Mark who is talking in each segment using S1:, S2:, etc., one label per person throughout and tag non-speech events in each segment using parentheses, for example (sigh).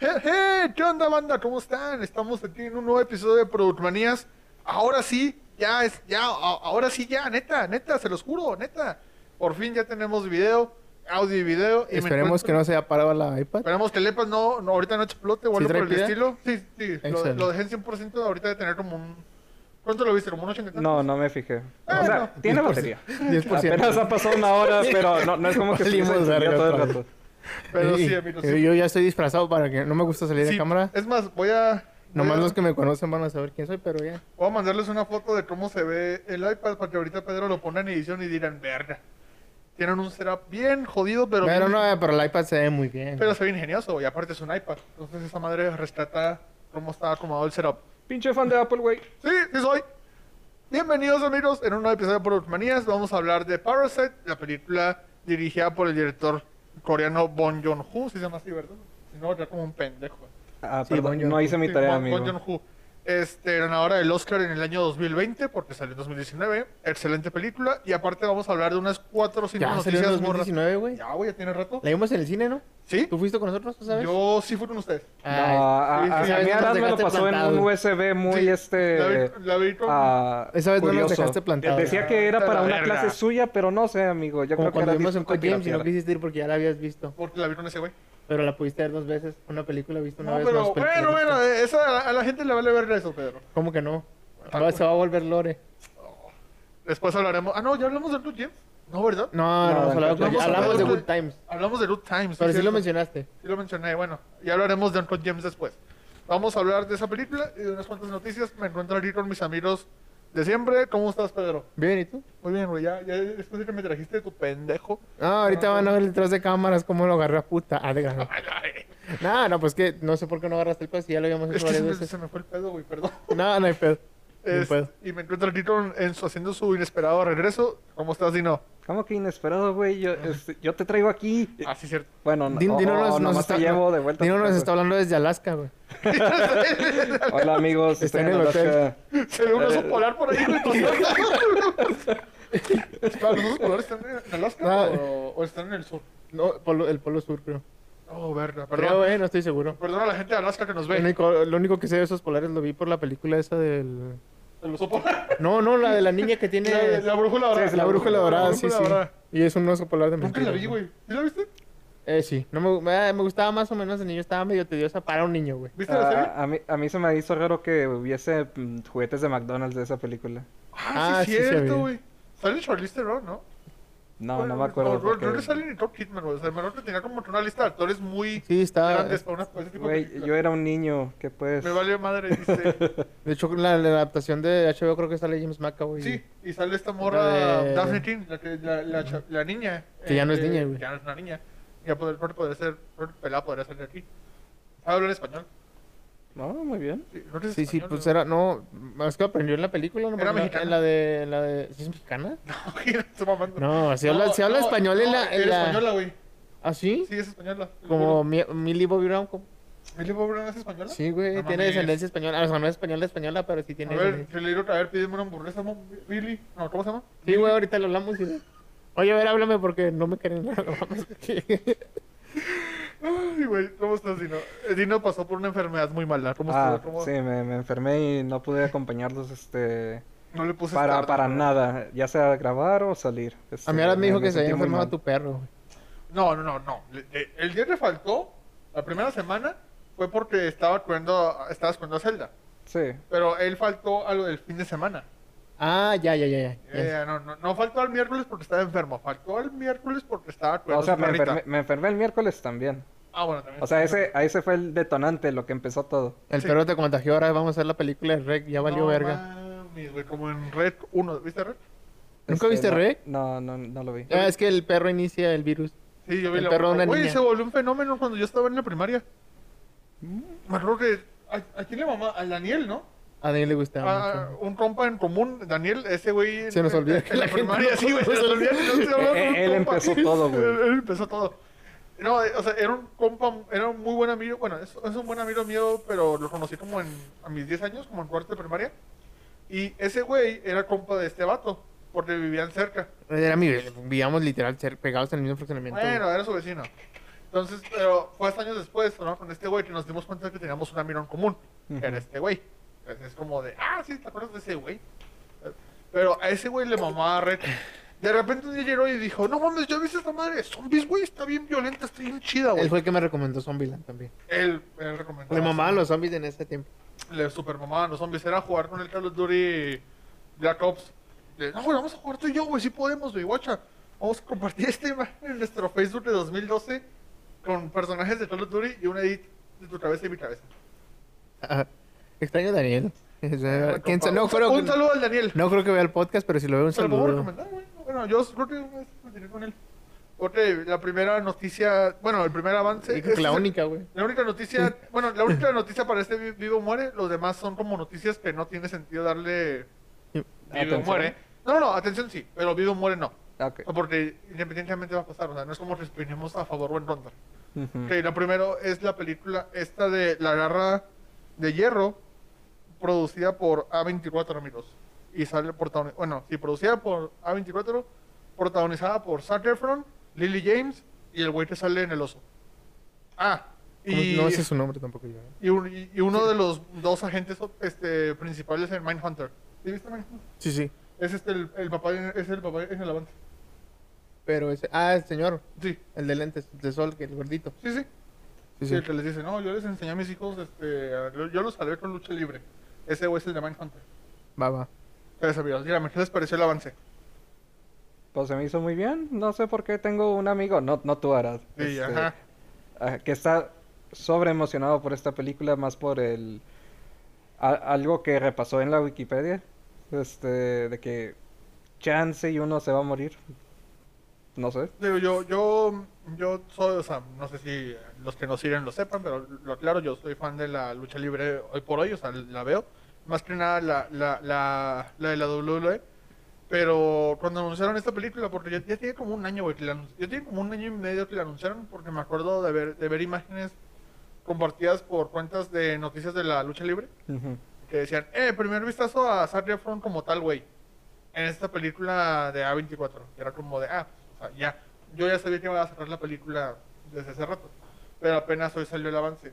S1: Jeje, ¿Qué onda, banda? ¿Cómo están? Estamos aquí en un nuevo episodio de Productmanías. Ahora sí, ya es, ya, a- ahora sí, ya, neta, neta, se los juro, neta. Por fin ya tenemos video, audio y video. y me
S2: Esperemos
S1: encuentro-
S2: que no se haya parado la iPad.
S1: Esperemos que el EPAS no, no, ahorita no explote o
S2: ¿Sí
S1: algo por
S2: trae
S1: el
S2: pila?
S1: estilo. Sí, sí, lo,
S2: Excelente.
S1: lo dejé en 100% ahorita de tener como un... ¿Cuánto lo viste? ¿Como un 80?
S3: No, no me fijé.
S2: Ah,
S3: o sea,
S1: no.
S3: tiene batería.
S2: (laughs) 10%.
S3: Apenas ha pasado una hora,
S2: (laughs)
S3: pero no, no es como que
S2: Valimos
S3: estuviese
S2: verga
S3: encendido todo el
S2: otra vez.
S3: rato.
S1: Pero
S2: Ey,
S1: sí, amigo, sí.
S2: eh, Yo ya estoy disfrazado para que no me gusta salir
S1: Sí,
S2: de cámara.
S1: Es más, voy a...
S2: Nomás
S1: voy a-
S2: los que me conocen van a saber quién soy, pero ya.
S1: Voy a mandarles una foto de cómo se ve el iPad para que ahorita Pedro lo ponga en edición y dirán, verga. Tienen un setup bien jodido, pero,
S2: Pero,
S1: bien-
S2: no, pero el iPad se ve muy bien.
S1: pero se ve ingenioso y aparte es un iPad. Entonces esa madre rescata cómo está acomodado el setup.
S3: Pinche fan de Apple, güey.
S1: Sí, sí soy. Bienvenidos amigos en un nuevo episodio de Product Manías. Vamos a hablar de Parasite, la película dirigida por el director coreano Bong Joon-ho, si se llama así, ¿verdad? Si no, ya como un pendejo.
S3: Ah,
S2: Sí,
S3: perdón,
S2: Bon Jovi.
S3: no hice mi
S1: Sí,
S3: tarea,
S1: Bong- Bong
S3: amigo.
S1: Joon-ho. Este, ganadora del Oscar en el año 2020, porque salió en 2019. Excelente película. Y aparte vamos a hablar de unas 4 o 5
S2: ya salió en
S1: noticias morras.
S2: 2019, güey.
S1: Ya, güey, ya tiene rato.
S2: La vimos en el cine, ¿no?
S1: ¿Sí?
S2: ¿Tú fuiste con nosotros, tú sabes?
S1: Yo sí fui con ustedes.
S3: Ah,
S1: sí,
S3: a, a-
S1: sí,
S3: a
S2: sí,
S3: mí
S2: nos
S3: Adán me lo
S2: dejaste
S3: pasó en
S2: plantado.
S3: un USB muy
S1: Sí, la
S3: este.
S1: vi, la vi con...
S3: ah,
S2: Esa vez no nos
S3: curioso.
S2: dejaste plantado.
S3: Decía que era
S1: Vete a
S3: para
S1: la
S3: una
S1: verga.
S3: clase suya, pero no sé, amigo. Yo
S2: como
S3: creo que
S2: cuando
S3: era
S2: vimos en
S3: disco
S2: Cod Games y no
S3: pirateada.
S2: quisiste ir porque ya la habías visto.
S1: Porque la vi con ese güey.
S2: Pero la pudiste ver dos veces. Una película vista una
S1: No,
S2: vez.
S1: pero
S2: dos películas
S1: bueno, bueno,
S2: vistas.
S1: eh, esa, a, la, a la gente le vale ver eso, Pedro.
S2: ¿Cómo que no?
S1: Ah,
S2: Ahora se va a volver Lore.
S1: Después hablaremos. Ah, no, ya hablamos de Good Times. No, ¿verdad?
S2: No,
S3: No,
S2: no, nos
S3: no,
S2: hablamos,
S3: no, no,
S2: hablamos de
S1: no, no.
S2: Good Times.
S1: Hablamos de Good Times. es
S2: Pero sí lo
S1: cierto.
S2: mencionaste.
S1: Sí lo mencioné, bueno, ya hablaremos de Uncut James después. Vamos a hablar de esa película y de unas cuantas noticias. Me encuentro aquí con mis amigos de siempre. ¿Cómo estás, Pedro?
S2: Bien, ¿y tú?
S1: Muy bien, güey, ya, ya después de que me trajiste tu pendejo.
S2: No, ahorita van a ver detrás de cámaras cómo lo agarré a puta. Ah, de grano. No, no, pues que no sé por qué no agarraste el pedo si ya lo habíamos
S1: eh. Es
S2: hecho
S1: que se
S2: varias
S1: me,
S2: veces.
S1: se me fue el pedo, güey, perdón.
S2: No, no hay pedo. No hay
S1: Es-
S2: pedo.
S1: y me encuentro aquí con, en su, haciendo su inesperado regreso. ¿Cómo estás, Dino?
S3: ¿Cómo que inesperado, güey? Yo,
S2: Ah.
S3: este, yo te traigo aquí.
S1: Ah, sí, cierto. (laughs)
S3: Bueno, no,
S2: Dino, Dino
S3: o- o
S2: nos, nos
S3: nomás
S2: está,
S3: te llevo de vuelta. pues. a
S2: Dino
S3: tu
S2: nos
S3: casa.
S2: está hablando desde Alaska, güey.
S3: Hola, amigos.
S2: Está
S3: estoy
S2: en el hotel.
S3: Alaska.
S1: Se ve un oso polar por ahí. güey.
S2: (laughs)
S1: Espera, ¿Los osos polares están en Alaska
S2: Ah.
S1: o, o están en el sur?
S2: No, polo- el Polo Sur, creo.
S1: Oh, verga,
S2: Creo,
S1: perdón.
S2: eh, no estoy seguro.
S1: Perdón a la gente de Alaska que nos
S2: Lo
S1: ve.
S2: único, lo único que sé de esos polares lo vi por la película esa del...
S1: El oso
S2: (laughs)
S1: polar.
S2: No, no, la de la niña que tiene...
S1: La, la brújula dorada.
S2: la brújula dorada, sí,
S1: brújula
S2: sí.
S1: dorada.
S2: Y es un oso polar de
S1: Nunca
S2: mentira.
S1: la vi, güey. ¿Sí la viste?
S2: Eh, sí. No me, gu- eh, me gustaba más o menos de niño. Estaba medio tediosa para un niño, güey.
S1: ¿Viste la serie?
S3: Ah, a, mí, a mí se me hizo raro que hubiese mm, juguetes de McDonald's de esa película.
S1: Ah,
S2: ah,
S1: sí,
S2: sí se
S1: cierto,
S2: ve.
S1: güey. Sale Charlize Theron, ¿no?
S3: No,
S1: Bueno,
S3: no me acuerdo.
S1: No, creo
S3: porque,
S1: que sale ni Top Kidman, güey. O sea, me acuerdo que tenía como que una lista de actores muy
S2: Sí, ah, estaba...
S1: grandes para una para ese tipo de
S3: Güey,
S1: películas.
S3: yo era un niño, que pues.
S1: Me valió
S2: (laughs)
S1: madre, dice.
S2: De hecho, la, la adaptación de HBO creo que sale James McAvoy.
S1: sí, y sale esta morra
S2: La de-
S1: Daphne King, la, que- la, la, cha- la niña.
S2: Que ya no es
S1: eh,
S2: niña, güey.
S1: Ya no es una niña. Ya poder, poder ser, pelada podría ser de aquí. Sabe hablar español.
S3: No, muy bien.
S1: Sí, no eres
S2: Sí, sí,
S1: español,
S2: pues
S1: ¿no?
S2: era, no, más que aprendió en la película, ¿no?
S1: Era
S2: En la-
S1: mexicana.
S2: En la de, en la de, ¿sí es mexicana?
S1: (laughs) Estoy mamando.
S2: No, si habla, si habla
S1: no,
S2: español en
S1: no,
S2: la, en
S1: es
S2: la-
S1: española, güey.
S2: ¿Ah, sí?
S1: Sí, es española. te lo
S2: Como
S1: juro.
S2: Mi- Millie Bobby Brown, como-
S1: ¿Millie Bobby Brown es española?
S2: sí, güey,
S1: No
S2: tiene
S1: mames.
S2: descendencia española, o sea, no es española española, pero sí
S1: A
S2: tiene
S1: ver,
S2: descendencia.
S1: que le digo otra vez, pídeme una hamburguesa, ¿no? Billy. No, ¿cómo se llama?
S2: Sí, güey, ahorita lo hablamos y... Oye, a ver, háblame porque no me quieren nada, (laughs) vamos.
S1: Ay, güey, ¿cómo estás, Dino? Eh, Dino pasó por una enfermedad muy mala. ¿Cómo
S3: Ah,
S1: estuvo? ¿Cómo-
S3: sí, me, me enfermé y no pude acompañarlos este
S1: No le puse
S3: para,
S1: start,
S3: para
S1: ¿no?
S3: nada, ya sea grabar o salir. Este,
S2: A mí ahora me dijo que se
S3: sentí
S2: había
S3: muy
S2: enfermado
S3: mal.
S2: tu perro, güey.
S1: No, no, no, no. Le- le- el día que faltó, la primera semana, fue porque estaba cuidando, estabas cuidando a Zelda.
S3: Sí.
S1: Pero él faltó a lo del fin de semana.
S2: Ah, ya, ya, ya, ya. ya.
S1: Eh, no, no, no faltó al miércoles porque estaba enfermo. Faltó al miércoles porque estaba cuidando
S3: O sea,
S1: a su
S3: me
S1: perrita.
S3: enfermé, me enfermé el miércoles también.
S1: Ah, bueno, también.
S3: O sea, ese, ahí se fue el detonante, lo que empezó todo.
S2: El
S1: sí.
S2: perro te contagió, ahora vamos a hacer la película de Rec, ya valió
S1: No
S2: verga.
S1: mames, güey, como en Red 1, ¿viste Red?
S2: ¿Nunca
S3: Este,
S2: viste
S3: no-
S2: Rec?
S3: No, no, no lo vi.
S2: Ah, es que el perro inicia el virus.
S1: Sí, yo vi
S2: El
S1: la
S2: perro de una
S1: Güey,
S2: niña.
S1: se volvió un fenómeno cuando yo estaba en la primaria.
S2: Mm.
S1: Me acuerdo que. ¿A, a quién le mamá? Al Daniel, ¿no?
S2: A Daniel le gustaba
S1: A,
S2: mucho.
S1: un compa en común, Daniel, ese güey.
S2: Se nos olvida
S1: en-
S2: que
S1: En la
S2: la gente
S1: primaria,
S2: no
S1: sí, güey. Se nos olvida que yo estoy hablando de un
S3: Eh, Él
S1: compa.
S3: empezó todo,
S1: (laughs)
S3: güey.
S1: Él, él empezó todo. No, eh, o sea, era un compa, era un muy buen amigo. Bueno, es, es un buen amigo mío, pero lo conocí como en, a mis 10 años, como en cuarto de primaria. Y ese güey era compa de este vato. porque vivían cerca.
S2: Era mi, vivíamos literal ser pegados en el mismo fraccionamiento. güey.
S1: ah, Bueno, era su vecino. Entonces, pero fue hasta años después, ¿no? Con este güey que nos dimos cuenta que teníamos un amigo en común. que Era
S3: Ujú.
S1: este güey. Entonces, es como de, ah, sí, ¿te acuerdas de ese güey? Pero a ese güey le mamaba red. De repente un día llegó y dijo, no mames, ¿ya viste esta madre? de Zombies, güey, está bien violenta, está bien chida,
S2: Él
S1: güey.
S2: fue el que me recomendó Zombieland también.
S1: Él, él recomendaba.
S2: Le mamaban los zombies en ese tiempo.
S1: Le supermamaban los zombies. Era jugar con el Call of Duty Black Ops. De, no, güey, vamos a jugar tú y yo, güey, sí podemos, güey, guacha. Vamos a compartir esta imagen (laughs) en nuestro Facebook de 2012 con personajes de Call of Duty y un edit de tu cabeza y mi cabeza.
S2: Ajá. Extraño a Daniel. Ah, ¿Quién sa-
S1: Ah, Un-
S2: no, creo
S1: un
S2: que,
S1: saludo al Daniel.
S2: no creo que vea el podcast, pero si lo veo, un
S1: Se lo puedo
S2: saludo.
S1: recomendar, güey. Bueno, yo creo que una vez continué con él. Porque la primera noticia, bueno, el primer avance.
S2: Dijo que
S1: este
S2: La
S1: es el-
S2: única, güey.
S1: La única noticia, bueno, la única noticia para este vi- vivo muere, los demás son como noticias que no tiene sentido darle vivo
S3: Atención.
S1: muere. No, no, no, atención sí, pero vivo muere no.
S3: Ah, ok.
S1: No, Porque independientemente va a pasar, o sea, no es como que opinemos a favor o en contra.
S3: Ujú.
S1: Ok, la primero es la película esta de La Garra de Hierro, producida por A24, amigos. Y sale protagonizada, bueno, sí, producida por A24, protagonizada por Zac Efron, Lily James y el güey que sale en El Oso. Ah, y...
S2: No sé su nombre tampoco yo.
S1: Y, un- y- y uno de los dos agentes este, principales en Mindhunter. ¿Sí viste Mindhunter?
S2: Sí, sí.
S1: Es este el, el papá en- es el papá en el avance.
S2: Pero ese. Ah, el señor.
S1: Sí,
S2: El de lentes, de sol, que el gordito.
S1: sí, sí.
S2: Sí,
S1: Sí, el que les dice, no, yo les enseñé a mis hijos, este, a- yo, yo los salvé con lucha libre. Ese güey es el de Mindhunter.
S2: Va, va.
S1: Ustedes, amigos, díganme, ¿qué les pareció el avance?
S3: Pues se me hizo muy bien. No sé por qué tengo un amigo, no, no tú Arad,
S1: Sí,
S3: este,
S1: ajá.
S3: ah, que está sobreemocionado por esta película, más por el a- algo que repasó en la Wikipedia, este, de que chance y uno se va a morir. No sé.
S1: Digo, yo, yo, yo soy, o sea, no sé si los que nos siguen lo sepan, pero lo claro, yo soy fan de la lucha libre hoy por hoy, o sea, la veo. Más que nada la, la, la, la de la WWE. Pero cuando anunciaron esta película, porque ya, ya tiene como un año, güey, que la anun- ya tiene como un año y medio que la anunciaron, porque me acuerdo de ver, de ver imágenes compartidas por cuentas de noticias de la lucha libre
S3: Ujú.
S1: que decían, eh, primer vistazo a Zac Efron como tal, güey. En esta película de A24. Que era como de, ah, pues, o sea, ya. Yo ya sabía que iba a cerrar la película desde hace rato. Pero apenas hoy salió el avance.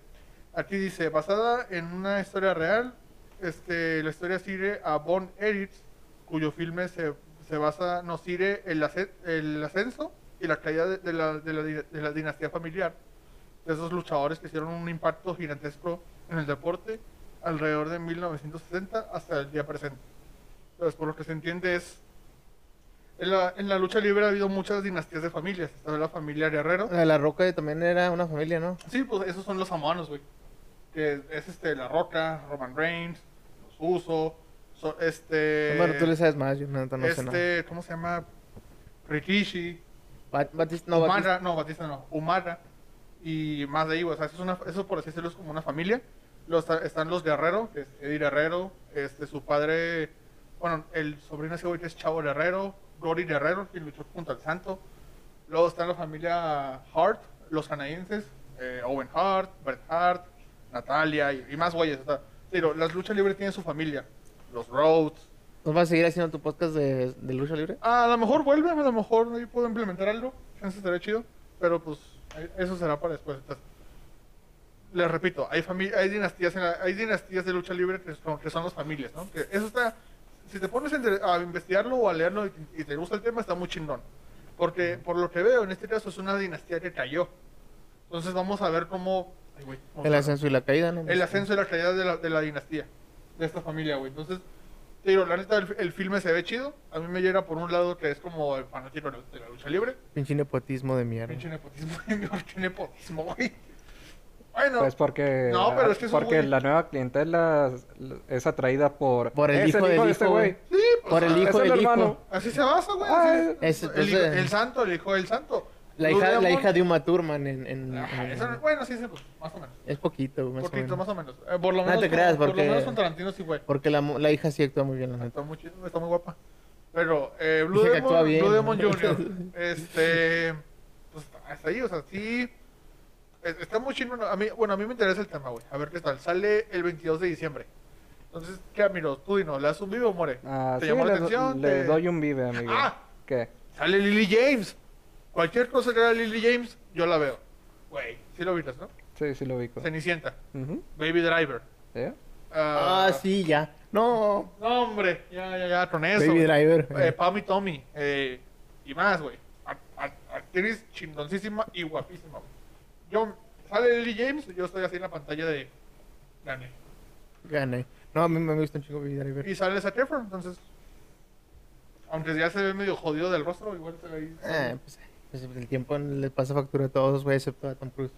S1: Aquí dice, basada en una historia real, este, la historia sigue a Von Eritz, cuyo filme se, se basa, nos sigue el, asce- el ascenso y la caída de, de la, de la di- de la dinastía familiar de esos luchadores que hicieron un impacto gigantesco en el deporte alrededor de 1960 hasta el día presente. Entonces, por lo que se entiende es... En la, en la lucha libre ha habido muchas dinastías de familias. Está la familia Guerrero.
S2: La de la Roca también era una familia, ¿no?
S1: Sí, pues esos son los samoanos, güey. Que es este, La Roca, Roman Reigns, los Uso, so- este...
S2: Bueno, tú le sabes más, yo no, no sé nada.
S1: este, ¿cómo se llama? Rikishi,
S2: Bat- Batista, no, Batista.
S1: Umara, no, Batista no, Umara, y más de ahí, güey, o sea, eso, es una, eso por así decirlo es como una familia. Los, están los Guerrero, que es Eddie Guerrero, este, su padre, bueno, el sobrino ese güey que es Chavo Guerrero, Rory Guerrero, quien luchó junto al Santo. Luego está la familia Hart, los canadienses, eh, Owen Hart, Bret Hart, Natalia y, y más güeyes. O sea, pero las luchas libres tienen su familia, los Rhodes,
S2: ¿Nos vas a seguir haciendo tu podcast de, de lucha libre?
S1: a lo mejor vuelve, a lo mejor ahí puedo implementar algo. Chance estaría chido. Pero pues eh, eso será para después. Entonces, les repito, hay fami- hay dinastías en la- hay dinastías de lucha libre que son, que son las familias, ¿no? Que eso está, si te pones a inter- a investigarlo o a leerlo y, y te gusta el tema, está muy chingón. Porque por lo que veo, en este caso es una dinastía que cayó. Entonces vamos a ver cómo... ay, güey, cómo
S2: El
S1: se-
S2: ascenso y la caída, ¿no?
S1: el ascenso y la calidad de la, de la dinastía, de esta familia, güey. Entonces, te digo, la neta, el, el filme se ve chido. A mí me llega por un lado que es como el fanático de la- de la lucha libre.
S2: Pinche nepotismo de mierda.
S1: Pinche nepotismo, (laughs) pinche nepotismo, güey. Bueno,
S3: Pues porque,
S1: No, pero es que es un
S3: porque
S1: güey-
S3: la nueva clientela es atraída por,
S2: Por el
S3: "Es
S2: hijo del
S3: de este
S2: hijo,
S3: güey.
S2: güey.
S1: sí, pues,
S2: Por el
S1: ah,
S3: es
S2: hijo
S3: el
S2: del
S3: hermano.
S2: hijo.
S1: Así se basa, güey.
S3: Ah,
S1: así es.
S2: es-
S1: el, hijo-
S2: entonces-
S1: el santo, el hijo del santo.
S2: La
S1: Blue
S2: hija, la
S1: Demon.
S2: hija de Uma Thurman en... en-
S1: Ajá,
S2: en-
S1: eso Ah, no- bueno, sí, sí, pues, más o menos.
S2: Es poquito, más o
S1: Poquito,
S2: menos.
S1: más o menos. Eh, por lo
S2: No
S1: menos
S2: te
S1: con-
S2: creas,
S1: por
S2: porque-
S1: lo menos con Tarantino sí, güey.
S2: Porque la, mu- la hija sí actúa muy bien, la neta.
S1: Está muy chido, está muy guapa. Pero eh, Blue,
S2: Dice que actúa
S1: Demon,
S2: bien,
S1: Blue
S2: ¿no?
S1: Demon Jr. Este, pues hasta ahí, o sea, sí. es- Está muy chingón. A mí, bueno, a mí me interesa el tema, güey. A ver qué tal. Sale el 22 de diciembre. Entonces, ¿qué, Amiro? Tú dinos, ¿le das un vive o muere?
S3: Ah,
S1: ¿Te
S3: sí,
S1: llamó la
S3: le,
S1: atención?
S3: le
S1: ¿Te-
S3: doy un vive, amigo.
S1: ¡Ah!
S3: ¿Qué?
S1: Sale Lily James. Cualquier cosa que haga Lily James, yo la veo. Güey, sí lo viste, ¿no?
S3: Sí, sí lo ubico.
S1: Cenicienta,
S3: Ujú,
S1: Baby Driver.
S3: ¿eh?
S1: ah,
S2: Ah, sí, ya. No.
S1: No, hombre, ya, ya, ya, con eso. güey.
S2: Baby Driver.
S1: Eh, Pammy Tommy, eh, y más, güey. A- a- Actriz chingoncísima y guapísima, güey. Yo, sale Lily James, yo estoy así en la pantalla de... Gané.
S2: Gané. No, a mí me gusta un chingo Baby Driver.
S1: Y sale Zac Efron, entonces... Aunque ya se ve medio jodido del rostro, igual se ve ahí...
S2: Eh, pues, pues, el tiempo le pasa factura a todos, güey, excepto a Tom Cruise.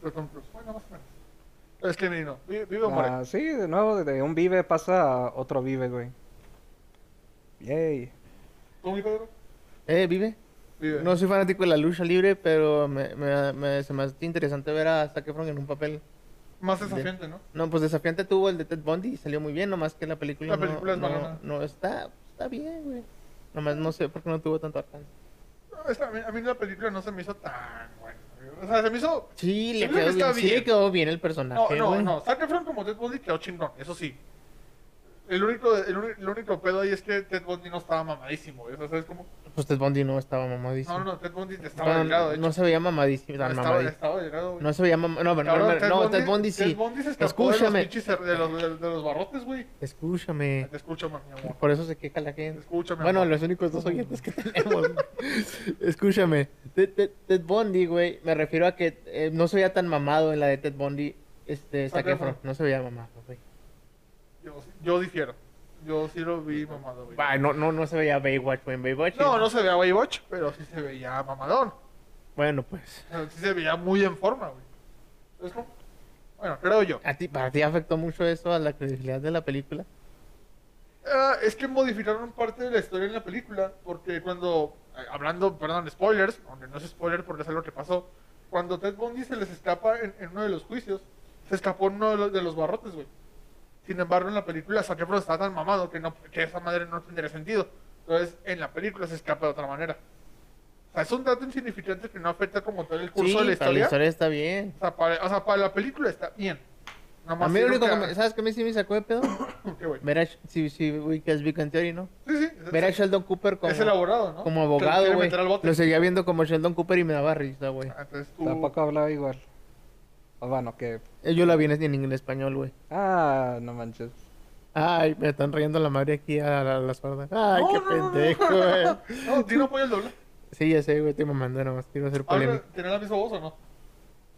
S1: Pero Tom Cruise, bueno, más o menos. Pero es que ni no, vi- vive o muere.
S3: Ah, sí, de nuevo, de un vive pasa a otro vive, güey. Yay.
S1: ¿Tú, mi Pedro?
S2: Eh, vive.
S1: Vive.
S2: No soy fanático de la lucha libre, pero me, me- me- se me hace interesante ver a Zac Efron en un papel.
S1: Más desafiante, ¿no?
S2: No, pues desafiante tuvo el de Ted Bundy y salió muy bien, nomás que la película,
S1: La
S2: no-
S1: película es
S2: no,
S1: malona.
S2: no está, está bien, güey. Nomás no sé por qué no tuvo tanto alcance.
S1: No, es- a, mí, a mí la película no se me hizo tan buena. güey. O sea, se me hizo
S2: Sí, le
S1: Yo creo
S2: quedó
S1: que está
S2: bien, sí le
S1: bien.
S2: quedó bien el
S1: No,
S2: personaje,
S1: no,
S2: güey.
S1: no. Zac Efron como Ted Bundy quedó chingón, eso sí. El único, el, uni- el único pedo ahí es que Ted Bundy no estaba mamadísimo, güey. O sea, ¿sabes cómo?
S2: Pues Ted Bundy no estaba mamadísimo.
S1: No, no, no, Ted Bundy estaba
S2: Bueno,
S1: delgado, de hecho.
S2: no se veía mamadísimo,
S1: No,
S2: tan
S1: estaba,
S2: mamadísimo.
S1: estaba delgado, güey.
S2: No se veía mamadísimo. No, pero-
S1: Cabrón,
S2: pero- no, Ted Bundy sí.
S1: Ted Bundy se escapó
S2: Escúchame,
S1: de los, pinches cer- de, los, de, de los barrotes, güey.
S2: escúchame.
S1: Te escúchame, mi amor.
S2: Por eso se queja la gente.
S1: Escúchame.
S2: Bueno,
S1: amor.
S2: los únicos dos oyentes que tenemos. Escúchame. Ted, Ted- Ted Bundy, güey. Me refiero a que eh, no se veía tan mamado en la de Ted Bundy. Este,
S1: Zac
S2: Zac Efron.
S1: Efron.
S2: No se veía mamado, güey.
S1: Yo, yo difiero. Yo sí lo vi mamado, güey.
S2: Bah, no, no, no se veía Baywatch, güey. En Baywatch.
S1: No, no se veía Baywatch, pero sí se veía mamadón.
S2: Bueno, pues.
S1: O sea, sí se veía muy en forma, güey. ¿Sabes cómo? Bueno, creo yo.
S2: ¿A ti, ¿Para ti afectó mucho eso a la credibilidad de la película?
S1: Ah, es que modificaron parte de la historia en la película, porque cuando, eh, hablando, perdón, spoilers, aunque no es spoiler porque es algo que pasó, cuando Ted Bundy se les escapa en, en uno de los juicios, se escapó en uno de los, de los barrotes, güey. Sin embargo, en la película Zac Efron está tan mamado que, no, que esa madre no tendría sentido. Entonces, en la película se escapa de otra manera. O sea, es un dato insignificante que no afecta como tal el curso
S2: sí,
S1: de la
S2: para
S1: historia.
S2: está bien.
S1: O, sea, para, o sea, para la película está bien. Nada
S2: A
S1: más
S2: mí lo
S1: sí
S2: único que
S1: nunca-
S2: me, ¿Sabes qué me, sí me sacó de pedo?
S1: (laughs) Ok, güey.
S2: Ver a, si, si ubicas Big Bang Theory, ¿no?
S1: Sí, sí, es-
S2: Ver a
S1: es-
S2: Sheldon Cooper como,
S1: es elaborado, ¿no?
S2: como
S1: Que lo
S2: abogado,
S1: quiere
S2: güey.
S1: meter al bote.
S2: Lo seguía viendo como Sheldon Cooper y me daba risa, güey.
S1: Ah, Entonces tú...
S3: Tampoco hablaba igual. O bueno, que.
S2: Eh, Yo la vi en, en, en español, güey.
S3: Ah, no manches.
S2: Ay, me están riendo la madre aquí a la, a la sorda. Ay,
S1: No,
S2: qué
S1: no, no,
S2: pendejo, eh. güey.
S1: No, no, Dino apoya el doble.
S2: Sí, ya sé, güey, te mamando nomás. Quiero hacer
S1: Ahora,
S2: polémica.
S1: ¿tenés la misma voz o no?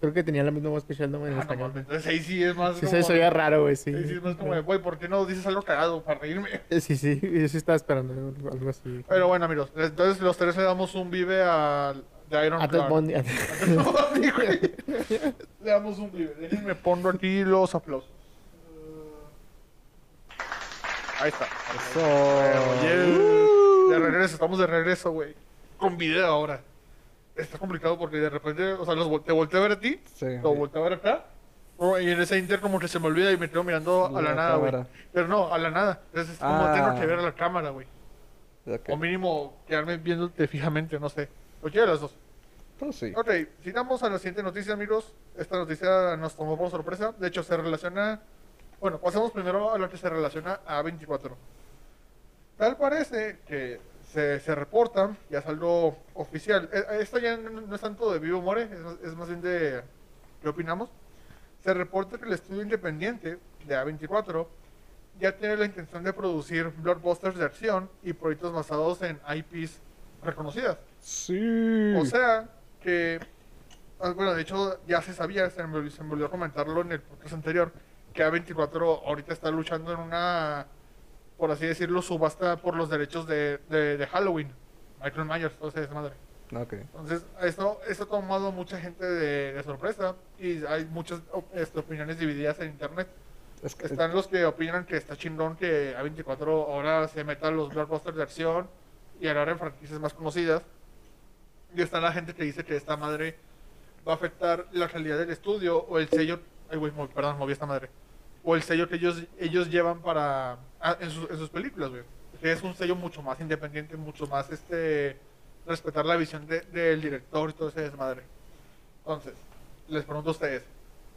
S2: Creo que tenía la misma voz que Sheldon en
S1: Ah, no,
S2: español.
S1: mames, entonces ahí sí es más
S2: sí,
S1: como...
S2: se oía raro, güey, sí.
S1: ahí sí es más como de, güey, ¿por qué no dices algo cagado para reírme? (laughs)
S2: Eh, Sí, sí, yo sí estaba esperando algo- algo así.
S1: Pero bueno, amigos, entonces los tres le damos un vive a... De Iron
S2: A Ted
S1: Claw.
S2: (laughs) Bundy. a-
S1: (laughs) A Ted Bundy, güey. Le damos un vive. Déjenme pongo aquí los aplausos. Ahí está.
S3: Eso. Uh.
S1: Oye, de regreso, estamos de regreso, güey. Con video ahora. Está complicado porque de repente, o sea, los vol- te volteé a ver a ti,
S3: Sí.
S1: lo volteé a ver acá. oh, Y en ese inter como que se me olvida y me quedo mirando a la
S3: La
S1: nada, güey.
S3: cámara.
S1: Pero no, a la nada. Entonces es como
S3: Ah.
S1: tengo que ver a la cámara, güey.
S3: Ok.
S1: O mínimo quedarme viéndote fijamente, no sé. Cualquiera de las dos.
S3: Pues sí.
S1: Ok, sigamos a la siguiente noticia, amigos. Esta noticia nos tomó por sorpresa. De hecho, se relaciona. Bueno, pasemos primero a lo que se relaciona a 24. Tal parece que se, se reporta, ya es algo oficial. Eh, eh, Esto ya no no es tanto de vivo more, es, más- es más bien de qué opinamos. Se reporta que el estudio independiente de A24 ya tiene la intención de producir blockbusters de acción y proyectos basados en IPs reconocidas.
S3: Sí.
S1: O sea, que. ah, Bueno, de hecho, ya se sabía, se me, se me olvidó comentarlo en el podcast anterior, que A24 ahorita está luchando en una, por así decirlo, subasta por los derechos de, de, de Halloween. Michael Myers, todo ese desmadre.
S3: Ok.
S1: Entonces, esto, esto ha tomado a mucha gente de, de sorpresa y hay muchas op- este, opiniones divididas en internet.
S3: Es que.
S1: Están los que opinan que está chingón que A24 ahora se meta a los blockbusters de acción y ahora en franquicias más conocidas. Y está la gente que dice que esta madre va a afectar la calidad del estudio o el sello. Ay, güey, mo- perdón, moví esta madre. O el sello que ellos, ellos llevan para. ah, en, sus- en sus películas, güey. Que es un sello mucho más independiente, mucho más este. Respetar la visión de- del director y todo ese desmadre. Entonces, les pregunto a ustedes,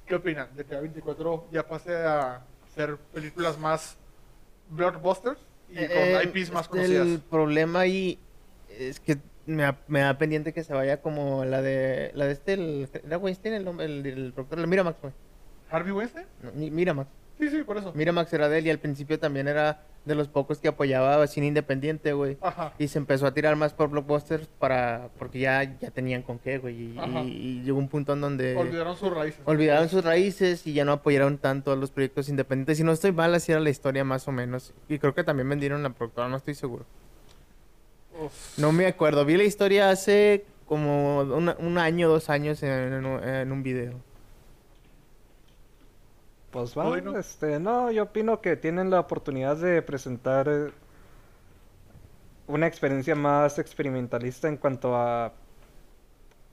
S1: ¿qué opinan de que A24 ya pase a hacer películas más blockbusters y
S2: Eh,
S1: con IPs más
S2: este,
S1: conocidas.
S2: El problema ahí es que me da, me da pendiente que se vaya como la de la de este, el, era Weinstein el nombre, el, el productor, el Miramax, güey.
S1: ¿Harvey Weinstein?
S2: No, Mi- Miramax.
S1: Sí, sí, por eso.
S2: Miramax era de él y al principio también era de los pocos que apoyaba a cine independiente, güey.
S1: Ajá.
S2: Y se empezó a tirar más por blockbusters para, porque ya, ya tenían con qué, güey. Y,
S1: Ajá.
S2: y- y llegó un punto en donde
S1: Olvidaron sus raíces.
S2: eh, olvidaron sus raíces y ya no apoyaron tanto a los proyectos independientes. Si no estoy mal, así era la historia más o menos. Y creo que también vendieron la productora, no estoy seguro.
S1: Uf.
S2: No me acuerdo. Vi la historia hace como una- un año, dos años en, en un- en un video.
S3: Pues va,
S1: Bueno.
S3: este, no, yo opino que tienen la oportunidad de presentar eh, una experiencia más experimentalista en cuanto a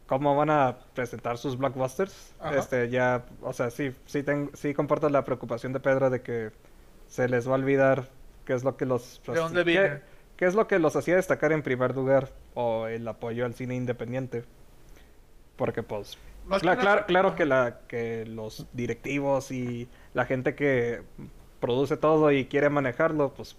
S3: cómo van a presentar sus blockbusters.
S1: Ajá.
S3: Este, ya, o sea, sí, sí, ten- sí comparto la preocupación de Pedro de que se les va a olvidar qué es lo que los
S1: ¿De dónde
S3: qué-
S1: vienen?
S3: qué es lo que los hacía destacar en primer lugar o el apoyo al cine independiente. Porque pues
S1: Más que
S3: Cla-
S1: nada-
S3: claro, claro que, la, que los directivos y la gente que produce todo y quiere manejarlo, pues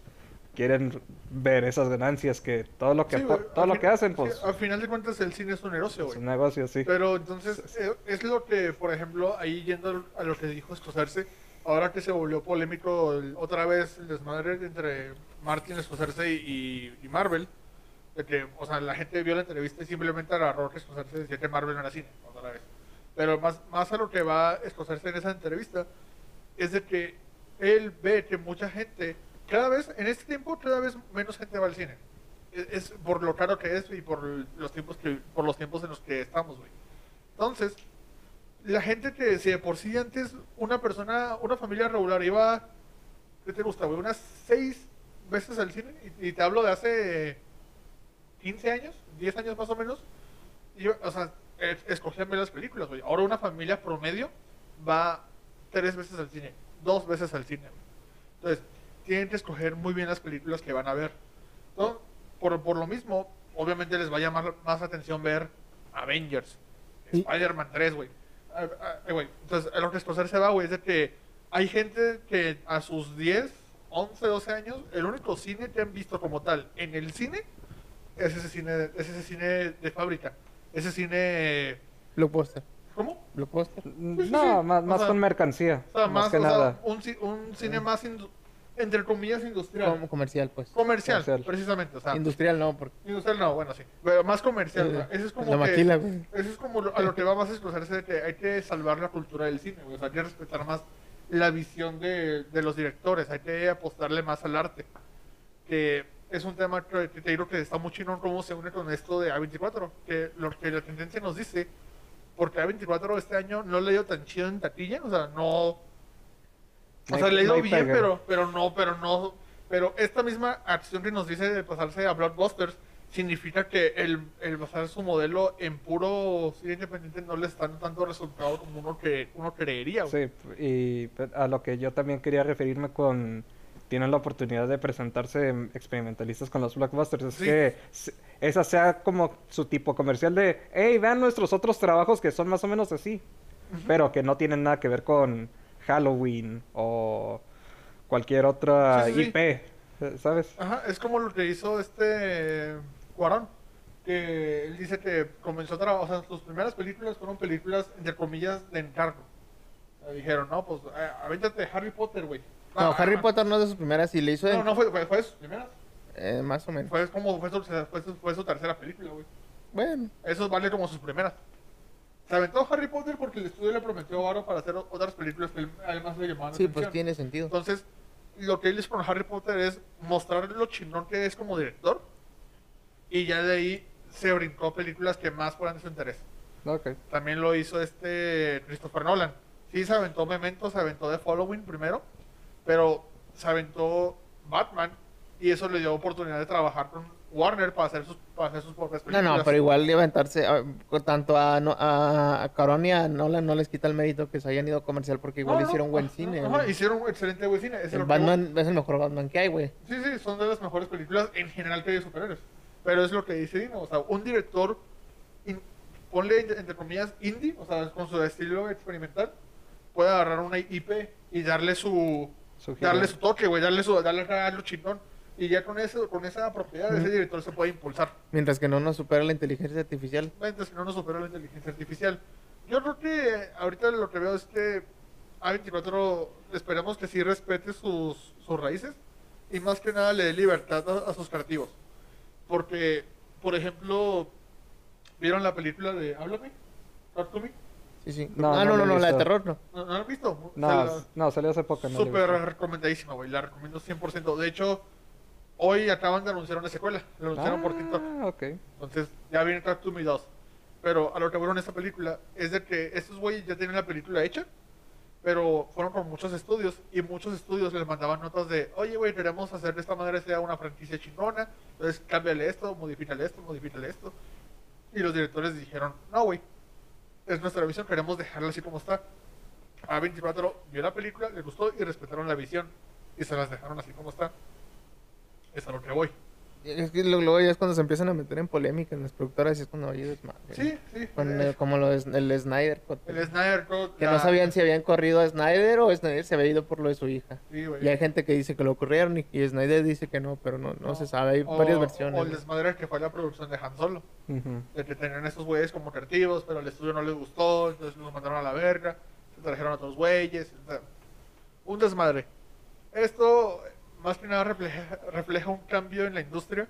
S3: quieren ver esas ganancias que todo lo que,
S1: Sí,
S3: po-
S1: güey,
S3: todo
S1: al
S3: lo
S1: fin-
S3: que hacen,
S1: sí,
S3: pues
S1: Al final de cuentas, el cine es un negocio,
S3: es
S1: güey.
S3: un negocio, sí.
S1: Pero entonces, eh, es lo que, por ejemplo, ahí yendo a lo que dijo Scorsese, ahora que se volvió polémico el- otra vez el desmadre entre Martin Scorsese y, y Marvel, de que, o sea, la gente vio la entrevista y simplemente agarró que Scorsese decía que Marvel no era cine, otra vez. Pero más, más a lo que va Scorsese en esa entrevista, es de que él ve que mucha gente, cada vez, en este tiempo, cada vez menos gente va al cine. Es, es por lo caro que es y por los tiempos que, por los tiempos en los que estamos, güey. Entonces, la gente que si de por sí antes una persona, una familia regular iba, ¿qué te gusta, güey? Unas seis veces al cine, y, y te hablo de hace 15 años, 10 años más o menos, y, o sea, es- escogían ver las películas, güey. Ahora una familia promedio va tres veces al cine, dos veces al cine, güey. Entonces, tienen que escoger muy bien las películas que van a ver. Entonces, por, por lo mismo, obviamente les va a llamar más la atención ver Avengers,
S2: Y-
S1: Spider-Man 3, güey. Ah, ah, eh, güey, Entonces, a lo que Scorsese se va, güey, es de que hay gente que a sus 10, 11, 12 años, el único cine que han visto como tal en el cine es ese cine, es ese cine de fábrica. Ese cine.
S2: Blockbuster.
S1: ¿Cómo?
S2: Blockbuster.
S1: sí,
S3: no,
S1: sí,
S3: más,
S1: o
S3: más
S1: sea-
S3: con mercancía,
S1: O sea,
S3: más,
S1: más,
S3: que
S1: o sea,
S3: nada.
S1: un, ci- un cine más, indu- entre comillas, industrial.
S2: Como comercial, pues.
S1: Comercial,
S3: Comercial.
S1: precisamente. O sea,
S2: Industrial no, porque
S1: industrial no, bueno, sí. Pero más comercial.
S2: eh,
S1: ¿no? Eso es como.
S2: la
S1: que-
S2: maquila, güey.
S1: Eso es como lo- a lo que va más a expresarse de que hay que salvar la cultura del cine, güey. O sea, hay que respetar más la visión de, de los directores, hay que apostarle más al arte. Que es un tema que, que te digo que está muy chino cómo se une con esto de A24, que lo que la tendencia nos dice, porque A24 este año no le dio tan chido en taquilla, o sea, no... O
S3: No
S1: sea,
S3: hay-
S1: le ha
S3: no
S1: ido
S3: hay
S1: bien,
S3: pega.
S1: pero, pero no, pero no. Pero esta misma acción que nos dice de pasarse a Blockbusters significa que el, el basar su modelo en puro cine independiente no le está dando tanto resultado como uno que uno creería. güey.
S3: Sí, y pe- a lo que yo también quería referirme con tienen la oportunidad de presentarse em, experimentalistas con los blockbusters, es
S1: Sí.
S3: que se- esa sea como su tipo comercial de, hey, vean nuestros otros trabajos que son más o menos así, pero que no tienen nada que ver con Halloween o cualquier otra
S1: Sí, sí, sí.
S3: IP, eh, ¿sabes?
S1: Ajá, es como lo que hizo este Cuarón, que él dice que comenzó a trabajar, o sea, sus primeras películas fueron películas, entre comillas, de encargo. Eh, Dijeron, no, pues, eh, avéntate Harry Potter, güey.
S2: No,
S1: Ah,
S2: Harry
S1: ah,
S2: Potter no es de sus primeras y le hizo en-
S1: No, no, fue, fue, fue de sus primeras.
S2: eh, más o menos.
S1: Fue como fue su, fue su- fue su tercera película, güey.
S2: Bueno,
S1: Eso vale como sus primeras. Se aventó Harry Potter porque el estudio le prometió oro para hacer o- otras películas que él- además le llamaban la
S2: sí, pues
S1: atención.
S2: tiene sentido.
S1: Entonces, lo que él hizo con Harry Potter es mostrar lo chingón que es como director y ya de ahí se brincó a películas que más fueran de su interés.
S3: Ok.
S1: También lo hizo este Christopher Nolan. Sí, se aventó Memento, se aventó The Following primero, pero se aventó Batman y eso le dio oportunidad de trabajar con Warner para hacer sus, para hacer sus propias
S2: No,
S1: películas.
S2: no, pero igual levantarse a- con tanto a, no, a, a Cuarón y a Nolan no les quita el mérito que se hayan ido comercial porque igual
S1: No, no,
S2: hicieron buen
S1: ajá,
S2: cine.
S1: ajá,
S2: güey.
S1: hicieron un excelente buen cine. es
S2: el
S1: lo que
S2: Batman es el mejor Batman que hay, güey.
S1: voy- Sí, sí, son de las mejores películas en general que hay de superhéroes. Pero es lo que dice Dino, o sea, un director, in- ponle entre- entre comillas indie, o sea, con su estilo experimental, puede agarrar una IP y darle su,
S3: Sugiero.
S1: darle su toque, güey, darle su, darle algo chingón. Y ya con eso, con esa propiedad, ese director se puede impulsar.
S2: Mientras que no nos supera la inteligencia artificial.
S1: Mientras que no nos supera la inteligencia artificial. Yo creo que eh, ahorita lo que veo es que A24 esperamos que sí respete sus, sus raíces y más que nada le dé libertad a, a sus creativos. Porque, por ejemplo, ¿vieron la película de Háblame? Talk to Me?
S2: Sí, sí.
S3: No,
S2: ah,
S3: no
S2: no,
S3: lo
S2: no,
S3: he
S2: no, la de
S3: visto.
S2: terror no.
S1: ¿No, no la han visto?
S3: No,
S1: Se la-
S3: s- no, salió hace poco. no lo he
S1: Súper
S3: visto.
S1: recomendadísima, güey. La recomiendo 100%. De hecho, hoy acaban de anunciar una secuela. La anunciaron por TikTok.
S3: Ah, ok.
S1: Entonces, ya viene Track to Me 2. Pero a lo que fueron esta película es de que estos güeyes ya tenían la película hecha, pero fueron con muchos estudios y muchos estudios les mandaban notas de, oye, güey, queremos hacer de esta manera sea una franquicia chingona, entonces cámbiale esto, modifícale esto, modifícale esto. Y los directores dijeron, no, güey, es nuestra visión, queremos dejarla así como está. A24 vio la película, le gustó y respetaron la visión y se las dejaron así como está. Es a lo que voy.
S2: Es que lo- luego ya es cuando se empiezan a meter en polémica en las productoras y es cuando hay desmadre.
S1: Sí, sí.
S2: Cuando-
S1: eh,
S2: como lo es- el Snyder. Cut.
S1: El Snyder Code,
S2: que
S1: la-
S2: no sabían si habían corrido a Snyder o Snyder se había ido por lo de su hija.
S1: Sí, güey.
S2: Y hay gente que dice que lo corrieron y, y Snyder dice que no, pero no, no, se sabe. Hay
S1: Ah. O-
S2: varias
S1: O el
S2: versiones.
S1: desmadre que fue la producción de Han Solo.
S3: Ujú.
S1: De que tenían esos güeyes como creativos, pero al estudio no les gustó, entonces los mandaron a la verga, se trajeron a otros güeyes. o sea, Un desmadre. Esto más que nada refleja, refleja un cambio en la industria.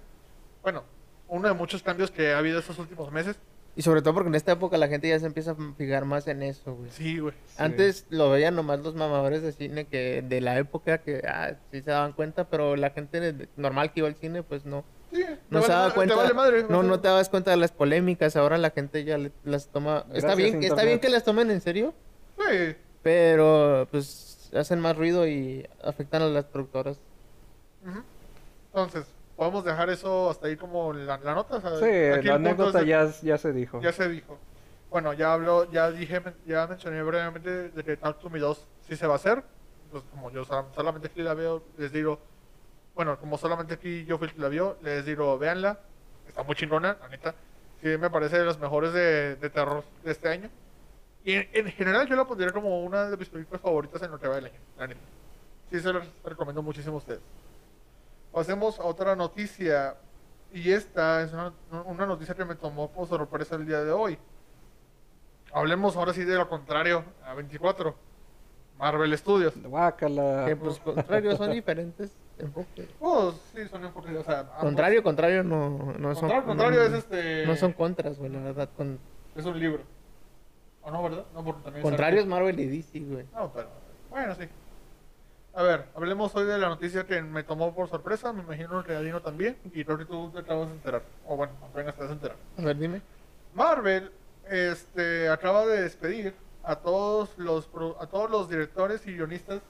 S1: Bueno, uno de muchos cambios que ha habido estos últimos meses.
S2: Y sobre todo porque en esta época la gente ya se empieza a fijar más en eso, güey.
S1: Sí, güey.
S3: Sí.
S2: Antes lo veían nomás los mamadores de cine que de la época que ah, sí se daban cuenta, pero la gente de- normal que iba al cine, pues no.
S1: Sí,
S2: No
S1: te
S2: se
S1: vale
S2: daba
S1: ma-
S2: cuenta.
S1: Te vale madre. o
S2: no,
S1: sea,
S2: no te dabas cuenta de las polémicas. Ahora la gente ya le- las toma. está
S3: Gracias,
S2: bien, que- está
S3: Internet.
S2: bien que las tomen en serio,
S1: sí.
S2: pero pues hacen más ruido y afectan a las productoras.
S1: Ujú. Entonces, podemos dejar eso hasta ahí como la, la nota. o sea,
S3: Sí,
S1: aquí
S3: la
S1: el punto es
S3: anécdota
S1: de-
S3: ya, ya se dijo.
S1: Ya se dijo. Bueno, ya habló, ya dije, ya mencioné brevemente de que Talk to Me 2 sí se va a hacer. Pues como yo sol- solamente aquí la veo, les digo, bueno, como solamente aquí yo fui el que la vio, les digo, véanla. Está muy chingona, la neta. Sí, me parece de las mejores de, de terror de este año. Y en, en general yo la pondría como una de mis películas favoritas en lo que va del año, la neta. Sí, se las recomiendo muchísimo a ustedes. Pasemos a otra noticia. Y esta es una, una noticia que me tomó por sorpresa el día de hoy. Hablemos ahora sí de lo contrario a 24. Marvel Studios.
S3: Guácala.
S2: Que pues contrario, son diferentes enfoques.
S1: Pues sí, son enfoques. O sea, ambos-
S2: Contrario, contrario, no, no son.
S1: Contrario, contrario
S2: no-
S1: es este.
S2: No son contras, güey, la verdad. con-
S1: Es un libro. ¿O no, verdad? No, porque también. es
S2: contrario es
S1: arte.
S2: Marvel y DC, güey.
S1: No, pero. Bueno, sí. A ver, hablemos hoy de la noticia que me tomó por sorpresa. Me imagino que a Dino también. Y creo que tú te acabas de enterar. O bueno, apenas te vas a enterar.
S2: A ver, dime.
S1: Marvel este, acaba de despedir a todos los pro- a todos los directores y guionistas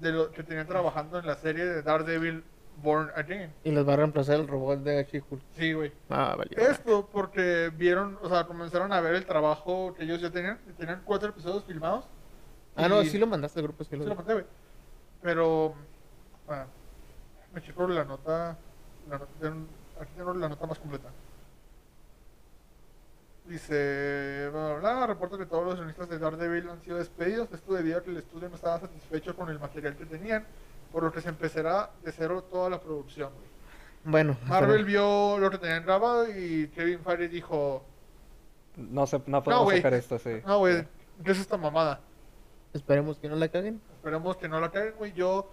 S1: de lo, que tenían trabajando en la serie de Daredevil Born Again.
S2: Y los va a reemplazar el robot de She-Hulk.
S1: Sí, güey.
S2: Ah, vale.
S1: Esto porque vieron, o sea, comenzaron a ver el trabajo que ellos ya tenían. Tenían cuatro episodios filmados.
S2: Ah, no,
S1: y-
S2: sí lo mandaste al grupo, sí
S1: Sí
S2: lo
S1: lo mandé, güey. Pero, bueno, me checo la nota. La, not- aquí tengo la nota más completa. Dice, bla, bla, bla, reporta que todos los guionistas de Daredevil han sido despedidos. Esto debido a que el estudio no estaba satisfecho con el material que tenían, por lo que se empezará de cero toda la producción. güey.
S2: Bueno, hasta
S1: Marvel
S2: luego.
S1: vio lo que tenían grabado y Kevin Feige dijo,
S3: No, se, no
S1: no,
S3: podemos
S1: güey,
S3: sacar esto, sí.
S1: no, güey, ¿qué es esta mamada?
S2: esperemos que no la caguen.
S1: Esperemos que no la caguen, güey. Yo,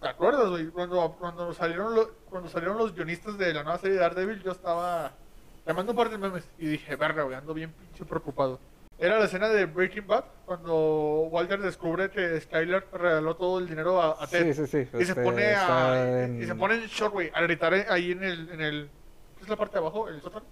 S1: ¿te acuerdas, güey? Cuando, cuando, salieron lo- cuando salieron los guionistas de la nueva serie de Daredevil, yo estaba llamando un par de memes y dije, verga, güey, ando bien pinche preocupado. Era la escena de Breaking Bad, cuando Walter descubre que Skyler regaló todo el dinero a, a Ted.
S3: Sí, sí, sí.
S1: Y se
S3: este,
S1: pone a,
S3: está en-
S1: y se pone en shock, güey, a gritar eh, ahí en el, en el... ¿Qué es la parte de abajo? ¿El sótano?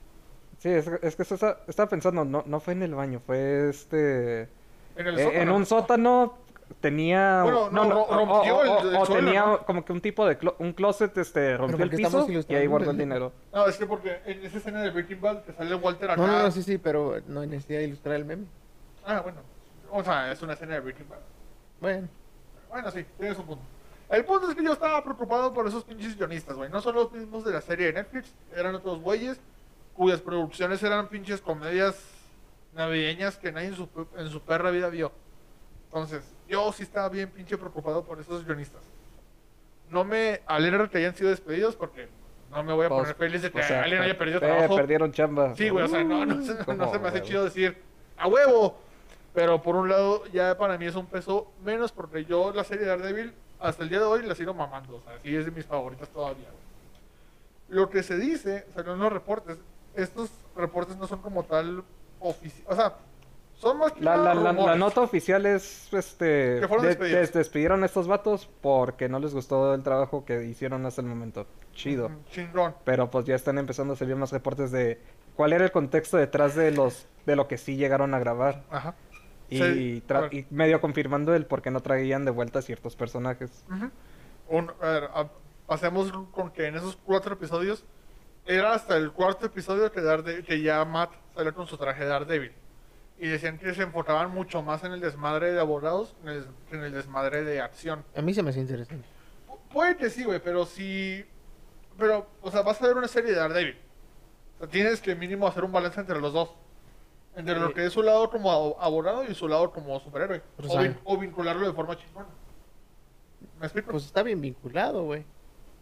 S3: Sí, es, es que eso está- estaba pensando, no, no fue en el baño, fue este...
S1: En el
S3: eh,
S1: sótano.
S3: En un sótano tenía...
S1: Bueno, no, ro-
S3: o-
S1: rompió
S3: o-
S1: el-
S3: o-
S1: el
S3: o
S1: suelo,
S3: tenía
S1: ¿no?
S3: como que un tipo de... clo- un closet, este, rompió
S2: por
S3: el
S2: qué estamos
S3: piso y ahí
S2: ilustrando?
S3: guardó el dinero.
S1: No, es que porque en esa escena de Breaking Bad que sale Walter acá...
S2: No, no, no, sí, sí, pero no hay necesidad de ilustrar el meme.
S1: Ah, bueno. O sea, es una escena de Breaking Bad.
S2: Bueno,
S1: Bueno, sí, tienes un punto. El punto es que yo estaba preocupado por esos pinches guionistas, güey. No son los mismos de la serie de Netflix, eran otros güeyes cuyas producciones eran pinches comedias navideñas que nadie en su, en su perra vida vio. Entonces, yo sí estaba bien pinche preocupado por esos guionistas. No me alegra que hayan sido despedidos porque no me voy a
S3: Pues,
S1: poner feliz de que
S3: o sea, eh,
S1: alguien haya perdido
S3: pe-
S1: trabajo.
S3: perdieron chamba.
S1: Sí, güey, o sea, no, no,
S3: (laughs)
S1: se- no
S3: ¿cómo,
S1: se me hace
S3: güey?
S1: chido decir a huevo. Pero por un lado, ya para mí es un peso menos porque yo la serie de Daredevil hasta el día de hoy la sigo mamando. O sea, sí es de mis favoritas todavía. güey. Lo que se dice, o sea, en los reportes, estos reportes no son como tal oficiales. O sea, son más que
S3: La,
S1: nada
S3: la, la, la
S1: rumores. Mm,
S3: nota oficial es, este,
S1: Que fueron
S3: de-
S1: despedidos.
S3: des- despidieron a estos vatos porque no les gustó el trabajo que hicieron hasta el momento. Chido.
S1: Mm, Chingón.
S3: Pero pues ya están empezando a salir más reportes de cuál era el contexto detrás de los de lo que sí llegaron a grabar.
S1: Ajá.
S3: Y,
S1: Sí,
S3: tra-
S1: a ver.
S3: y medio confirmando el por qué no traían de vuelta ciertos personajes.
S1: Ujú. Un- a ver, a- pasemos con que en esos cuatro episodios era hasta el cuarto episodio que, Darede- que ya Matt salió con su traje de Daredevil. Y decían que se enfocaban mucho más en el desmadre de abogados que en el, que en el desmadre de acción.
S2: A mí se me hace interesante.
S1: Pu- puede que sí, güey, pero si... Pero, o sea, vas a ver una serie de Daredevil. O sea, tienes que mínimo hacer un balance entre los dos. Entre lo
S2: Sí.
S1: que es su lado como abo- abogado y su lado como superhéroe.
S2: Pero
S1: O, vin-
S2: sabe.
S1: o vincularlo de forma chingona. ¿Me explico?
S2: Pues está bien vinculado, güey.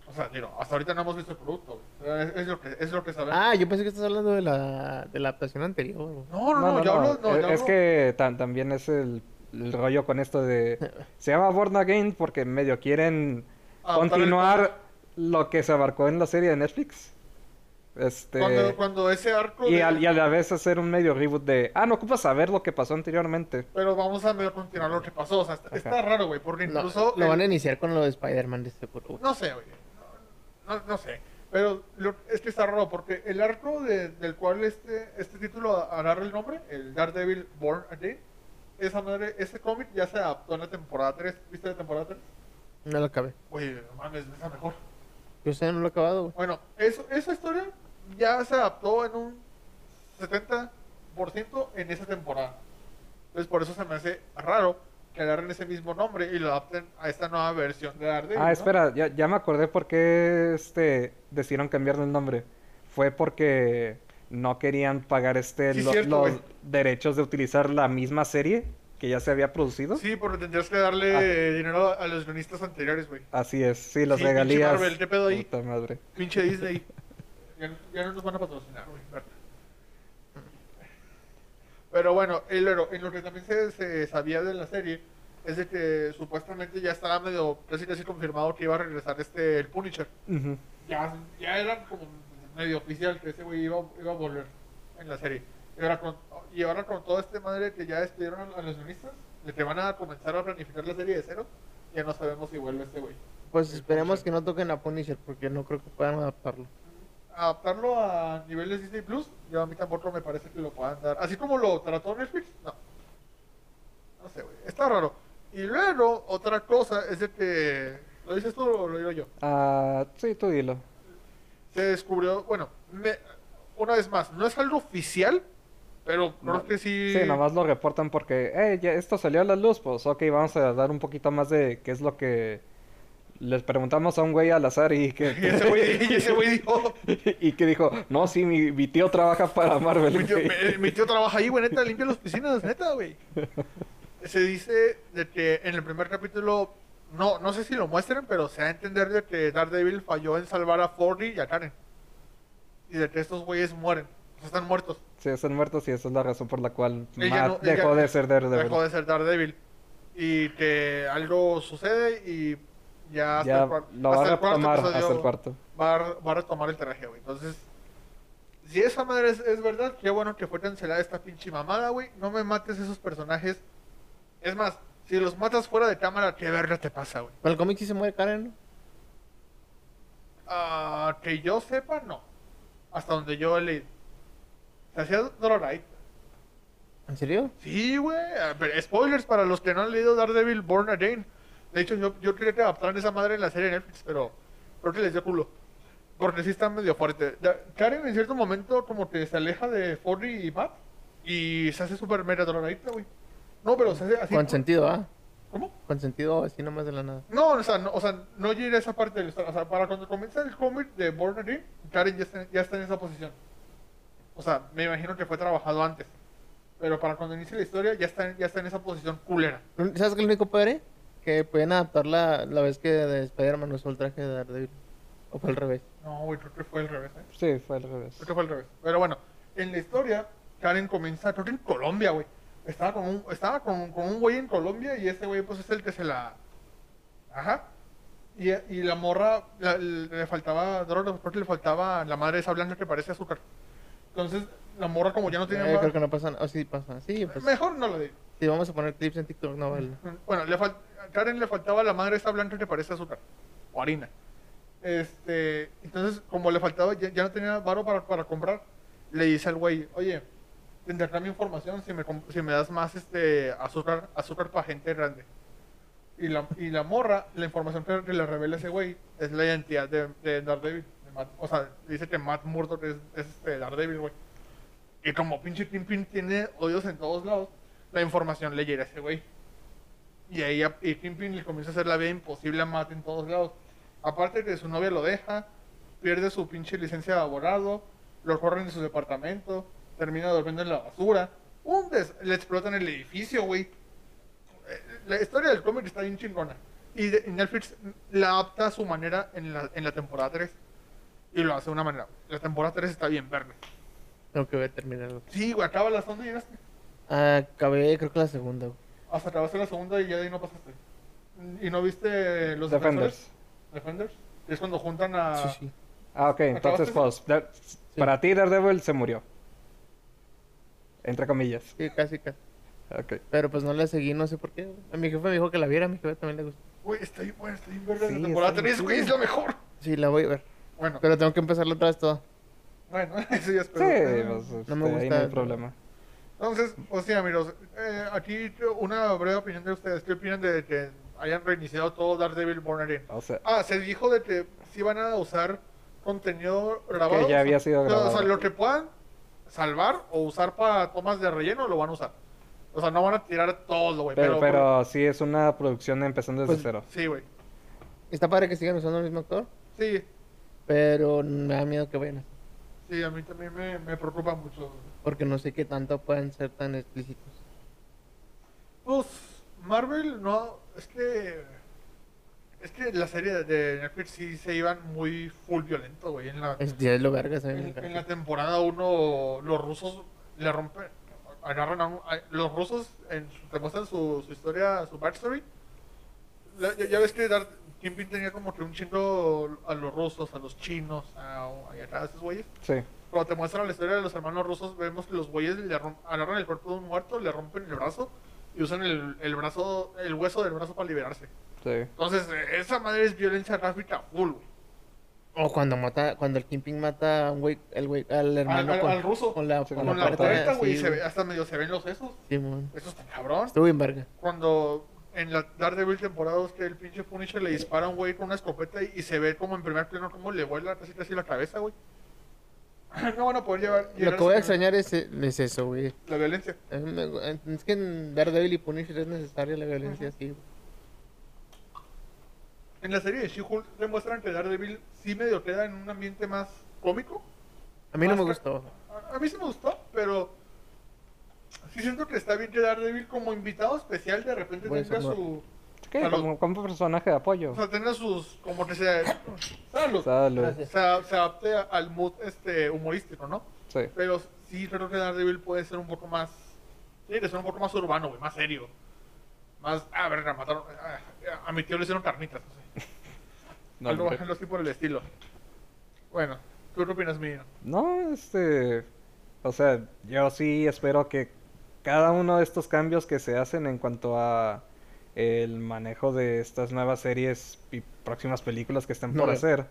S1: O sea, digo, hasta ahorita no hemos visto el producto. güey. Pero Es, es lo que es lo que sabemos.
S2: Ah, yo pensé que estás hablando de la, de la adaptación anterior. güey.
S1: no, no, no, yo hablo, no, yo
S3: Es, E-, es
S1: hablo-
S3: que tan- también es el, el rollo con
S1: (laughs)
S3: esto de... Se llama Born Again porque medio quieren
S1: Ah,
S3: continuar lo que se abarcó en la serie de Netflix. Este...
S1: cuando, cuando ese arco
S3: Y,
S1: de-
S3: al- y a la vez hacer un medio reboot de... Ah, no ocupas saber lo que pasó anteriormente.
S1: pero vamos a medio continuar lo que pasó, o sea, está, está
S3: Ajá.
S1: raro, güey, porque
S2: No,
S1: incluso
S2: lo van a
S1: el-
S2: iniciar con lo de Spider-Man de este seguro. güey.
S1: no sé, güey. No, no- no sé, pero lo- es que está raro porque el arco de- del cual este este título agarra el nombre, el Daredevil Born Again, esa madre, ese cómic ya se adaptó en la temporada 3, ¿viste la temporada 3?
S2: No lo acabé.
S1: Güey, no mames, esa mejor.
S2: Yo sé, no lo he acabado, güey.
S1: Bueno, eso, esa historia ya se adaptó en un 70% en esa temporada. Entonces, por eso se me hace raro que agarren ese mismo nombre y lo adapten a esta nueva versión de Daredevil.
S3: Ah,
S1: ¿no?
S3: espera, ya, ya me acordé por qué este, decidieron cambiarle el nombre. Fue porque no querían pagar este,
S1: Sí,
S3: lo-
S1: cierto,
S3: los
S1: güey.
S3: derechos de utilizar la misma serie que ya se había producido.
S1: Sí, porque tendrías que darle
S3: Ah.
S1: dinero a los guionistas anteriores, güey.
S3: Así es, sí, las
S1: Sí, pinche
S3: regalías.
S1: Marvel, ¿qué pedo ahí?
S3: Puta madre.
S1: Pinche Disney. ya, ya no nos van a patrocinar, güey. Berta. Pero bueno, y luego, en lo que también se, se sabía de la serie es de que supuestamente ya estaba medio casi casi confirmado que iba a regresar este el Punisher.
S3: Ujú.
S1: Ya, ya era como medio oficial que ese güey iba, iba a volver en la serie. Y ahora con, y ahora con todo este madre que ya despidieron a, a los guionistas, de que van a comenzar a planificar la serie de cero, ya no sabemos si vuelve este güey.
S2: Pues esperemos que no toquen a Punisher porque no creo que puedan adaptarlo.
S1: adaptarlo a niveles Disney Plus, yo a mí tampoco me parece que lo puedan dar. Así como lo trató Netflix, no. No sé, güey. Está raro. Y luego, otra cosa es de que. ¿Lo dices tú o lo digo yo?
S3: Ah, sí, tú dilo.
S1: Se descubrió, bueno, me- una vez más, no es algo oficial, pero creo
S3: No.
S1: que sí.
S3: Sí, nada más lo reportan porque, eh, ya esto salió a la luz, pues ok, vamos a dar un poquito más de qué es lo que les preguntamos a un güey al azar y que...
S1: (laughs) (laughs) Y ese güey y ese güey dijo:
S3: (laughs) y que dijo, no, sí, mi, mi tío trabaja para Marvel. (laughs)
S1: mi tío,
S3: güey".
S1: mi- mi tío trabaja ahí, güey, neta, limpia las piscinas, neta, güey. se dice de que en el primer capítulo, no, no sé si lo muestren, pero se da a entender de que Daredevil falló en salvar a Fordy y a Karen. Y de que estos güeyes mueren. O sea, están muertos.
S3: Sí, están muertos y esa es la razón por la cual
S1: Ella
S3: Matt
S1: no- ella
S3: dejó de ser Daredevil.
S1: Dejó de ser Daredevil. Y que algo sucede y ya hasta
S3: ya
S1: el, cuar-
S3: lo va
S1: hasta
S3: a
S1: el cuarto
S3: retomar hasta el
S1: episodio
S3: cuarto.
S1: va a, va a retomar el traje, güey. Entonces, si esa madre es, es verdad, qué bueno que fue cancelada esta pinche mamada, güey. No me mates esos personajes. Es más, si los matas fuera de cámara, qué verga te pasa, güey.
S2: Pero el cómic sí se muere Karen, ¿no?
S1: Ah, que yo sepa, no. Hasta donde yo he leído. Se hacía Dolorite.
S2: ¿En serio?
S1: Sí, güey. A ver, Spoilers para los que no han leído Daredevil Born Again. De hecho, yo, yo quería que adaptaran esa madre en la serie de Netflix, pero creo que les dio culo. Porque sí está medio fuerte. Da- Karen en cierto momento como que se aleja de Fordy y Matt y se hace súper mega drogadicta, güey. No, pero se hace así.
S2: Con sentido, ¿ah?
S1: ¿Cómo?
S2: Con sentido, así nomás de la nada.
S1: No, o sea, no, o sea, no llega a esa parte del O sea, para cuando comienza el cómic de Born Again, Karen ya está, ya está en esa posición. O sea, me imagino que fue trabajado antes. Pero para cuando inicie la historia ya está, en- ya está en esa posición culera.
S2: ¿Sabes qué es lo único padre? Que pueden adaptar la, la vez que de Spider-Man usó el traje de Daredevil. O fue al revés.
S1: No, güey, creo que fue al revés, ¿eh?
S3: Sí, fue al revés.
S1: Creo que fue al revés. Pero bueno, en la historia, Karen comienza, creo que en Colombia, güey. Estaba con un, estaba con, con un güey en Colombia y este güey, pues es el que se la. Ajá. Y, y la morra, la- le faltaba droga, creo que le faltaba la madre esa blanca que parece azúcar. Entonces, la morra, como ya no tiene
S2: Eh,
S1: más-
S2: creo que no pasa nada. O sí pasa. Sí, pues.
S1: Mejor no lo digo.
S2: Si vamos a poner clips en TikTok, no
S1: Mm.
S2: vale.
S1: Bueno, le fal- a Karen le faltaba la madre esa blanca que parece azúcar o harina. Este, entonces, como le faltaba, ya, ya no tenía varo para, para comprar, le dice al güey, oye, te intercambio información si me, com- si me das más este, azúcar, azúcar para gente grande. Y la, y la morra, la información que, que le revela ese güey es la identidad de, de Daredevil. de Matt- o sea, dice que Matt Murdock es, es este Daredevil, güey. Y como pinche Kingpin tiene oídos en todos lados, la información le llega a ese güey. Y ahí a- y Kingpin le comienza a hacer la vida imposible a Matt en todos lados. Aparte de que su novia lo deja, pierde su pinche licencia de abogado, lo corren de su departamento, termina durmiendo en la basura. Un des- le explotan el edificio, güey. Eh, La historia del cómic está bien chingona. Y, de- y Netflix la adapta a su manera en la, en la temporada 3. Y lo hace de una manera. La temporada 3 está bien verde.
S2: Tengo que ver terminarlo.
S1: Sí, güey, acaba la segunda y llegaste.
S2: Acabé, creo que la segunda. güey.
S1: Hasta acabaste la segunda y ya de ahí no pasaste. ¿Y no viste los defensores?
S3: Defenders.
S1: Defenders. Es cuando juntan a.
S2: Sí, sí.
S3: Ah, ok, entonces
S1: Acabaste-
S3: false. Dar- Para ti Daredevil se murió. Entre comillas.
S2: Sí, casi, casi.
S3: Ok.
S2: Pero pues no la seguí, no sé por qué. güey. A mi jefe me dijo que la viera, a mi jefe también le gustó.
S1: Güey, está bien buena, está bien verga
S3: Sí,
S1: la temporada
S3: está bien
S1: 3, güey, es
S3: chida.
S1: lo mejor.
S2: Sí, la voy a ver.
S1: Bueno,
S2: Pero tengo que empezarla otra vez toda.
S1: bueno, (laughs) eso ya es
S3: Sí,
S1: pedo.
S3: pues,
S2: No me
S3: este, ahí no
S2: gusta-
S3: hay problema.
S1: Entonces, o sea, amigos, eh, aquí una breve opinión de ustedes. ¿Qué opinan de que hayan reiniciado todo Daredevil Born Again?
S3: O sea,
S1: Ah, se dijo de que sí van a usar contenido grabado.
S3: Que ya había sido
S1: O sea, O sea,
S3: grabado.
S1: lo que puedan salvar o usar para tomas de relleno lo van a usar. O sea, no van a tirar todo, güey.
S3: pero, pero, sí es una producción empezando desde
S2: Pues-
S3: cero.
S1: Sí, güey.
S2: Está padre que sigan usando el mismo actor,
S1: Sí,
S2: pero me da miedo que vayan a-
S1: sí, a mí también me, me preocupa mucho.
S2: Porque no sé qué tanto puedan ser tan explícitos.
S1: Pues Marvel no, es que es que la serie de Netflix sí se iban muy full violento, güey. En la,
S2: Es ya es lo vergas, a mí me
S1: en, en la
S2: encanta.
S1: temporada 1 los rusos le rompen, agarran a un- a- los rusos, en, su- te muestran su, su historia, su backstory. La- ya, ya ves que Dar, Kingpin tenía como que un chingo a los rusos, a los chinos, a, a, a esos güeyes
S3: Sí.
S1: cuando te muestran la historia de los hermanos rusos, vemos que los güeyes le rom- agarran el cuerpo de un muerto, le rompen el brazo y usan el, el brazo, el hueso del brazo para liberarse.
S3: Sí.
S1: Entonces, eh, esa madre es violencia gráfica full, güey.
S2: O cuando mata, cuando el Kingpin mata a un güey, el güey, al hermano
S1: al-
S2: con,
S1: al ruso,
S2: con la,
S3: sí,
S1: Con,
S2: con la
S1: la
S2: puerta,
S1: puerta, güey,
S2: sí,
S1: se ve-
S2: güey.
S1: hasta medio se ven los sesos.
S2: Simón.
S1: Eso está cabrón.
S2: Estuvo bien verga.
S1: Cuando en la Daredevil temporada 2 que el pinche Punisher le dispara a un güey con una escopeta y, y se ve como en primer plano como le vuela casi casi la cabeza, güey. (clears throat) No van a poder llevar llegar
S2: Lo que voy a
S1: ese nivel,
S2: extrañar es, es eso, güey.
S1: la violencia.
S2: Es me- es que en Daredevil y Punisher es necesaria la violencia así. güey.
S1: En la serie de She-Hulk demuestran que Daredevil sí medio queda en un ambiente más cómico.
S2: A mí no me
S1: Más
S2: gustó.
S1: A, a mí sí me gustó, pero sí siento que está bien que Daredevil como invitado especial de repente
S2: Buen
S1: tenga
S2: sabor.
S1: su...
S3: Ok,
S1: Salud.
S3: como, como personaje de apoyo.
S1: O sea, tenga sus... como que se... Salud.
S3: Salud.
S2: Gracias.
S1: Se, a- se adapte a- al mood este humorístico, ¿no?
S3: Sí.
S1: Pero sí creo que Daredevil puede ser un poco más... Tiene que ser un poco más urbano, güey, más serio. Más... A ver, mataron... A, a mi tío le hicieron carnitas, no sé.
S3: No,
S1: algo,
S3: hombre.
S1: algo así por el estilo. Bueno, ¿tú qué opinas, mío?
S3: No, este. O sea, yo sí espero que cada uno de estos cambios que se hacen en cuanto a el manejo de estas nuevas series y próximas películas que estén
S2: No
S3: por
S2: veo.
S3: hacer.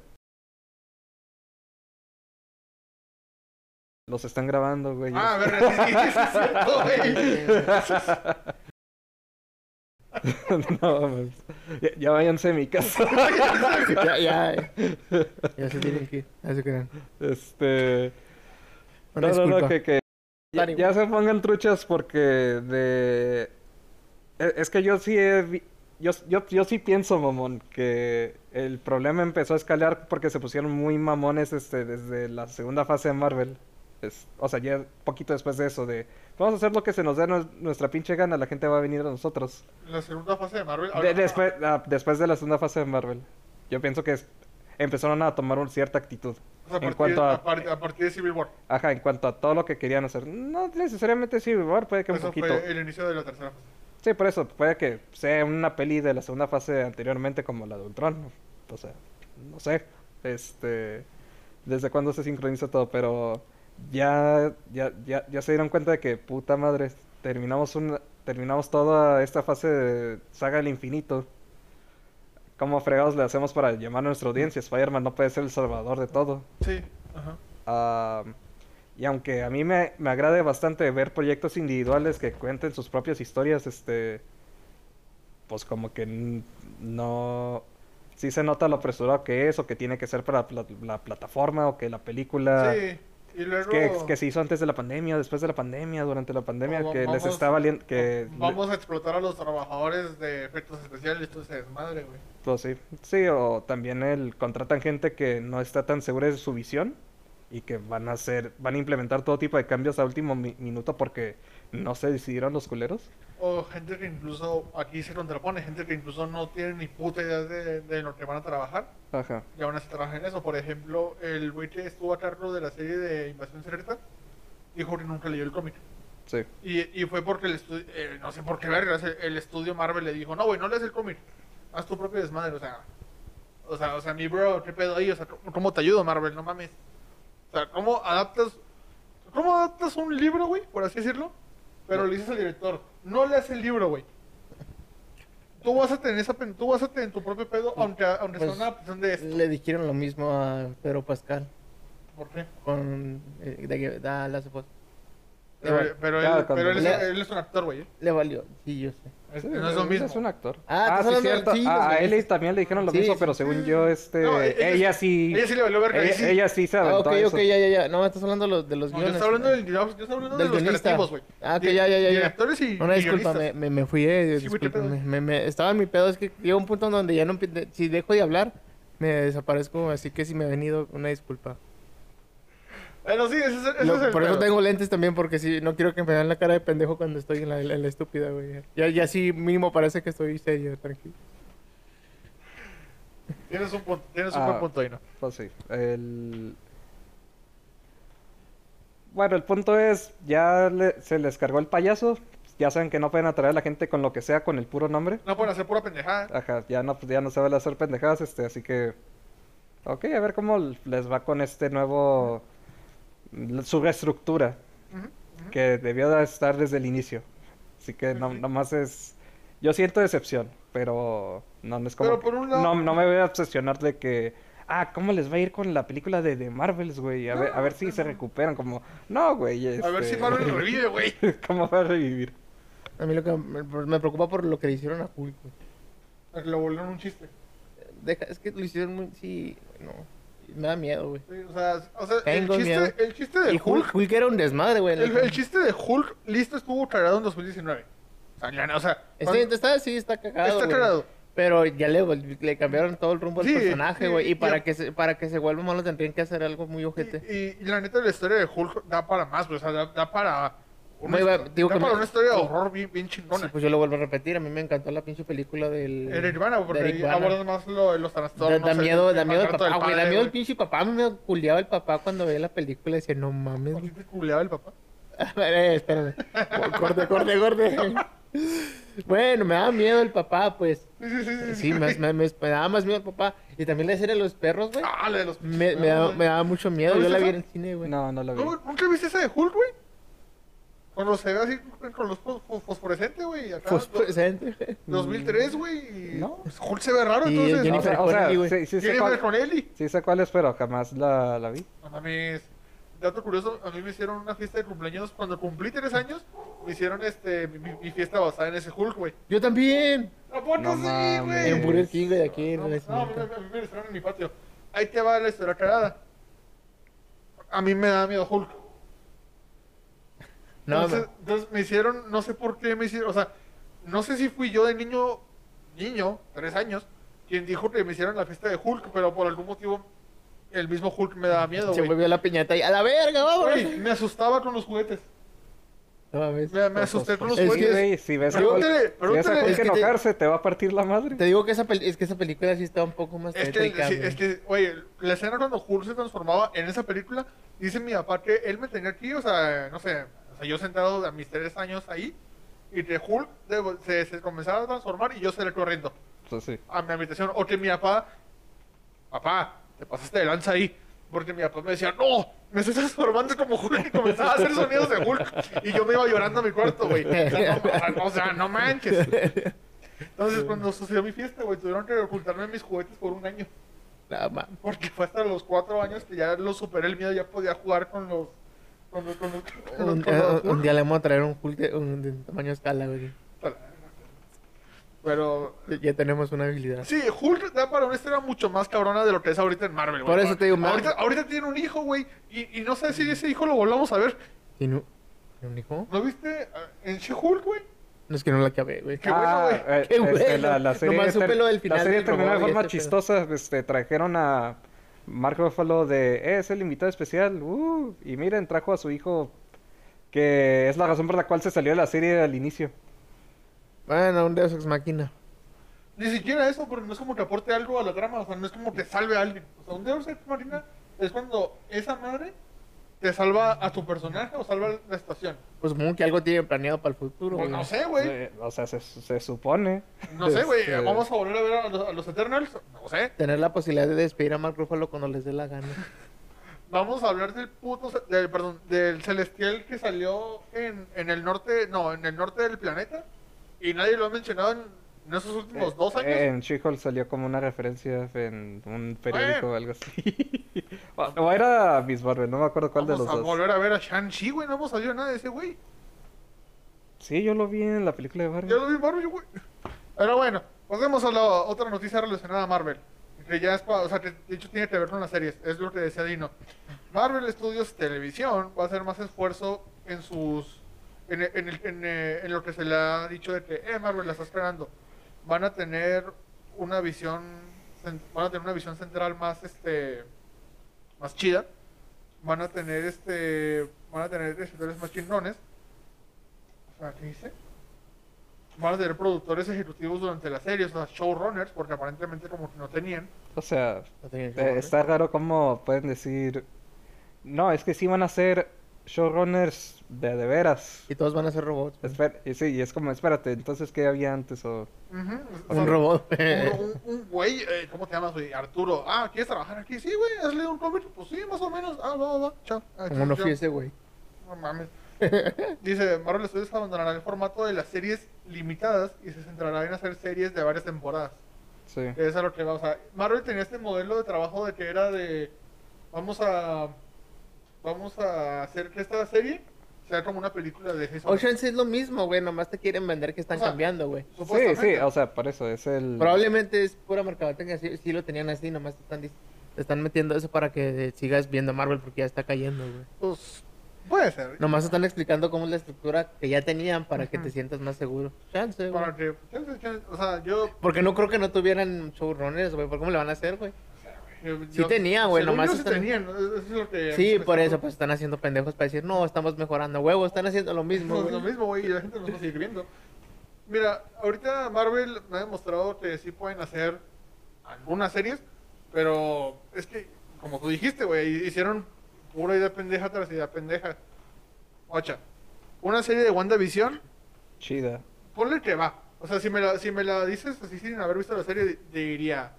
S3: Los están grabando, güey.
S1: Ah, a ver, sí, sí, sí, es
S3: (laughs)
S1: cierto, güey.
S3: (laughs) no, mames. ya, ya váyanse a mi casa.
S2: (laughs) ya, ya, eh. ya se tienen que ir. Ya se quedan.
S3: Este.
S2: Una
S3: no, no,
S2: disculpa.
S3: no, que, que ya,
S2: Dani.
S3: ya se pongan truchas porque de... e- Es que yo sí he vi- yo, yo, yo sí pienso, mamón, que el problema empezó a escalar porque se pusieron muy mamones este, desde la segunda fase de Marvel. es- o sea, ya poquito después de eso, de vamos a hacer lo que se nos dé nu- nuestra pinche gana, la gente va a venir a nosotros.
S1: La segunda fase de Marvel.
S3: De-
S1: ahora-
S3: después, ah, después de la segunda fase de Marvel, yo pienso que es- empezaron a tomar una cierta actitud.
S1: o sea, a,
S3: en
S1: partir,
S3: cuanto a,
S1: a par- a partir de Civil War.
S3: ajá, en cuanto a todo lo que querían hacer, no necesariamente sí, igual puede que un
S1: Eso
S3: poquito.
S1: fue el inicio de la tercera fase.
S3: Sí, por eso, puede que sea una peli de la segunda fase anteriormente como la de Ultron. O sea, no sé. Este. Desde cuándo se sincroniza todo, pero ya, ya, ya, ya se dieron cuenta de que, puta madre, terminamos una, terminamos toda esta fase de saga del infinito. ¿Cómo fregados le hacemos para llamar a nuestra audiencia? Spider-Man no puede ser el salvador de todo.
S1: Sí, ajá.
S3: Ah, y aunque a mí me, me agrade bastante ver proyectos individuales que cuenten sus propias historias, este, pues como que n- no, sí se nota lo apresurado que es o que tiene que ser para pla- la, plataforma o que la película
S1: sí, y luego.
S3: Ah, que, que se hizo antes de la pandemia, después de la pandemia, durante la pandemia,
S1: Vamos-
S3: que les
S1: vamos-
S3: está valiendo, que le-
S1: Vamos a explotar a los trabajadores de efectos especiales. Esto se desmadre, güey.
S3: Pues sí, sí, o también el contratan gente que no está tan segura de su visión y que van a hacer, van a implementar todo tipo de cambios a último mi- minuto porque no se decidieron los culeros.
S1: O gente que incluso aquí se contrapone, gente que incluso no tiene ni puta idea de, de lo que van a trabajar
S3: Ajá.
S1: y aún así trabajan en eso. Por ejemplo, el güey que estuvo a cargo de la serie de Invasión Secreta dijo que nunca leyó el cómic.
S3: Sí.
S1: Y, y fue porque el estudio, no sé por qué vergas, el, el estudio Marvel le dijo, no, güey, no leas el cómic, haz tu propio desmadre, o sea, o sea, o sea, mi bro, qué pedo ahí, o sea, ¿cómo, cómo te ayudo Marvel? No mames. O sea, ¿cómo adaptas, cómo adaptas un libro, güey, por así decirlo? Pero le dices al director, no leas el libro, güey. Tú vas a tener esa, pen- tú vas a tener tu propio pedo, aunque, aunque sea
S2: Pues,
S1: una adaptación de esto.
S2: Le dijeron lo mismo a Pedro Pascal
S1: ¿Por qué?
S2: con eh, de, da Last of Us. Le,
S1: Pero,
S2: val-
S1: pero
S3: Claro,
S1: él,
S3: cuando-
S1: pero él es,
S2: Le-
S1: él es un actor, güey. ¿eh?
S2: le valió, sí, yo sé.
S1: Es-
S3: Sí,
S1: no es lo
S3: él
S1: mismo.
S3: un actor.
S2: Ah,
S3: Ah,
S2: estás
S3: sí,
S2: hablando de
S3: cierto.
S2: sí,
S3: Ah,
S2: los
S3: a él
S2: güeyes.
S3: también le dijeron lo
S2: Sí,
S3: mismo,
S2: sí,
S3: pero
S2: sí.
S3: según yo, este,
S1: No,
S3: ella,
S1: ella-
S3: sí,
S1: Ella sí le valió verga.
S3: ella,
S1: ahí sí.
S3: ella sí se
S2: Ah,
S3: aventó
S2: ok,
S3: a
S2: ok,
S3: eso.
S2: ya, ya, ya. No, estás hablando de los, de los
S1: No, yo
S2: guiones.
S1: estaba hablando, del, yo estaba hablando de
S2: del
S1: los
S2: guionista.
S1: creativos, güey.
S2: Ah, ok,
S1: Di-
S2: ya, ya, ya, ya.
S1: Directores y
S2: Una
S1: y
S2: disculpa, me,
S1: guionistas.
S2: me, me fui, eh,
S1: Sí, güey, qué
S2: discúlpame.
S1: pedo.
S2: Me, me- estaba en mi pedo, es que llega un punto en donde ya no, empi- si dejo de hablar, me desaparezco, así que si me he venido, una disculpa.
S1: Bueno, sí, ese es, ese
S2: Lo-
S1: es el
S2: por eso
S1: pedo.
S2: tengo lentes también, porque si no quiero que me vean la cara de pendejo cuando estoy en la, en la estúpida, güey. Ya, ya sí, mínimo parece que estoy serio, tranquilo.
S1: Tienes un, punto, tienes un
S3: Ah.
S1: buen punto ahí, ¿no?
S3: Pues sí, el... Bueno, el punto es, ya le- se les cargó el payaso, ya saben que no pueden atraer a la gente con lo que sea, con el puro nombre.
S1: No pueden hacer pura pendejada.
S3: Ajá, ya no, pues, ya no se vale hacer pendejadas, este, así que... Ok, a ver cómo l- les va con este nuevo... l- su reestructura,
S1: Ujú,
S3: que debió de estar desde el inicio. Así que no,
S1: Ujú.
S3: nomás es... Yo siento decepción, pero no, no es como...
S1: Pero
S3: que-
S1: por un lado-
S3: No, no me voy a obsesionar de que... Ah, ¿cómo les va a ir con la película de, de Marvels, güey? A, ver, a ver si se recuperan, como... No, güey,
S1: A ver si
S3: este,
S1: Marvel revive,
S2: (laughs)
S1: güey.
S3: (laughs) ¿Cómo va a revivir?
S2: A mí lo que me, me preocupa por lo que le hicieron a Hulk, güey.
S1: Lo volvieron un chiste.
S2: Deja- es que lo hicieron muy, sí, güey, no. Me da miedo, güey.
S1: Sí, o sea, o sea el,
S2: Tengo miedo.
S1: chiste, el chiste de
S2: Y Hulk,
S1: Hulk.
S2: Hulk era un desmadre, güey. en
S1: El,
S2: la-
S1: el chiste de Hulk listo estuvo cagado en 2019. O sea, ya- o sea
S2: Está,
S1: cuando-
S2: está, sí, está cagado.
S1: está
S2: güey.
S1: cagado.
S2: Pero ya le, vol- le cambiaron todo el rumbo al
S1: Sí,
S2: personaje,
S1: y-
S2: güey. Y,
S1: y-
S2: para, que se, para que se vuelva malo tendrían que hacer algo muy
S1: Y,
S2: ojete.
S1: y- y la neta, la historia de Hulk da para más, güey. O sea, da, da para. Una,
S2: Muy va-
S1: histo-
S2: digo
S1: da
S2: que
S1: para
S2: me-
S1: una historia de horror bien, bien chingona.
S2: Sí, pues yo lo vuelvo a repetir. A mí me encantó la pinche película del...
S1: El Nirvana, güey, porque
S2: de
S1: ahí
S2: Eric Bana.
S1: abordan más lo, los trastornos.
S2: Da, da
S1: el-
S2: miedo,
S1: el
S2: da miedo el
S1: maltrato del
S2: papá, güey. Da
S1: padre,
S2: miedo el
S1: güey.
S2: pinche papá. A mí me culiaba el papá cuando veía la película. Decía, no mames.
S1: ¿Por (laughs)
S2: güey".
S1: qué te culeaba el papá?
S2: Eh, espérame. Corte, corte, corte. (laughs) bueno, me daba miedo el papá, pues.
S1: Sí, sí, sí. sí,
S2: Sí, me, me, me- me daba más miedo el papá. Y también la serie de los perros, güey.
S1: Ah, la de los
S2: Me, me, daba, me daba mucho miedo.
S1: ¿No
S2: Yo
S1: viste
S2: la vi
S1: esa?
S2: en el cine, güey.
S3: No, no la vi.
S1: ¿No, güey? ¿Nunca viste esa de Hulk, güey? Cuando se ve así con los fos- fos- fosforescentes, güey. Acá,
S2: Pues, Fosforescente, güey.
S1: do- 2003, güey. y-
S3: No.
S1: pues, Hulk se ve raro,
S2: Y
S1: entonces. ah,
S3: O
S2: Jennifer
S3: sea, o sea,
S2: Connelly, güey.
S3: sí, sí sé cuál-
S1: Jennifer con Ellie.
S3: sí sé cuál es, pero jamás la, la vi.
S1: No mames. Dato curioso, a mí me hicieron una fiesta de cumpleaños. Cuando cumplí tres años, me hicieron este, mi, mi- mi fiesta basada en ese Hulk, güey.
S2: Yo también.
S1: ¿A poco
S3: No
S1: sí,
S3: mames.
S1: güey?
S2: En Burger King, güey, de aquí. en
S1: No,
S2: la
S1: no, a mí me-
S2: esquina.
S1: a mí me distraen en mi patio. Ahí te va la historia cagada. A mí me da miedo Hulk.
S2: No,
S1: entonces, entonces me hicieron, no sé por qué me hicieron, o sea, no sé si fui yo de niño, niño, tres años, quien dijo que me hicieron la fiesta de Hulk, pero por algún motivo el mismo Hulk me daba miedo,
S2: Se
S1: güey.
S2: volvió la piñata y a la verga, vámonos.
S1: Güey, me asustaba con los juguetes.
S2: No mames.
S1: Me, me asusté con los
S2: Es que,
S1: juguetes.
S3: pues, güey, si ves a Hulk,
S1: Pregúntale,
S3: si ves a
S1: pregúntale.
S3: Hulk
S2: Es que te-
S3: enojarse, te va a partir la madre.
S2: Te digo que esa, pel- es que esa película sí está un poco más
S1: Es que,
S2: tétrica,
S1: Este, sí,
S2: güey.
S1: es que, oye, la escena cuando Hulk se transformaba en esa película, dice mi papá que él me tenía aquí, o sea, no sé, o sea, yo sentado a mis tres años ahí, y que Hulk de- se, se comenzaba a transformar y yo salí corriendo
S3: Pues sí.
S1: a mi habitación, o que mi papá, papá, te pasaste de lanza ahí, porque mi papá me decía, no, me estoy transformando como Hulk, y comenzaba a hacer sonidos de Hulk, y yo me iba llorando a mi cuarto,
S2: (laughs)
S1: güey, o sea, no, o sea, no manches. Entonces, cuando sucedió mi fiesta, güey, tuvieron que ocultarme mis juguetes por un año.
S2: No, ma-
S1: Porque fue hasta los cuatro años que ya lo superé el miedo, ya podía jugar con los. Con los, con los, con los-
S2: un, eh,
S1: con los-
S2: un- un día le vamos a traer un Hulk de, un, de tamaño escala, güey.
S1: Pero.
S2: Ya tenemos una habilidad.
S1: Sí, Hulk da para una historia mucho más cabrona de lo que es ahorita en Marvel, güey.
S2: Por eso te digo, Marvel-
S1: ahorita, ahorita tiene un hijo, güey. Y, y no sé si ese hijo lo volvamos a ver.
S2: ¿Y no? ¿Un hijo?
S1: ¿Lo viste eh, en She-Hulk, güey?
S2: No es que no la acabé, güey.
S1: Qué bueno, güey.
S3: eh,
S2: Qué
S3: este,
S2: bueno.
S3: la, la
S2: Nomás
S3: serie, ter-
S2: supe lo del final
S3: la
S2: que
S3: serie
S2: me
S3: terminó de
S2: robó y
S3: forma
S2: este pedo.
S3: chistosa. Este, trajeron a Mark Ruffalo de, "Eh, es el invitado especial. uh", y miren, trajo a su hijo, que es la razón por la cual se salió de la serie al inicio.
S2: Bueno, un Deus Ex Máquina.
S1: Ni siquiera eso, porque no es como que aporte algo a la trama. O sea, no es como que salve a alguien. O sea, un Deus Ex Marina es cuando esa madre te salva a tu personaje o salva la estación.
S2: Pues supongo que algo tienen planeado para el futuro,
S1: Pues
S2: güey.
S1: no sé, güey.
S3: Eh, o sea, se, se supone.
S1: No sé, güey,
S3: Este-
S1: vamos a volver a ver a los, a los Eternals. No sé.
S2: Tener la posibilidad de despedir a Mark Ruffalo cuando les dé la gana.
S1: Vamos a hablar del puto, ce- del, perdón, del celestial que salió en, en el norte, no, en el norte del planeta. Y nadie lo ha mencionado en, en esos
S3: Eh,
S1: últimos dos años.
S3: En She-Hulk salió como una referencia en un periódico
S1: Bueno.
S3: o algo así. (laughs) o, o era Miss Marvel, no me acuerdo cuál
S1: vamos
S3: de los
S1: a
S3: dos.
S1: volver a ver a Shang-Chi, güey, no hemos salido nada de ese güey.
S3: Sí, yo lo vi en la película de Marvel.
S1: Ya lo vi en Marvel, güey. Pero bueno, pasemos a la otra noticia relacionada a Marvel. Que ya es, pa- o sea, que de hecho tiene que ver con las series. Es lo que decía Dino. Marvel Studios Televisión va a hacer más esfuerzo en sus. En, e- en el- en, eh, en lo que se le ha dicho de que, eh, Marvel la está esperando. Van a tener una visión. cen- Van a tener una visión central más, este. Más chida. Van a tener, este. Van a tener escritores más chingones. O sea, ¿qué dice? van a tener productores ejecutivos durante la serie, o sea, showrunners, porque aparentemente como que no tenían.
S3: O sea,
S2: No tenía que
S3: Eh,
S2: morir.
S3: está raro cómo pueden decir. No, es que sí van a ser showrunners de de veras.
S2: Y todos van a ser robots. güey.
S3: Esper- y sí, y es como, espérate, entonces, ¿qué había antes? O...
S1: Ujú, o sea,
S2: Un robot.
S1: un- Un un güey, eh, ¿cómo te llamas, güey? Arturo. Ah, ¿quieres trabajar aquí? Sí, güey, ¿has leído un cómic? Pues sí, más o menos. Ah, va, va, va. Chao. Ah,
S2: Como
S1: chao,
S2: no
S1: chao.
S2: fui ese, güey.
S1: No mames. Dice, Marvel Studios abandonará el formato de las series limitadas y se centrará en hacer series de varias temporadas.
S3: Sí.
S1: Que es a lo que va. O sea, Marvel tenía este modelo de trabajo de que era de. Vamos a. Vamos a hacer que esta serie sea como una película de seis horas.
S2: Ocean es lo mismo, güey. Nomás te quieren vender que están
S1: O sea,
S2: cambiando, güey.
S3: Sí, sí,
S1: Supuestamente.
S3: o sea, por eso es el.
S2: Probablemente es pura mercadotecnia. Sí, sí lo tenían así, nomás te están, dis- te están metiendo eso para que sigas viendo Marvel porque ya está cayendo, güey.
S1: Pues, puede ser.
S2: Nomás están explicando cómo es la estructura que ya tenían para que te sientas más seguro. Chance, güey.
S1: Para que, chance, chance, o sea, yo.
S2: Porque no creo que no tuvieran showrunners, güey. ¿Por cómo le van a hacer, güey?
S1: yo-
S2: Sí
S1: yo-
S2: tenía, güey,
S1: según
S2: nomás
S1: yo sí
S2: están-
S1: tenían, ¿no? Eso es lo que.
S2: Sí,
S1: me
S2: por
S1: está-
S2: eso, pues están haciendo pendejos para decir, no, estamos mejorando, huevo, están haciendo lo (laughs) mismo,
S1: No, es lo
S2: güey.
S1: mismo, güey, y la gente nos va a seguir viendo. Mira, ahorita Marvel me ha demostrado que sí pueden hacer algunas series, pero es que, como tú dijiste, güey, hicieron pura idea pendeja tras idea pendeja. Ocha, una serie de WandaVision,
S3: Chida.
S1: ponle que va. O sea, si me la, si me la dices así sin haber visto la serie, di- diría.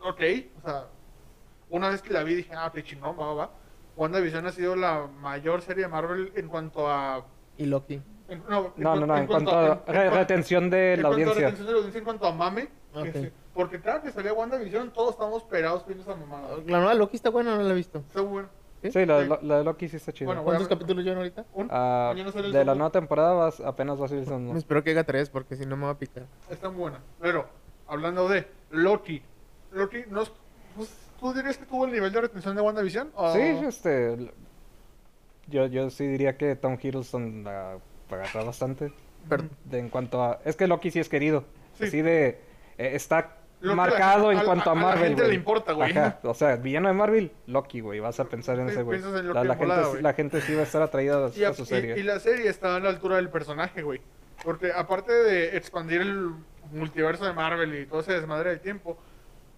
S1: Ok, o sea, una vez que la vi dije, ah, qué chingón, va, va, va. WandaVision ha sido la mayor serie de Marvel en cuanto a
S2: Y Loki.
S1: en- no,
S3: No, no, no, en cuanto a
S1: en-
S3: re-
S1: en-
S3: retención de
S1: en
S3: la
S1: cuanto a
S3: audiencia.
S1: retención de la audiencia, en cuanto a mame. que
S2: Ok.
S1: sí, porque claro que salía WandaVision, todos estamos perados viendo esa mamada.
S2: La nueva Loki está buena, no la he visto.
S1: Está bueno.
S3: Sí, la,
S1: Sí.
S3: la- la de Loki sí está chida.
S1: Bueno,
S2: ¿Cuántos
S1: Voy a ver.
S2: capítulos llevan ahorita?
S1: Un-
S3: Ah,
S1: mañana sale el
S3: de la
S1: segundo.
S3: nueva temporada vas- apenas va a salir el segundo.
S2: Me espero que haga tres, porque si no me va a picar.
S1: Está muy buena. Pero, hablando de Loki, Loki, no es- pues, ¿tú dirías que tuvo el nivel de retención de WandaVision? ¿O-
S3: Sí, este. l- Yo, yo sí diría que Tom Hiddleston la agarra bastante.
S2: Pero
S3: de en cuanto a. Es que Loki sí es querido.
S1: Sí.
S3: Así de. eh, está
S1: Lo que
S3: marcado
S1: la-
S3: en
S1: a-
S3: cuanto a,
S1: a- a la
S3: Marvel.
S1: gente
S3: güey.
S1: le importa, güey.
S3: Ajá, O sea, villano de Marvel, Loki, güey. Vas a pensar en
S1: Sí,
S3: ese, güey.
S1: piensas en
S3: La,
S1: Loki
S3: la
S1: de
S3: gente,
S1: volada,
S3: sí-
S1: güey.
S3: la gente sí va a estar atraída a,
S1: Y,
S3: a
S1: a-
S3: su
S1: y-
S3: serie.
S1: y la serie está a la altura del personaje, güey. Porque aparte de expandir el multiverso de Marvel y todo ese desmadre del tiempo,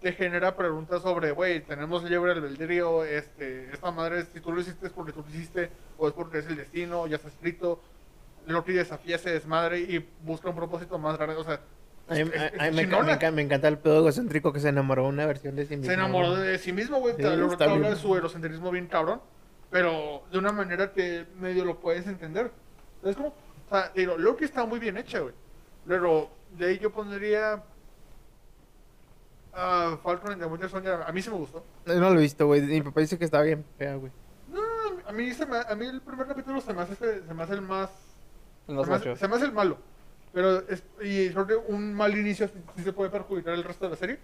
S1: te genera preguntas sobre, güey, tenemos libre albedrío, este, esta madre, si tú lo hiciste es porque tú lo hiciste, o es porque es el destino, ya está escrito. Loki desafía ese desmadre y busca un propósito más grande. O sea,
S2: A mí-
S1: es-
S2: a- a mí me,
S1: chinona.
S2: me enca- me encanta el pedo egocéntrico que se enamoró de una versión de sí mismo.
S1: se enamoró
S2: güey.
S1: de sí mismo, güey.
S2: Sí,
S1: te habla-
S2: está
S1: te habla
S2: bien.
S1: de su eurocentrismo bien cabrón, pero de una manera que medio lo puedes entender. ¿Sabes cómo? O sea, digo, Loki está muy bien hecha, güey. Pero de ahí yo pondría a Falcon and the Winter Soldier. A mí sí me gustó.
S2: No, no lo he visto, güey. Mi papá dice que está bien fea, güey.
S1: No, a mí, se me- a mí el primer capítulo se me hace, se me hace el más...
S3: En los
S1: se, me
S3: ocho.
S1: hace, se me hace el malo. Pero es, y creo que un mal inicio sí, sí se puede perjudicar el resto de la serie.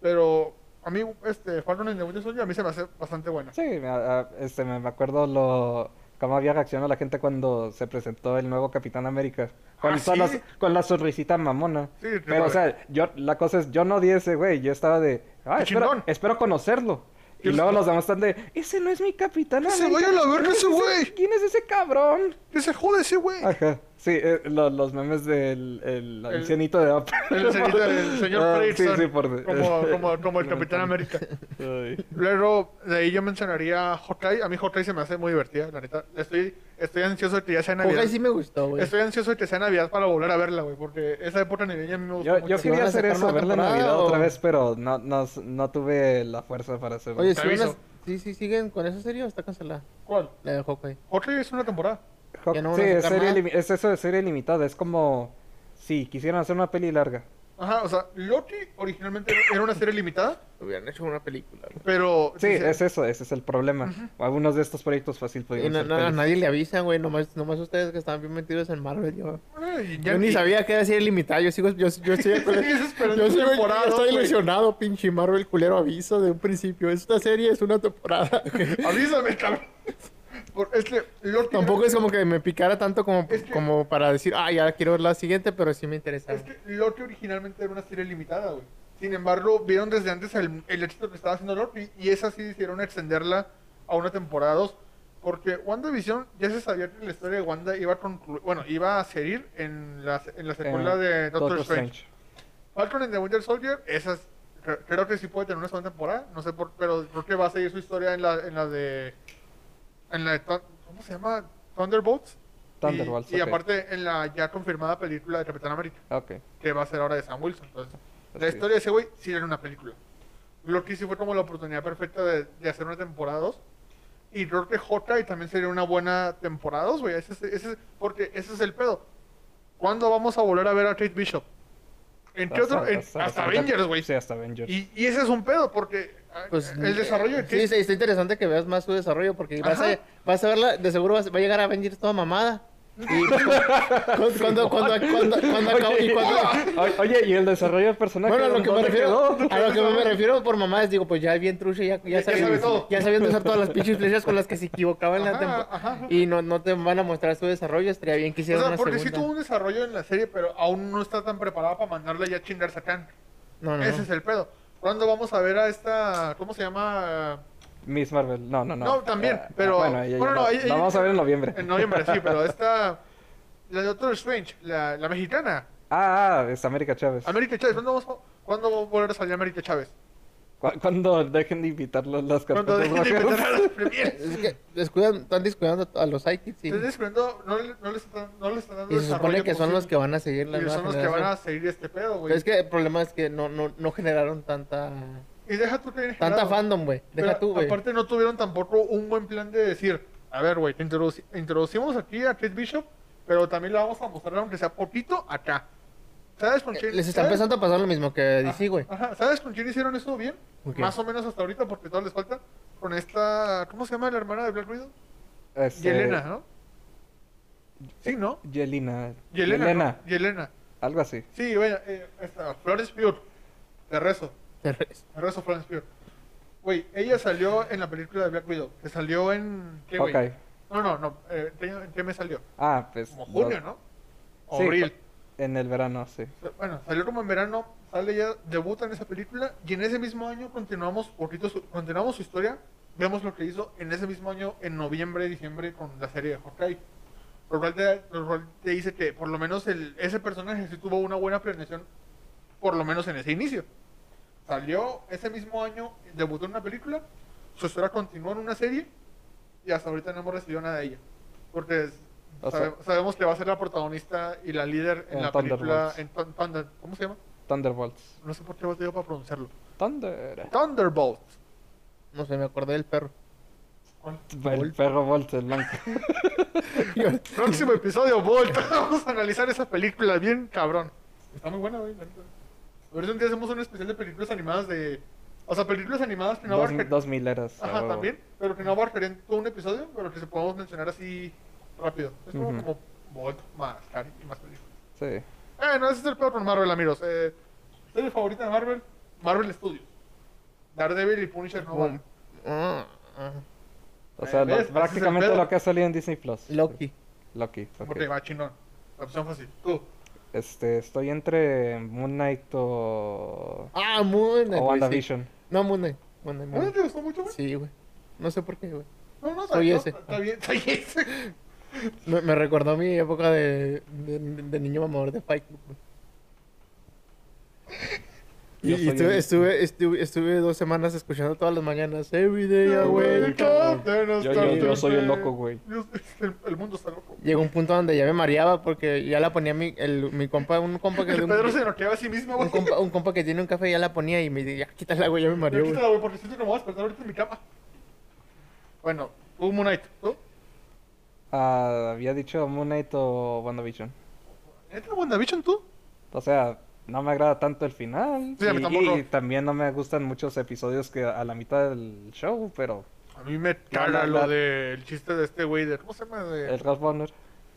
S1: Pero a mí, este, Falcon and the Winter Soldier a mí se me hace bastante buena.
S3: Sí, me, a- este, me me acuerdo lo cómo había reaccionado la gente cuando se presentó el nuevo Capitán América. Con,
S1: Ah,
S3: todas las-
S1: sí.
S3: con la sonrisita mamona.
S1: Sí, (laughs)
S3: Pero,
S1: claro.
S3: o sea, yo, la cosa es, yo no di ese güey, yo estaba de, ah,
S1: Qué
S3: espero,
S1: chingón.
S3: espero conocerlo. Y
S1: Qué
S3: luego
S1: chingón.
S3: los demás están de, ese no es mi Capitán
S1: Que se
S3: América.
S1: vaya a
S3: (laughs)
S1: la verga
S3: ¿Quién es
S1: ese güey."
S3: ¿Quién es ese cabrón?
S1: Que se jode ese güey.
S3: Ajá, sí, eh, lo- los memes del el,
S1: El-
S3: ancianito de Apple.
S1: (laughs) (laughs) El señor,
S3: (laughs)
S1: el señor
S3: Ah, sí,
S1: Fredrickson,
S3: sí, por-
S1: como, como, como el Capitán
S3: Lamentable.
S1: América.
S3: (laughs) Ay.
S1: Luego, de ahí yo mencionaría a Hawkeye. A mí Hawkeye se me hace muy divertida, la neta. Estoy, estoy ansioso de que ya sea Navidad.
S2: Ojalá sí me gustó, güey.
S1: Estoy ansioso de que sea Navidad para volver a verla, güey. Porque esa época navideña a mí me gusta
S3: Yo,
S1: mucho.
S3: yo
S2: ¿Si
S3: quería
S2: van a
S3: hacer
S2: sacar
S3: eso,
S2: una
S3: ver la
S2: temporada
S3: Navidad
S2: o-
S3: otra vez, pero no, no, no tuve la fuerza para hacerlo.
S2: Oye,
S1: te
S2: si,
S1: aviso.
S2: unas- sí, sí, siguen con esa serie o está cancelada.
S1: ¿Cuál?
S2: La de Hawkeye.
S1: Hawkeye es una temporada.
S3: Hawk-
S2: ya no van
S3: sí,
S2: a
S3: es,
S2: sacar
S3: serie
S2: más.
S3: limi- es eso de serie limitada, es como si quisieran hacer una peli larga.
S1: Ajá, o sea, Loki originalmente era una serie limitada,
S2: Hubieran hecho una película, güey.
S1: pero...
S3: Pues Sí,
S1: dice-
S3: es eso, ese es el problema. Algunos de estos proyectos fácil
S2: Y
S3: podrían
S2: na-
S3: ser
S2: na- a
S3: pelis.
S2: nadie le avisan, güey. Nomás, nomás ustedes que estaban bien metidos en Marvel. Yo,
S1: Ay, ya
S2: yo
S1: (laughs)
S2: ni sabía que era así limitada. Yo sigo, yo, yo estoy,
S1: Sigues esperando
S2: yo sigo-
S1: temporada,
S2: yo estoy
S1: güey.
S2: ilusionado, pinche Marvel culero aviso de un principio. Esta serie es una
S1: (laughs)
S2: temporada.
S1: Avísame, cabrón. Por, es que Loki...
S2: Tampoco es como que me picara tanto como,
S1: Es que-
S2: como para decir, ah, ya quiero ver la siguiente, pero sí me interesa.
S1: Es que Loki originalmente era una serie limitada, güey. Sin embargo, vieron desde antes el, el éxito que estaba haciendo Loki y esa sí hicieron extenderla a una temporada 2. Porque WandaVision ya se sabía que la historia de Wanda iba a concluir, bueno, iba a seguir en la, en la secuela
S3: Eh,
S1: de Doctor,
S3: Doctor
S1: Strange.
S3: Strange.
S1: Falcon and the Winter Soldier, esas cre- creo que sí puede tener una segunda temporada, no sé por, pero creo que va a seguir su historia en la, en la de, en la de Thun- ¿cómo se llama? Thunderbolts. Y-
S3: Thunderbolts,
S1: Y,
S3: ok.
S1: aparte en la ya confirmada película de Capitán América
S3: Ah, Ok.
S1: que va a ser ahora de Sam Wilson. Entonces, la
S3: Así
S1: historia de ese güey sí era una película. Lo que sí fue como la oportunidad perfecta de, de hacer una temporada 2. Y creo que Hawkeye también sería una buena temporada 2, güey. Ese, es- ese es- porque ese es el pedo. ¿Cuándo vamos a volver a ver a Kate Bishop? ¿En qué otro? en- hasta, Avengers, güey.
S3: Sí, hasta Avengers.
S1: Y, y ese es un pedo, porque ah,
S2: Pues,
S1: el desarrollo de
S2: Sí,
S1: Kate...
S2: sí, está interesante que veas más su desarrollo porque vas a,
S1: Ajá.
S2: vas a verla, de seguro vas- va a llegar a Avengers toda mamada. Y
S1: (laughs)
S2: cu- cuando, cuando, cuando, cuando acabo- y
S3: Oye,
S2: cuando-
S3: o- oye, y el desarrollo del personaje.
S2: bueno, a lo que me
S3: ¿Dónde
S2: refiero,
S3: quedó? (laughs)
S2: a lo que me refiero por mamá es, digo, pues ya bien trucha, ya, ya,
S1: Ya sabe
S2: sabiendo-
S1: todo.
S2: ya sabiendo usar todas las pinches flechas con las que se equivocaba en la
S1: Ajá,
S2: temporada.
S1: ajá.
S2: Y no, no te van a mostrar su desarrollo, estaría bien
S1: O
S2: que hicieran
S1: sea,
S2: una
S1: porque sí
S2: segunda.
S1: tuvo un desarrollo en la serie, pero aún no está tan preparada para mandarle ya a chingarse a Khan.
S2: No, no, no.
S1: Ese es el pedo. ¿Cuándo vamos a ver a esta... ¿Cómo se llama?
S3: Miss Marvel, no, no, no.
S1: No, también,
S3: Ah,
S1: pero-
S3: Bueno, ya- ya
S1: bueno, no,
S3: la-
S1: ahí- ahí-
S3: la vamos a ver en noviembre.
S1: En noviembre, sí, pero esta. La de Doctor Strange, la, la mexicana.
S3: Ah, ah, es América Chávez.
S1: América Chávez. ¿Cuándo, vamos a- ¿Cuándo va a volver a salir América Chávez?
S3: Cu- Cuando dejen de invitar los- las
S1: Cuando
S3: carpetas
S1: dejen de
S3: rojas.
S1: inventar a las premieres.
S2: Es que descuidan, están descuidando a los sidekicks y,
S1: Están descubriendo- no, le- no les están, no les están dando
S2: y se supone
S1: desarrollo
S2: que son los que
S1: posible.
S2: van a seguir la
S1: Y
S2: nueva
S1: son los que
S2: generación.
S1: van a seguir este pedo,
S2: Pero
S1: güey.
S2: es que el problema es que no, no, no generaron tanta
S1: Y deja tú que.
S2: tanta fandom, güey. Deja
S1: Pero
S2: tú, güey.
S1: Aparte, no tuvieron tampoco un buen plan de decir: A ver, güey, te introduci- introducimos aquí a Kate Bishop, pero también la vamos a mostrar, aunque sea poquito, acá. ¿Sabes con quién?
S2: Eh, Les está
S1: ¿sabes?
S2: empezando a pasar lo mismo que DC,
S1: Ajá,
S2: güey.
S1: Ajá, ¿sabes con quién hicieron eso bien?
S2: ¿Con quién?
S1: Más o menos hasta ahorita, porque todo les falta. Con esta. ¿Cómo se llama la hermana de Black Widow?
S3: Este,
S1: Yelena, ¿no? Sí, ¿no?
S3: Yelena.
S1: Yelena.
S3: Yelena,
S1: ¿no? Yelena.
S3: Algo así.
S1: Sí, bueno, eh, esta, Florence Pugh. Te rezo, te rezo, Florence Pugh. Güey, ella salió en la película de Black Widow. Que salió en. ¿Qué, güey?
S3: Ok.
S1: No, no, no. eh, ¿En qué- en qué me salió?
S3: Ah, pues.
S1: Como
S3: no-
S1: junio, ¿no? O
S3: Sí,
S1: abril.
S3: cu- En el verano, sí.
S1: Bueno, salió como en verano, sale ya, debuta en esa película y en ese mismo año continuamos poquito su, continuamos su historia, vemos lo que hizo en ese mismo año, en noviembre, diciembre, con la serie de Hawkeye. Lo cual te, lo cual te dice que por lo menos el, ese personaje sí tuvo una buena planeación, por lo menos en ese inicio. Salió ese mismo año, debutó en una película, su historia continuó en una serie y hasta ahorita no hemos recibido nada de ella. Porque es-
S3: O sea-
S1: sabe- sabemos que va a ser la protagonista y la líder en,
S3: En
S1: la película
S3: Thunderbolts.
S1: en Thun- Thunder- ¿cómo se llama?
S3: Thunderbolts.
S1: No sé por qué bateo para pronunciarlo.
S3: Thunder.
S1: Thunderbolt.
S2: No sé, me acordé del perro.
S3: El perro Bolt,
S1: (laughs)
S3: el blanco.
S1: Próximo episodio, Bolt. (laughs) Vamos a analizar esa película bien cabrón. Está muy buena, güey. la neta. A ver si un día hacemos un especial de películas animadas de... O sea, películas animadas que no
S3: (laughs) dos,
S1: abarcan...
S3: dos Ah, mileras. a
S1: Ajá,
S3: huevo.
S1: también. Pero que no abarcarían todo un episodio, pero que se podamos mencionar así rápido. Es como,
S3: Ujú.
S1: como Bolt más Cari y más películas.
S3: Sí.
S1: Eh, no, ese es el peor con Marvel, amigos. Eh, ¿Serie favorita de Marvel? Marvel Studios. Daredevil y Punisher no van.
S2: Ah, ah.
S3: O sea,
S1: Eh, ¿ves?
S3: lo-
S1: Ese es el
S3: prácticamente
S1: pedo.
S3: lo que ha salido en Disney Plus.
S2: Loki.
S3: Loki, ok.
S1: Porque va chingón. La opción fácil. Tú.
S3: Este, estoy entre Moon Knight o,
S2: Ah, Moon Knight,
S3: o
S2: güey, sí.
S3: WandaVision.
S2: No, Moon Knight. Moon
S3: Mm.
S2: Knight, Moon
S1: ¿No
S2: Knight.
S1: te gustó Ah, mucho, güey?
S2: Sí, güey. No sé por qué, güey.
S1: No, no, está
S2: Soy
S1: bien.
S2: ese.
S1: Está bien, está bien.
S3: (laughs)
S1: ese.
S2: Me, me recordó mi época de, de, de niño mamador de Fight Club. güey. Y,
S3: (laughs) Yo
S2: y
S3: soy
S2: estuve,
S3: el-
S2: estuve, estuve, estuve dos semanas escuchando todas las mañanas. Every day I wake up.
S3: Yo- yo- yo soy el loco, güey.
S1: Dios, El, el mundo está loco.
S2: Llegó un punto donde ya me mareaba porque ya la ponía mi, el, mi compa, un compa
S1: (laughs)
S2: que...
S1: El
S2: un,
S1: Pedro se noqueaba a sí mismo,
S2: (laughs)
S1: güey.
S2: un compa, un compa que tiene un café ya la ponía y me decía, ya quítala, güey, ya me
S1: Yo
S2: mareó, güey.
S1: quítala, güey, porque siento que me voy a despertar ahorita en mi cama. Bueno, tú, Moon Knight. ¿Tú?
S3: Ah, había dicho Moon Knight o WandaVision.
S1: ¿Entra WandaVision tú?
S3: O sea, no me agrada tanto el final.
S1: Sí, a mí
S3: y,
S1: tampoco.
S3: y también no me gustan muchos episodios que a la mitad del show, pero
S1: A mí me caga
S3: la-
S1: lo
S3: la-
S1: del chiste de este güey. De, ¿Cómo se llama? De...
S3: el Ralph Bonner.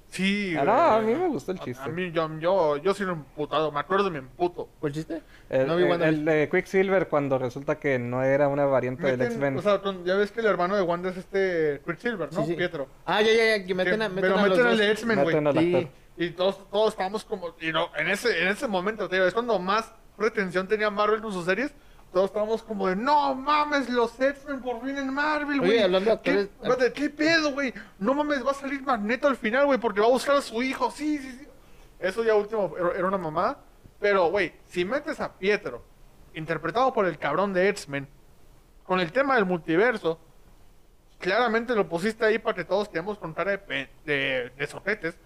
S1: Sí,
S3: Ah,
S1: güey.
S3: no, a mí me gustó el
S1: A- A,
S3: chiste.
S1: mí, yo, yo, yo soy un emputado. Me acuerdo de mi emputo.
S2: ¿Cuál chiste?
S3: El,
S2: No vi
S3: el-
S2: WandaVision.
S3: el de Quicksilver cuando resulta que no era una variante del
S1: Meten-
S3: X-Men.
S1: O sea, con- ya ves que el hermano de Wanda es este Quicksilver, ¿no?
S2: Sí, sí.
S1: Pietro.
S2: Ah, ya, ya, ya, que
S1: Que-
S2: meten a, meten
S1: pero
S2: a los
S1: meten al
S2: dos.
S1: de X-Men, güey.
S3: Meten al
S2: Sí.
S3: actor.
S1: Y todos, todos estábamos como. Y no, en, ese, en ese momento, te digo, es cuando más retención tenía Marvel con sus series. Todos estábamos como de, no mames, los X-Men por fin en Marvel,
S2: Oye,
S1: güey.
S2: hablando de
S1: ¿Qué,
S2: actores-
S1: espérate, ¿Qué pedo, güey? No mames, va a salir Magneto al final, güey, porque va a buscar a su hijo. Sí, sí, sí. Eso ya último era era una mamada. Pero, güey, si metes a Pietro, interpretado por el cabrón de X-Men, con el tema del multiverso, claramente lo pusiste ahí para que todos quedemos con cara de, pe- de, de sopetes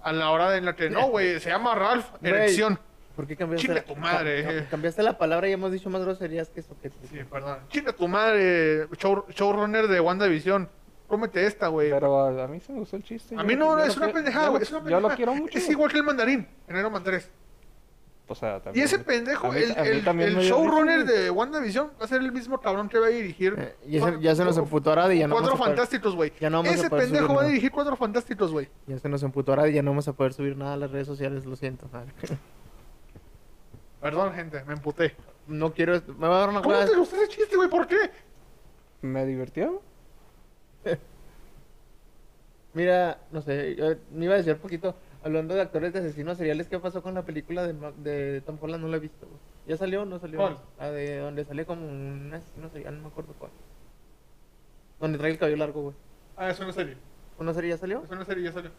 S1: a la hora en la que no, güey, se llama Ralph
S3: (laughs)
S2: Güey.
S1: Erección.
S2: ¿Por qué cambiaste,
S1: Chinga tu madre,
S2: ca- ca-
S1: eh.
S2: cambiaste la palabra y hemos dicho más groserías que eso?
S1: Sí, perdón. Chinga tu madre, show- showrunner de WandaVision. Cómete esta, güey.
S3: Pero a, a mí se me gustó el chiste.
S1: A
S3: yo
S1: mí
S3: lo- yo
S1: no,
S3: lo
S1: es una
S3: quiero-
S1: pendejada,
S3: yo
S1: güey.
S3: lo-
S1: Es una
S3: Yo
S1: pendejada.
S3: lo quiero mucho.
S1: Es
S3: güey.
S1: igual que el mandarín en Iron Man 3.
S3: O sea, también.
S1: Y ese pendejo,
S3: a mí-
S1: el,
S3: a mí
S1: el-
S3: también
S1: el
S3: me dio
S1: showrunner
S3: risa, güey.
S1: de WandaVision va a ser el mismo cabrón que va a dirigir.
S3: Eh,
S2: ya, se, Eh, ya se nos
S1: cuatro-
S2: emputó Arad y ya no
S1: Cuatro
S2: vamos a poder-
S1: fantásticos, güey.
S2: ya no vamos a
S1: Ese
S2: poder subir
S1: pendejo va a
S2: nada.
S1: dirigir cuatro fantásticos, güey.
S2: Ya se nos emputó Arad y ya no vamos a poder subir nada a las redes sociales, lo siento. madre.
S1: Perdón, gente, me emputé.
S2: (laughs) No quiero... Me va a dar una
S1: ¿Cómo
S2: cura-
S1: te gustó ese chiste, güey? ¿Por qué?
S3: Me divirtió.
S2: Mira, no sé, yo me iba a decir un poquito, hablando de actores de asesinos seriales, ¿qué pasó con la película de, Ma- de Tom Holland? No la he visto. güey. ¿Ya salió o no salió?
S1: ¿Cuál?
S2: La de donde sale como un asesino serial, no me acuerdo cuál. Donde trae el cabello largo, güey.
S1: Ah, es una serie.
S2: ¿Una serie ya salió?
S1: Es una serie, ya salió.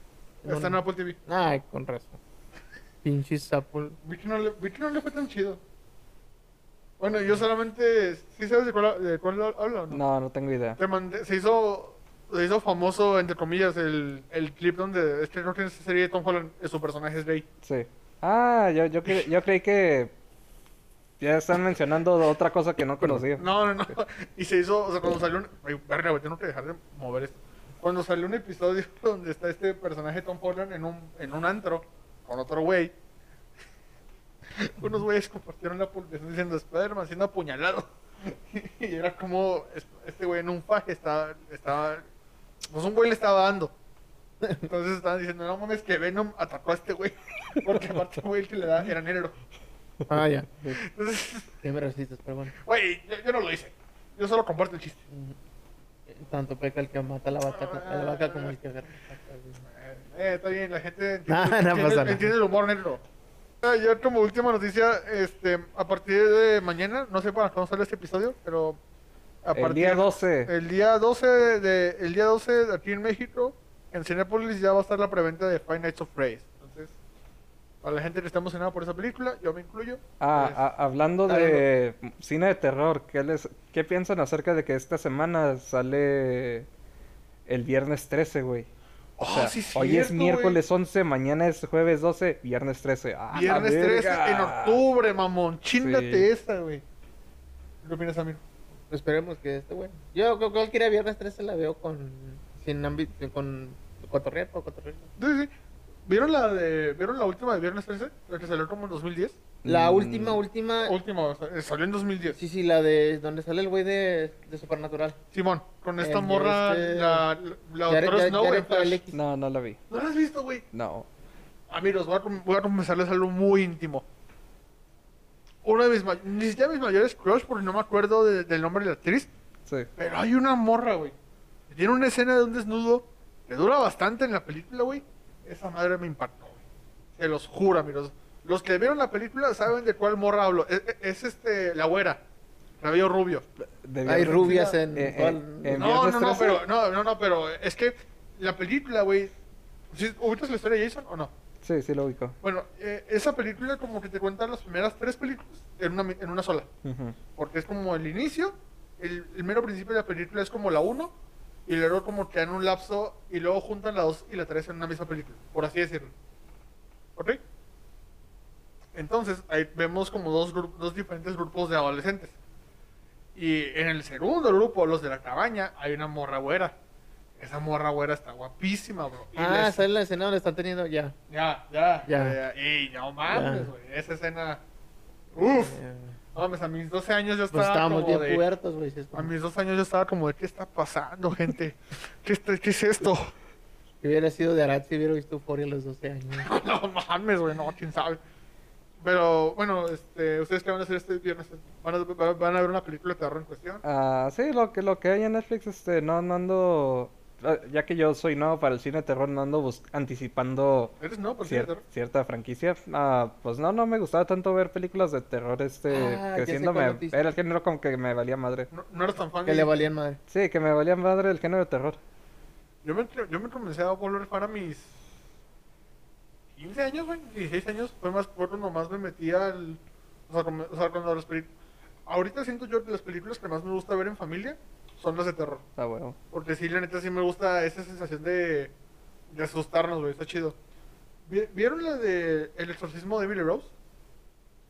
S2: No,
S1: Está en
S2: no.
S1: Apple TV.
S2: Ay,
S1: (laughs)
S2: con razón. Pinches Apple.
S1: Vi que no le, vi que no le fue tan chido. Bueno, yo solamente... ¿Sí sabes de cuál, de cuál hablo o no?
S3: No, no tengo idea.
S1: Te mandé- se hizo... Se hizo famoso, entre comillas, el, el clip donde... Es que creo que en esa serie de Tom Holland eh, su personaje es gay.
S3: Sí. Ah, yo, yo, cre- yo creí que. Ya están mencionando otra cosa que no conocía.
S1: No, no, no. Y se hizo, o sea, cuando salió un. Ay, verga, güey, tengo que dejar de mover esto. Cuando salió un episodio (laughs) donde está este personaje Tom Holland en un, en un antro con otro güey. (laughs) Unos güeyes compartieron la publicación diciendo Spider-Man siendo apuñalado. (laughs) Y era como es- este güey en un faje estaba, estaba. Pues un güey le estaba dando. Entonces estaban diciendo, no mames, que Venom atacó a este güey. (laughs) Porque aparte, güey, el que le da era negro.
S2: Ah, ya. Sí,
S1: Entonces,
S2: sí me resistes, pero bueno.
S1: güey, yo- yo no lo hice. Yo solo comparto el chiste.
S2: Mm, Tanto peca el que mata a la vaca, co- a la vaca como el que agarra. la vaca, güey.
S1: Eh, está bien, la gente entiende,
S2: (laughs) Nah, no
S1: entiende-
S2: pasa nada.
S1: entiende el humor negro. Ah, Ya como última noticia, este, a partir de mañana, no sé para cuándo sale este episodio, pero a
S3: El día 12.
S1: el día 12 de el día 12 de aquí en México, en Cinepolis ya va a estar la preventa de Five Nights of Race. Entonces, para la gente que está emocionada por esa película, yo me incluyo.
S3: Ah,
S1: pues,
S3: a- hablando
S1: dale,
S3: de cine de terror, ¿qué les, qué piensan acerca de que esta semana sale el viernes 13, güey? O
S1: Oh,
S3: sea,
S1: sí,
S3: hoy es
S1: cierto, güey.
S3: miércoles 11, mañana es jueves 12, viernes 13. ¡Ah, la
S1: Viernes 13 en
S3: verga!
S1: octubre, mamón. Chíndate
S3: Sí.
S1: esa, güey. ¿Qué opinas, Amir?
S2: Pues Esperemos que esté bueno. Yo creo que cualquiera viernes 13 la veo con. Sin ámbito. Con. Cotorrear, por cotorrear.
S1: Sí, sí. ¿Vieron la de vieron la última de Viernes 13? La que salió como en 2010.
S2: La
S3: Mm.
S2: última, última.
S1: Última, o sea, salió en 2010.
S2: Sí, sí, la de. Donde sale el güey de, de Supernatural.
S1: Simón, con esta
S2: El de
S1: morra,
S2: este-
S1: la, la, la doctora
S2: Jared- Jared-
S1: Snow en
S2: Jared
S1: Flash.
S2: Padalecki.
S3: No, no la vi.
S1: ¿No la has visto, güey?
S3: No.
S1: Amigos, voy a, com- voy a confesarles algo muy íntimo. Una de mis, may- ni siquiera mis mayores crush, porque no me acuerdo de- del nombre de la actriz,
S3: Sí.
S1: pero hay una morra, güey. que Tiene una escena de un desnudo que dura bastante en la película, güey. Esa madre me impactó, güey. Se los juro, amigos. Los que vieron la película saben de cuál morra hablo. Es, es- es, este, la güera. Cabello rubio.
S3: De
S2: Hay
S3: viernes-
S2: rubias en.
S3: Eh, eh,
S2: cual-
S3: eh,
S2: no,
S1: No, no,
S3: Viernes
S1: no,
S3: 13.
S1: pero, no, no, no, pero es que la película, güey. ¿sí, ¿Ubicas la historia de Jason o no?
S3: Sí, sí lo ubico.
S1: Bueno, eh, esa película como que te cuentan las primeras tres películas en una, mi- en una sola.
S3: Ujú.
S1: Porque es como el inicio, el, el mero principio de la película es como la 1 y luego como que dan un lapso y luego juntan la 2 y la 3 en una misma película, por así decirlo. ¿Ok? Entonces, ahí vemos como dos, gru- dos diferentes grupos de adolescentes. Y en el segundo grupo, los de la cabaña, hay una morra güera. Esa morra güera está guapísima, bro. Y
S2: Ah,
S1: les-
S2: sale la escena donde están teniendo ya.
S1: ya, ya,
S2: Ya.
S1: ya. Y no mames,
S2: Ya.
S1: güey. Esa escena. Uf.
S2: Eh,
S1: No mames, a mis 12 años yo
S2: Pues
S1: estaba.
S2: estábamos
S1: como
S2: bien
S1: de-
S2: puertos, güey. sí, es
S1: A
S2: como-
S1: mis 12 años yo estaba como de: ¿Qué está pasando, gente? ¿Qué, está- qué es esto? (laughs)
S2: Si hubiera sido de Arad, si hubiera visto Euphoria a los 12 años.
S1: No mames, güey. No, quién sabe. Pero bueno, este, ¿ustedes qué van a hacer este viernes? ¿Van a, va- van a ver una película de terror en cuestión?
S3: Ah, sí, lo que, lo que hay en Netflix, este, no, no ando, ah, ya que yo soy nuevo para el cine de terror, no ando bus- anticipando
S1: ¿Eres no? ¿Por
S3: cier-
S1: terror?
S3: cierta franquicia. Ah, pues no, no me gustaba tanto ver películas de terror, este,
S2: Ah, ya sé
S3: creciendo
S2: cuál
S3: me-
S2: noticia.
S3: era el género como que me valía madre.
S1: No, no eres tan fan.
S2: Que
S1: de-
S2: le valían madre.
S3: Sí, que me valía madre el género de terror.
S1: Yo me, yo me comencé a volver fan a mis 15 años, güey, 16 años. Fue más por cuando más me metí al. O sea, como- o sea, cuando las películas. Ahorita siento yo que las películas que más me gusta ver en familia son las de terror.
S3: Ah, huevo.
S1: Porque sí, la neta sí me gusta esa sensación de, de asustarnos, güey. Está chido. ¿Vi- ¿Vieron la de El exorcismo de Billy Rose?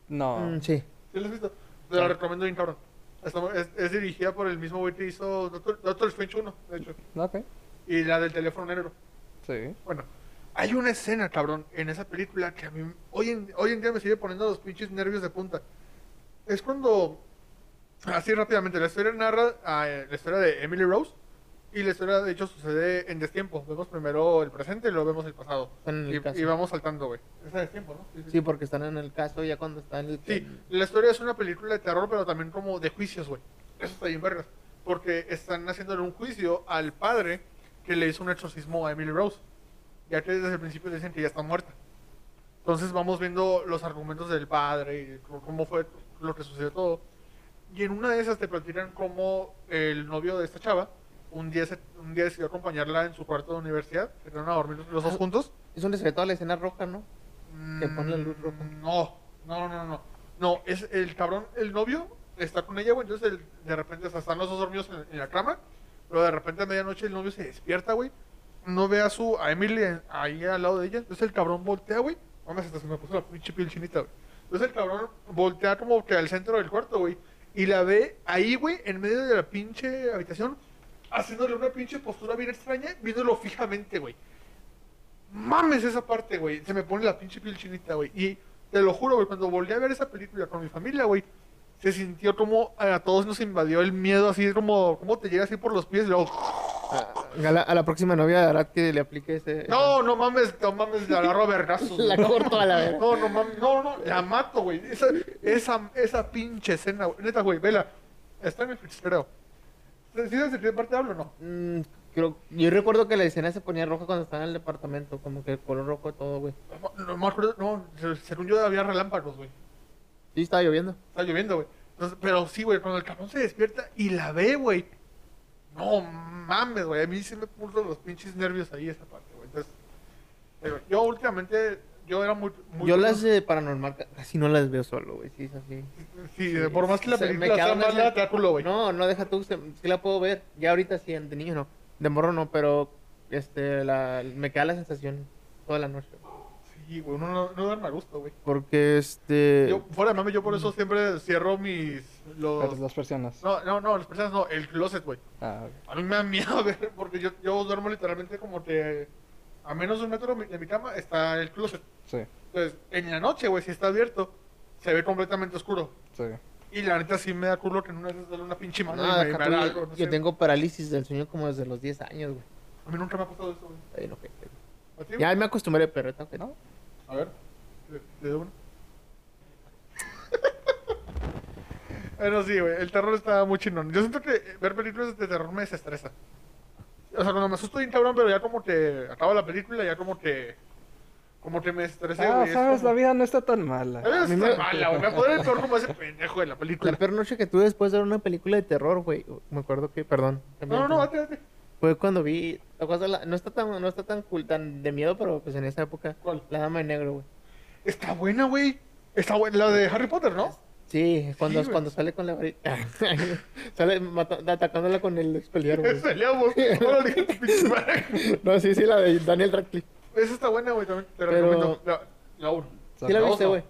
S3: No.
S2: Mm, sí.
S1: ¿Sí la has visto? Te la recomiendo bien, cabrón. Está mu- es, es dirigida por el mismo güey que hizo Doctor, Doctor Strange 1, de hecho.
S3: Ok,
S1: Y la del teléfono negro.
S3: sí.
S1: Bueno, hay una escena, cabrón, en esa película que a mí hoy en, hoy en día me sigue poniendo los pinches nervios de punta. Es cuando, así rápidamente, la historia narra ah, eh, la historia de Emily Rose y la historia, de hecho, sucede en destiempo. Vemos primero el presente y luego vemos el pasado.
S2: Están en el
S1: Y,
S2: caso.
S1: y vamos saltando, güey. Es a destiempo, ¿no? Sí, sí.
S2: Sí, porque están en el caso ya cuando están. en
S1: Sí, la historia es una película de terror, pero también como de juicios, güey. Eso está bien vergas. Porque están haciéndole un juicio al padre que le hizo un exorcismo a Emily Rose. Ya que desde el principio dicen que ya está muerta. Entonces vamos viendo los argumentos del padre y c- cómo fue lo que sucedió todo. Y en una de esas te platican cómo el novio de esta chava un día, se- un día decidió acompañarla en su cuarto de universidad. Se quedaron a dormir los dos juntos.
S2: Es donde se ve toda la escena roja, ¿no? Que pone la luz roja.
S1: Mm, No, no, no, no, no. No, es el cabrón, el novio está con ella, güey. Entonces el- de repente o sea, están los dos dormidos en, en la cama. Pero de repente a medianoche el novio se despierta, güey. No ve a su, a Emily en- ahí al lado de ella. Entonces el cabrón voltea, güey. Mames, hasta se me puso la pinche piel chinita, güey. Entonces el cabrón voltea como que al centro del cuarto, güey. Y la ve ahí, güey, en medio de la pinche habitación. Haciéndole una pinche postura bien extraña, viéndolo fijamente, güey mames esa parte, güey. Se me pone la pinche piel chinita, güey. Y te lo juro, güey, cuando volví a ver esa película con mi familia, güey, se sintió como a todos nos invadió el miedo, así como, como te llega así por los pies y luego,
S2: A la, a la próxima novia de Arad que le aplique ese.
S1: no, no mames, no mames, la agarro a vergazos,
S2: La
S1: güey.
S2: corto a la verga.
S1: No, no mames, no, no, la mato, güey. Esa, esa, esa pinche escena, güey. Neta, güey, vela. Está en el creo. ¿Sí sabes de qué parte hablo o no?
S2: Mm, creo- yo recuerdo que la escena se ponía roja cuando estaba en el departamento, como que el color rojo todo, güey.
S1: No, no me acuerdo, no, se- según yo había relámpagos, güey.
S2: Sí, estaba lloviendo.
S1: Está lloviendo, güey. Entonces, pero sí, güey, cuando el cabrón se despierta y la ve, güey. No mames, güey. A mí se me puso los pinches nervios ahí esa parte, güey. Entonces, pero yo últimamente, yo era muy... muy
S2: yo las de paranormal ca- casi no las veo solo, güey, sí, es así.
S1: Sí, de- por más que la
S2: Se- me
S1: película sea
S2: quedaron
S1: mala,
S2: esas-
S1: te da culo, güey.
S2: No, no deja tú, se- sí la puedo ver. Ya ahorita sí, de niño no. De morro no, pero este, la, me queda la sensación toda la noche.
S1: Sí, güey, uno no, no duerme a gusto, güey.
S2: Porque este...
S1: Yo, fuera de mame, yo por eso siempre cierro mis... Los...
S3: Pero las personas.
S1: No, no, no, las personas no, el closet, güey.
S3: Ah, ok.
S1: A mí me da miedo (laughs) ver, porque yo, yo duermo literalmente como que a menos de un metro de mi- de mi cama está el closet.
S3: sí,
S1: Entonces, pues, en la noche, güey, si está abierto, se ve completamente oscuro.
S3: sí.
S1: Y la neta sí me da culo que en una vez una pinche mano
S2: No,
S1: y me,
S2: deja
S1: me
S2: tú,
S1: hará algo. No
S2: yo
S1: sé.
S2: tengo parálisis del sueño como desde los 10 años, güey.
S1: A mí nunca me ha pasado eso, güey.
S2: Ay, no, que- que-
S1: ¿A ti, güey?
S2: Ya me acostumbré, pero tengo que-
S3: No.
S1: A ver, le- le (laughs) doy uno. Pero sí, güey, el terror está muy chingón. Yo siento que eh, ver películas de terror me desestresa. O sea, cuando me asusto bien cabrón, pero ya como que acaba la película, ya como que... Como que me estresé,
S3: Ah,
S1: güey. es
S3: sabes,
S1: como- ¿Eh?
S3: la vida no está tan mala.
S1: La vida
S2: A mí
S1: está
S2: me-
S1: mala, güey. Me acuerdo el peor como ese pendejo de la película.
S2: La peor noche que tuve después de ver una película de terror, güey. Me acuerdo que, perdón.
S1: No,
S2: también-
S1: no, no, date, date.
S2: Fue cuando vi, ¿te acuerdas de la- no está tan, no está tan cool, tan de miedo, pero pues en esa época,
S1: ¿Cuál?
S2: la dama de negro, güey.
S1: Está buena, güey. Está buena, la de Harry Potter, ¿no?
S2: (laughs) Sí, cuando,
S1: güey.
S2: cuando sale con la varita. (laughs) sale mata- atacándola con el
S1: (laughs)
S2: expelliarro, güey.
S1: Peleamos. Ahora (laughs) le dije, pinche madre.
S2: No, sí, sí, la de Daniel Radcliffe.
S1: Esa está buena, güey, también. Te la
S2: Pero-
S1: recomiendo. La, la uno.
S2: Sí la
S1: La
S2: viste,
S1: oso.
S2: güey.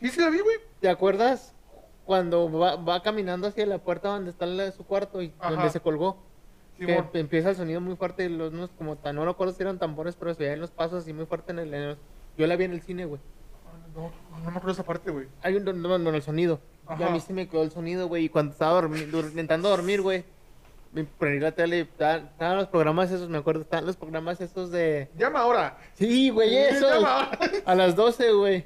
S1: ¿Y si la vi, güey?
S2: ¿Te acuerdas cuando va, va caminando hacia la puerta donde está la- su cuarto y
S1: Ajá.
S2: donde se colgó? que
S1: Simón.
S2: empieza el sonido muy fuerte, los unos como tan, no recuerdo si eran tambores, pero se veían los pasos así muy fuerte en el... en el- yo la vi en el cine, güey.
S1: No, no me acuerdo esa parte, güey.
S2: Hay un no, no, el sonido. Y a
S1: Ajá.
S2: mí se me quedó el sonido, güey. Y cuando estaba dormi- dur- intentando dormir, güey, me prendí la tele y estaban estaban los programas esos, me acuerdo, estaban los programas esos de.
S1: Llama ahora.
S2: Sí, güey, eso.
S1: Llama ahora.
S2: A las 12, güey.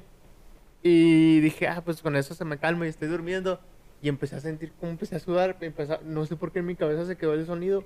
S2: Y dije, ah, pues con eso se me calma y estoy durmiendo. Y empecé a sentir como empecé a sudar. me empezó- no sé por qué en mi cabeza se quedó el sonido.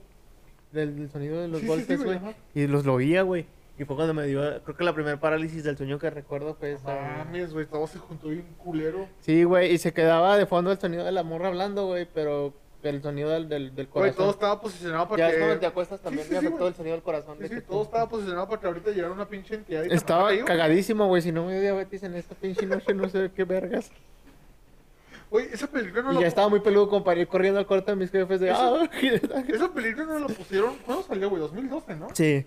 S2: Del, del sonido de los
S1: Sí, sí, sí,
S2: golpes,
S1: güey,
S2: güey.
S1: ajá.
S2: y los lo oía, güey. Y fue cuando me dio, creo que la primera parálisis del sueño que recuerdo fue esa. güey.
S1: Mames, güey, todo se juntó bien culero.
S2: Sí, güey, y se quedaba de fondo el sonido de la morra hablando, güey, pero el sonido del, del, del
S1: Güey, todo
S2: corazón.
S1: estaba posicionado para
S2: ya
S1: que...
S2: es cuando te acuestas
S1: Sí,
S2: también,
S1: sí,
S2: me
S1: sí,
S2: afectó
S1: güey.
S2: el sonido del corazón. de
S1: Sí, sí,
S2: que
S1: todo
S2: tú-
S1: estaba posicionado para que ahorita llegara una pinche entidad y te
S2: Estaba
S1: matara ahí, güey.
S2: cagadísimo, güey, si no me dio diabetes en esta pinche noche, no sé qué vergas.
S1: Güey, esa película no
S2: Y
S1: la...
S2: ya estaba muy peludo como para ir corriendo al corte de mis jefes de...
S1: Eso-
S2: "Ah, (laughs) ¿qué-".
S1: Esa película no la pusieron... ¿Cuándo salió, güey? 2012, ¿no?
S2: sí,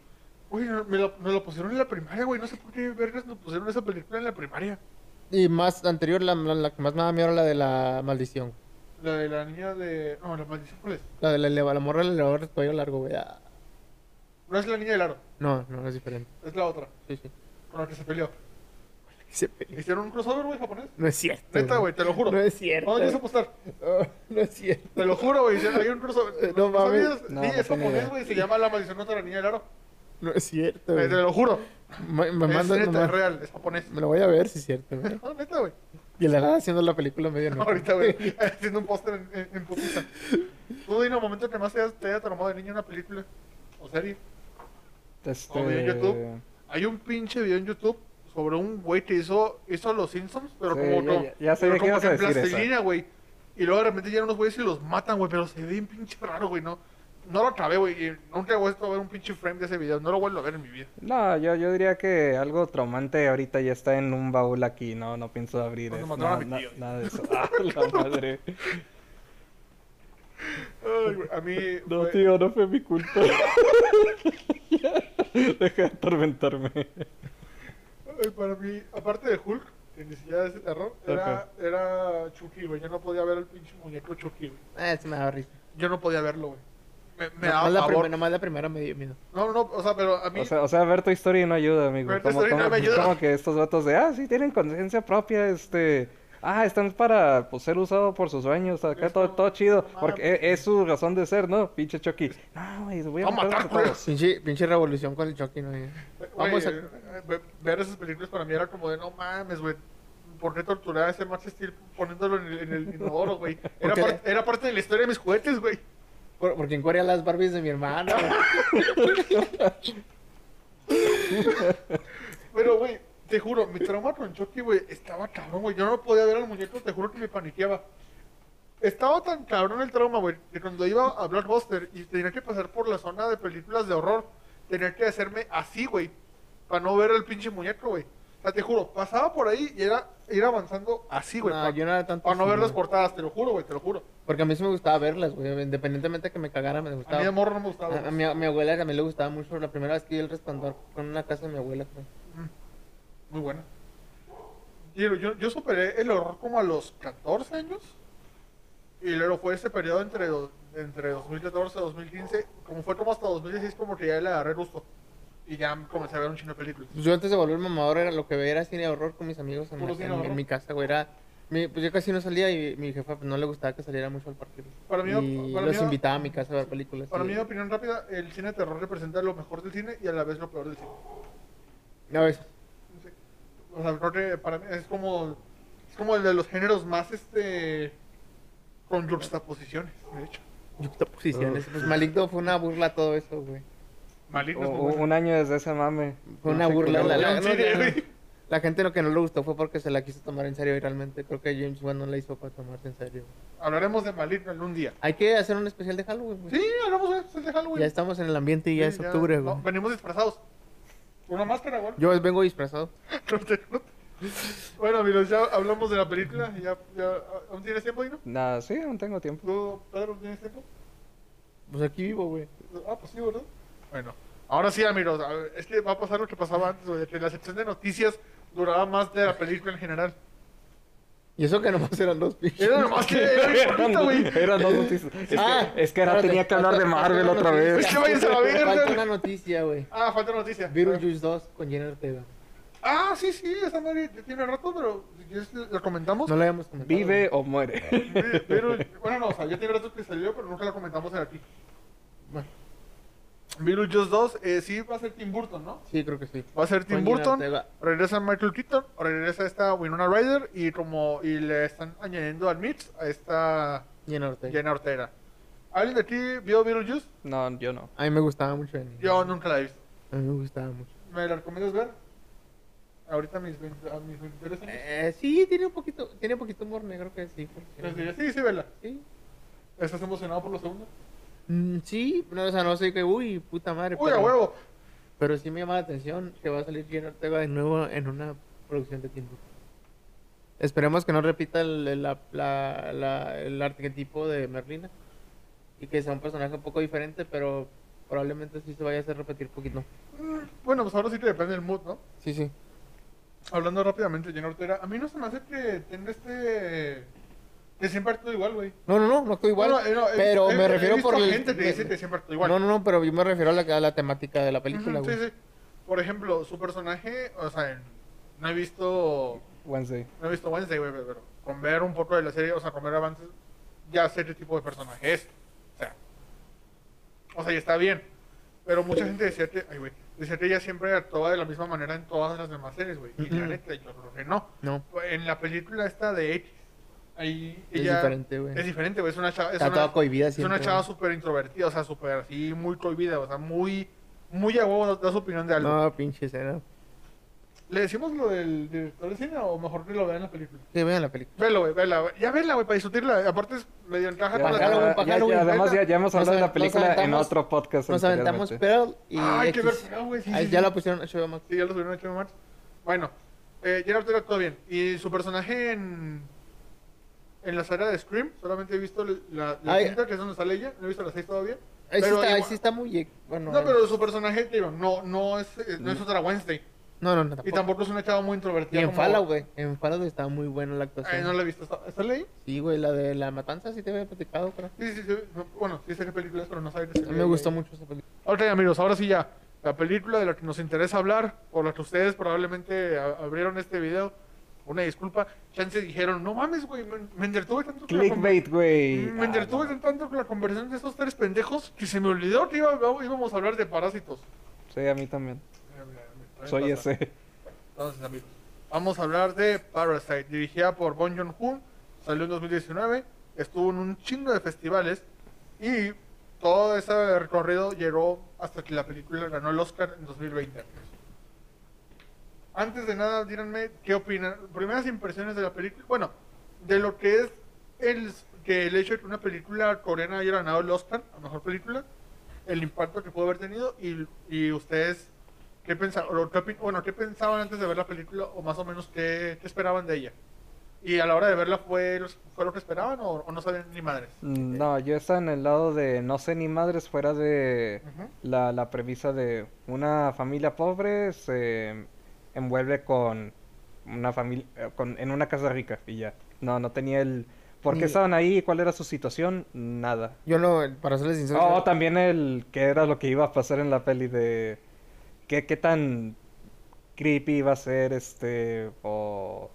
S1: Güey, no- me la, me la pusieron en la primaria, güey. No sé por qué vergas nos pusieron esa película en la primaria.
S2: y más anterior, la, la- la que más me da miedo era la de la maldición.
S1: La de la niña de. No, la maldición, ¿cuál es?
S2: La de la, eleva- la morra del elevador de cuello largo, güey. ah.
S1: No es la niña del aro,
S2: No, no, es diferente.
S1: es la otra,
S2: Sí, sí.
S1: con la que se peleó.
S2: Se pe-
S1: Hicieron un crossover, güey, japonés.
S2: No es cierto.
S1: Neta, güey, te lo juro.
S2: No es
S1: No,
S2: cierto.
S1: yo sé apostar.
S2: No, no es cierto.
S1: Te lo juro, güey. Hicieron hay un crossover.
S2: (laughs) No mames.
S1: sabías?
S3: No,
S1: sí,
S3: no
S1: es
S3: tenía
S1: japonés,
S3: idea.
S1: güey. Se llama La maldición contra la niña del aro.
S2: No es cierto.
S1: Eh,
S2: güey.
S1: Te lo juro.
S2: Me, me
S1: es
S2: mandan
S1: neta,
S2: nomás.
S1: es real, es japonés.
S2: Me lo voy a ver, si es cierto. güey.
S1: No, neta, güey.
S2: Y la nada haciendo la película
S1: (laughs)
S2: medio no.
S1: Ahorita,
S2: (laughs)
S1: güey. Haciendo un póster en, en, en putiza. Tú dime un momento que más te haya, te haya traumado de niño una película o serie.
S3: Este,
S1: O en YouTube. Hay un pinche video en YouTube sobre un güey que hizo, hizo los Simpsons, pero
S3: Sí,
S1: como
S3: ya-
S1: no.
S3: ya- ya sabía
S1: pero
S3: que
S1: como
S3: ibas a
S1: en
S3: decir esa.
S1: plastilina, güey. Y luego de repente llegan unos güeyes y los matan, güey, pero se ve bien pinche raro, güey, no. No lo acabé, güey. y Nunca he vuelto a ver un pinche frame de ese video. No lo vuelvo a ver en mi vida.
S3: No, yo, yo diría que algo traumante ahorita ya está en un baúl aquí, no, no pienso abrir
S1: Cuando
S3: eso.
S1: mataron a
S3: No,
S1: mi
S3: na-
S1: tío. (laughs)
S3: nada de eso. Ah, la madre.
S1: Ay, güey, a mí.
S3: (laughs) No,
S1: güey,
S3: tío, no fue mi culpa. (laughs) Deja de atormentarme.
S1: ay, para mí, aparte de Hulk, que ni siquiera es de terror, era, era Chucky, güey. Yo no podía ver el pinche muñeco Chucky, güey.
S2: Ah, se me da risa.
S1: Yo no podía verlo, güey. Me, me
S2: nomás,
S1: daba
S2: la
S1: pavor.
S2: primera, nomás la primera me dio miedo.
S1: No, no, o sea, pero a mí.
S3: O sea, o sea, ver tu historia no ayuda, amigo.
S1: Ver Toy
S3: como,
S1: Story no
S3: como-
S1: me ayuda.
S3: como que estos vatos de, ah, sí, tienen conciencia propia, este... Ah, están para pues, ser usado por sus sueños, acá
S1: Es
S3: todo,
S1: como-
S3: todo chido,
S1: no
S3: porque
S1: mames.
S3: e- es, su razón de ser, ¿no? Pinche Chucky. No, güey, voy a
S1: Va a matar,
S3: matar a
S1: culero.
S3: todos.
S2: Pinche, pinche revolución con el Chucky, ¿no? güey? Vamos
S1: Güey, eh, ve- Ver esas películas para mí era como de no mames, güey. ¿Por qué torturar a
S2: (laughs)
S1: ese Max Steel poniéndolo en el, en el inodoro, güey? Era,
S2: Porque-
S1: par- era parte de la historia de mis juguetes, güey.
S2: Por- porque en Corea las Barbies de mi hermano.
S1: Pero, güey, te juro, mi trauma con Chucky, güey, estaba cabrón, güey. Yo no podía ver al muñeco, te juro que me paniqueaba. Estaba tan cabrón el trauma, güey, que cuando iba a Blockbuster y tenía que pasar por la zona de películas de horror, tenía que hacerme así, güey, para no ver el pinche muñeco, güey. O sea, te juro, pasaba por ahí y era ir avanzando así, güey,
S2: No,
S1: para
S2: yo no era tanto
S1: no
S2: así,
S1: ver las
S2: güey.
S1: portadas, te lo juro, güey, te lo juro.
S2: Porque a mí sí me gustaba verlas, güey. Independientemente de que me cagara, me
S1: A mí
S2: gustaba.
S1: de morro no me
S2: A,
S1: gustaba.
S2: a mi, a mi abuela también le gustaba mucho. La primera vez que vi el resplandor con una casa de mi abuela. güey.
S1: Muy buena. Y Yo, yo, yo superé el horror como a los 14 años. Y luego fue ese periodo entre, do- entre 2014 y 2015. Como fue como hasta 2016, como que ya le agarré gusto. Y ya comencé a ver un chino de películas.
S2: Pues yo antes de volver mamador era lo que veía era cine de horror con mis amigos en,
S1: Puro
S2: la-
S1: cine
S2: en-
S1: de horror.
S2: en mi casa, güey. Era, mi- pues yo casi no salía y mi jefa pues, no le gustaba que saliera mucho al parque. güey.
S1: Para mí-
S2: y
S1: para
S2: los
S1: mí-
S2: invitaba a mi casa a ver películas.
S1: Para
S2: y-
S1: mí, opinión rápida, el cine de terror representa lo mejor del cine y a la vez lo peor del cine.
S2: A veces.
S1: O sea, creo que para mí es como, es como el de los géneros más este con juxtaposiciones, de hecho.
S2: Yuxtaposiciones. Pues Maligno fue una burla a todo eso, güey.
S1: Maligno
S3: U-
S1: es muy
S3: u-
S1: bueno.
S3: un año desde ese mame.
S2: Fue
S3: No
S2: una
S3: sé qué
S2: burla.
S3: le-
S2: La,
S1: Era
S2: la-
S1: un
S2: no,
S1: cine,
S2: la-
S1: güey.
S2: la gente lo que no le gustó fue porque se la quiso tomar en serio y realmente creo que James Wan no la hizo para tomarse en serio.
S1: Hablaremos de Maligno en un día.
S2: Hay que hacer un especial de Halloween, güey.
S1: Sí, hablamos de especial de Halloween.
S2: Ya estamos en el ambiente y ya
S1: Sí,
S2: es octubre, güey.
S1: No, venimos disfrazados. Una máscara, güey.
S2: Yo vengo disfrazado.
S1: (laughs) No te- no te- bueno, amigos, ya hablamos de la película. Ya, ya, ¿Aún tienes tiempo, Dino?
S3: Nah, sí, aún tengo tiempo.
S1: ¿Tú, Pedro, tienes tiempo?
S2: Pues aquí vivo, güey.
S1: Ah, pues sí, ¿verdad? Bueno, ahora sí, amigos. a ver, Es que va a pasar lo que pasaba antes, güey, que la sección de noticias duraba más de la película en general.
S2: Y eso que nomás eran dos pinches. (laughs)
S1: Era nomás que era bien
S3: Eran
S1: cortita,
S3: dos-
S1: güey.
S3: eran dos noticias. Es,
S2: Ah,
S3: que, es que ahora
S2: espérate,
S3: tenía que hablar de
S2: falta-
S3: Marvel
S2: falta
S3: otra
S2: una
S3: vez.
S1: Es (laughs) que váyanse a la
S2: Falta
S1: verga.
S2: una noticia, güey.
S1: Ah, falta noticia.
S2: Beetlejuice 2 con Jenna Ortega.
S1: Ah, sí, sí, esa madre ya tiene rato, pero si quieres la comentamos.
S2: No la habíamos comentado.
S3: Vive
S2: güey.
S3: o muere.
S1: Pero- pero- bueno, no, o sea, ya tiene rato que salió, pero nunca la comentamos en aquí.
S2: Bueno,
S1: Beetlejuice 2, eh, sí, va a ser Tim Burton, ¿no?
S2: sí, creo que sí.
S1: Va a ser
S2: Con
S1: Tim
S2: Gina
S1: Burton,
S2: Ortega.
S1: regresa Michael Keaton, regresa esta Winona Ryder y como y le están añadiendo al mix a esta
S2: Jenna Ortega.
S1: Jenna Ortega. ¿Alguien de aquí vio Beetlejuice?
S3: No, yo no.
S2: A mí me gustaba mucho Jenny.
S1: Yo nunca la he visto.
S2: A mí me gustaba mucho.
S1: ¿Me la recomiendas ver? Ahorita mis 20, a mis 23 años.
S2: Eh, sí, tiene un poquito, tiene un poquito humor negro que sí.
S1: Les
S2: porque-
S1: diría, sí, sí, vela.
S2: Sí.
S1: ¿Estás emocionado por lo segundo?
S2: Mm, sí, no, o sea, no sé que, uy, puta madre.
S1: ¡Uy, a
S2: pero-
S1: huevo!
S2: Pero sí me llama la atención que va a salir Jenna Ortega de nuevo en una producción de tiempo. Esperemos que no repita el, el- la- la- la- el arquetipo de Merlina y que sea un personaje un poco diferente, pero probablemente sí se vaya a hacer repetir poquito.
S1: Mm, Bueno, pues ahora sí que depende del mood, ¿no?
S2: Sí, sí.
S1: Hablando rápidamente, Jenna Ortega, a mí no se me hace que tenga este... Que siempre actúa igual, güey.
S2: No, no, no, no estoy igual.
S1: No, eh, no, no, he-
S2: pero
S1: he-
S2: me
S1: he
S2: refiero
S1: visto
S2: por el-
S1: gente que dice que siempre actúa igual.
S2: No, no, no, pero yo me refiero a la, a la temática de la película,
S1: Ujú, sí,
S2: güey.
S1: sí. Por ejemplo, su personaje, o sea, en- no he visto...
S3: Wednesday.
S1: No he visto Wednesday, güey, pero con ver un poco de la serie, o sea, con ver avances, ya sé qué tipo de personaje es. O sea, o sea, y está bien. Pero mucha gente decía que, ay, güey, decía que ella siempre actuaba de la misma manera en todas las demás series, güey. Y la
S2: Ujú.
S1: neta, yo creo que no.
S2: No.
S1: En la película esta de X, ahí
S2: Es
S1: ella...
S2: diferente, güey.
S1: Es diferente, güey, es una chava... Es
S2: Está
S1: una,
S2: toda cohibida
S1: es una
S2: siempre,
S1: chava
S2: güey.
S1: súper introvertida, o sea, súper así, muy cohibida, o sea, muy... Muy a huevo da- da su opinión de algo.
S2: No, pinche escena.
S1: ¿Le decimos lo del director de cine o mejor que lo vean en la película?
S2: Que vean la película.
S1: Velo, güey, vela, güey. Ya vela, güey, para discutirla. Aparte es medio encaja
S3: Ya-
S1: con la
S2: Bájalo,
S3: ya-
S2: güey,
S1: cara.
S3: ya-
S2: bájalo,
S3: ya-
S2: güey,
S3: además,
S2: bájalo.
S3: ya, ya
S2: Nos
S3: hemos hablado de
S2: avent-
S3: la película
S2: nos
S3: en
S2: aventamos-
S3: otro podcast.
S2: Nos aventamos
S3: anteriormente.
S2: Pearl y
S1: Ay, qué
S2: X.
S1: verga, güey. Sí,
S2: Ahí
S1: sí,
S2: ya
S1: sí.
S2: la pusieron en HBO Max.
S1: Sí, ya lo subieron a HBO Max. Bueno, eh, Gerard Ortega todo bien. Y su personaje en. En la saga de Scream, solamente he visto la, la
S2: Ay.
S1: quinta, que es donde sale ella. No he visto las seis todavía.
S2: Ahí sí,
S1: Pero
S2: está, ahí
S1: igual-
S2: sí está muy... eh, Bueno,
S1: No,
S2: eh,
S1: pero su personaje, te digo, no, no es, eh, no es otra Wednesday.
S2: No, no, no,
S1: Y
S2: tampoco.
S1: tampoco es una chava muy
S2: Y
S1: introvertida.
S2: en
S1: como-
S2: Fallout, güey. En Fallout está muy buena la actuación.
S1: Eh, no la he visto. ¿Está, está ahí?
S2: Sí, güey, la de La Matanza sí te había platicado, creo.
S1: Sí, sí, sí. No, Bueno, sí sé qué películas, pero no sabía que
S2: A mí me gustó mucho esa película.
S1: Ok, amigos, ahora sí ya. La película de la que nos interesa hablar, por la que ustedes probablemente a- abrieron este video, una disculpa, chance dijeron, no mames, güey, me, me entretuve tanto que la con-
S3: Clickbait, Ah, güey.
S1: me entretuve tanto con la conversación de esos tres pendejos que se me olvidó que iba- íbamos a hablar de parásitos.
S3: Sí, a mí también. Soy
S1: Pasa.
S3: ese.
S1: Entonces, amigos, vamos a hablar de Parasite, dirigida por Bong Joon-ho, salió en 2019, estuvo en un chingo de festivales y todo ese recorrido llegó hasta que la película ganó el Oscar en 2020. amigos. Antes de nada, díganme qué opinan. Primeras impresiones de la película. Bueno, de lo que es el, que el hecho de que una película coreana haya ganado el Oscar, a mejor película, el impacto que pudo haber tenido y, y ustedes, ¿qué pensaban? o qué opin- Bueno, ¿qué pensaban antes de ver la película o más o menos qué, qué esperaban de ella? ¿Y a la hora de verla fue, los- fue lo que esperaban o, o no sabían ni madres?
S3: Mm, No, yo estaba en el lado de no sé ni madres fuera de
S1: Ujú.
S3: la, la premisa de una familia pobre se envuelve con una familia con, en una casa rica y ya. No, no tenía el por
S2: Ni-
S3: qué estaban ahí, cuál era su situación, nada.
S2: Yo no, para serles sincero,
S3: Oh,
S2: yo-
S3: también el que era lo que iba a pasar en la peli de qué, qué tan creepy iba a ser este o,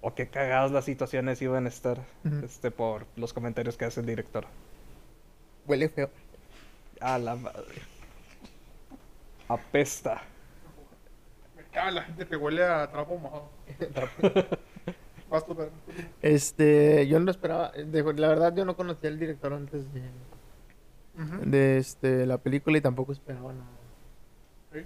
S3: o qué cagadas las situaciones iban a estar
S2: Ujú.
S3: este por los comentarios que hace el director.
S2: (laughs) huele feo.
S3: A la madre. Apesta.
S1: Me caga la gente que huele a trapo (laughs) mojado. Vas tú, Pedro.
S2: Este, yo no lo esperaba. de- la verdad, yo no conocía al director antes de,
S1: Ujú.
S2: de, este, la película y tampoco esperaba nada.
S1: Sí.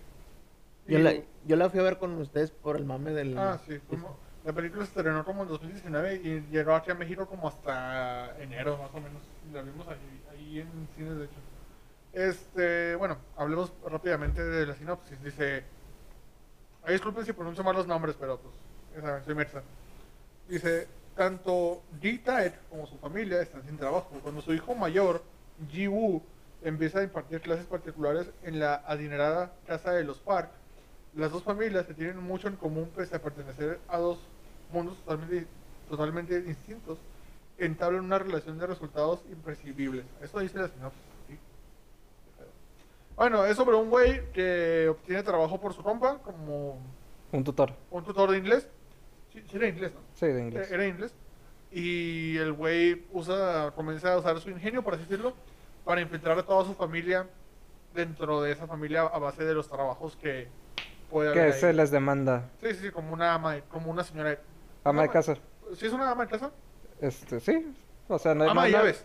S2: Yo
S1: Y-
S2: la, yo la fui a ver con ustedes por el mame del.
S1: Eh, Ah, sí. fuimos- La película se estrenó como en 2019 y llegó aquí a México como hasta enero, más o menos. Y La vimos ahí, ahí en cines, de hecho. Este, bueno, hablemos rápidamente de la sinopsis. Dice, ay, disculpen si pronuncio mal los nombres, pero pues, ya saben, soy Merza. Dice, tanto Ji Tae como su familia están sin trabajo. Cuando su hijo mayor, Ji Woo, empieza a impartir clases particulares en la adinerada casa de los Park, las dos familias que tienen mucho en común pese a pertenecer a dos mundos totalmente, totalmente distintos, entablan una relación de resultados imprescindibles. Eso dice la sinopsis. ¿sí? Bueno, es sobre un güey que obtiene trabajo por su compa como
S3: Un tutor.
S1: un tutor de inglés. Sí, sí era inglés, ¿no?
S3: Sí, de inglés.
S1: Era inglés. Y el güey usa, comienza a usar su ingenio, por así decirlo, para infiltrar a toda su familia dentro de esa familia a base de los trabajos que puede
S3: Que
S1: haber.
S3: se
S1: ahí.
S3: les demanda.
S1: Sí, sí, sí, como una ama, de- como una señora. de-
S3: Ama de
S1: Ama-
S3: casa.
S1: ¿Sí es una ama de casa?
S3: Este, sí. O sea, no hay
S1: ama de
S3: no-
S1: llaves.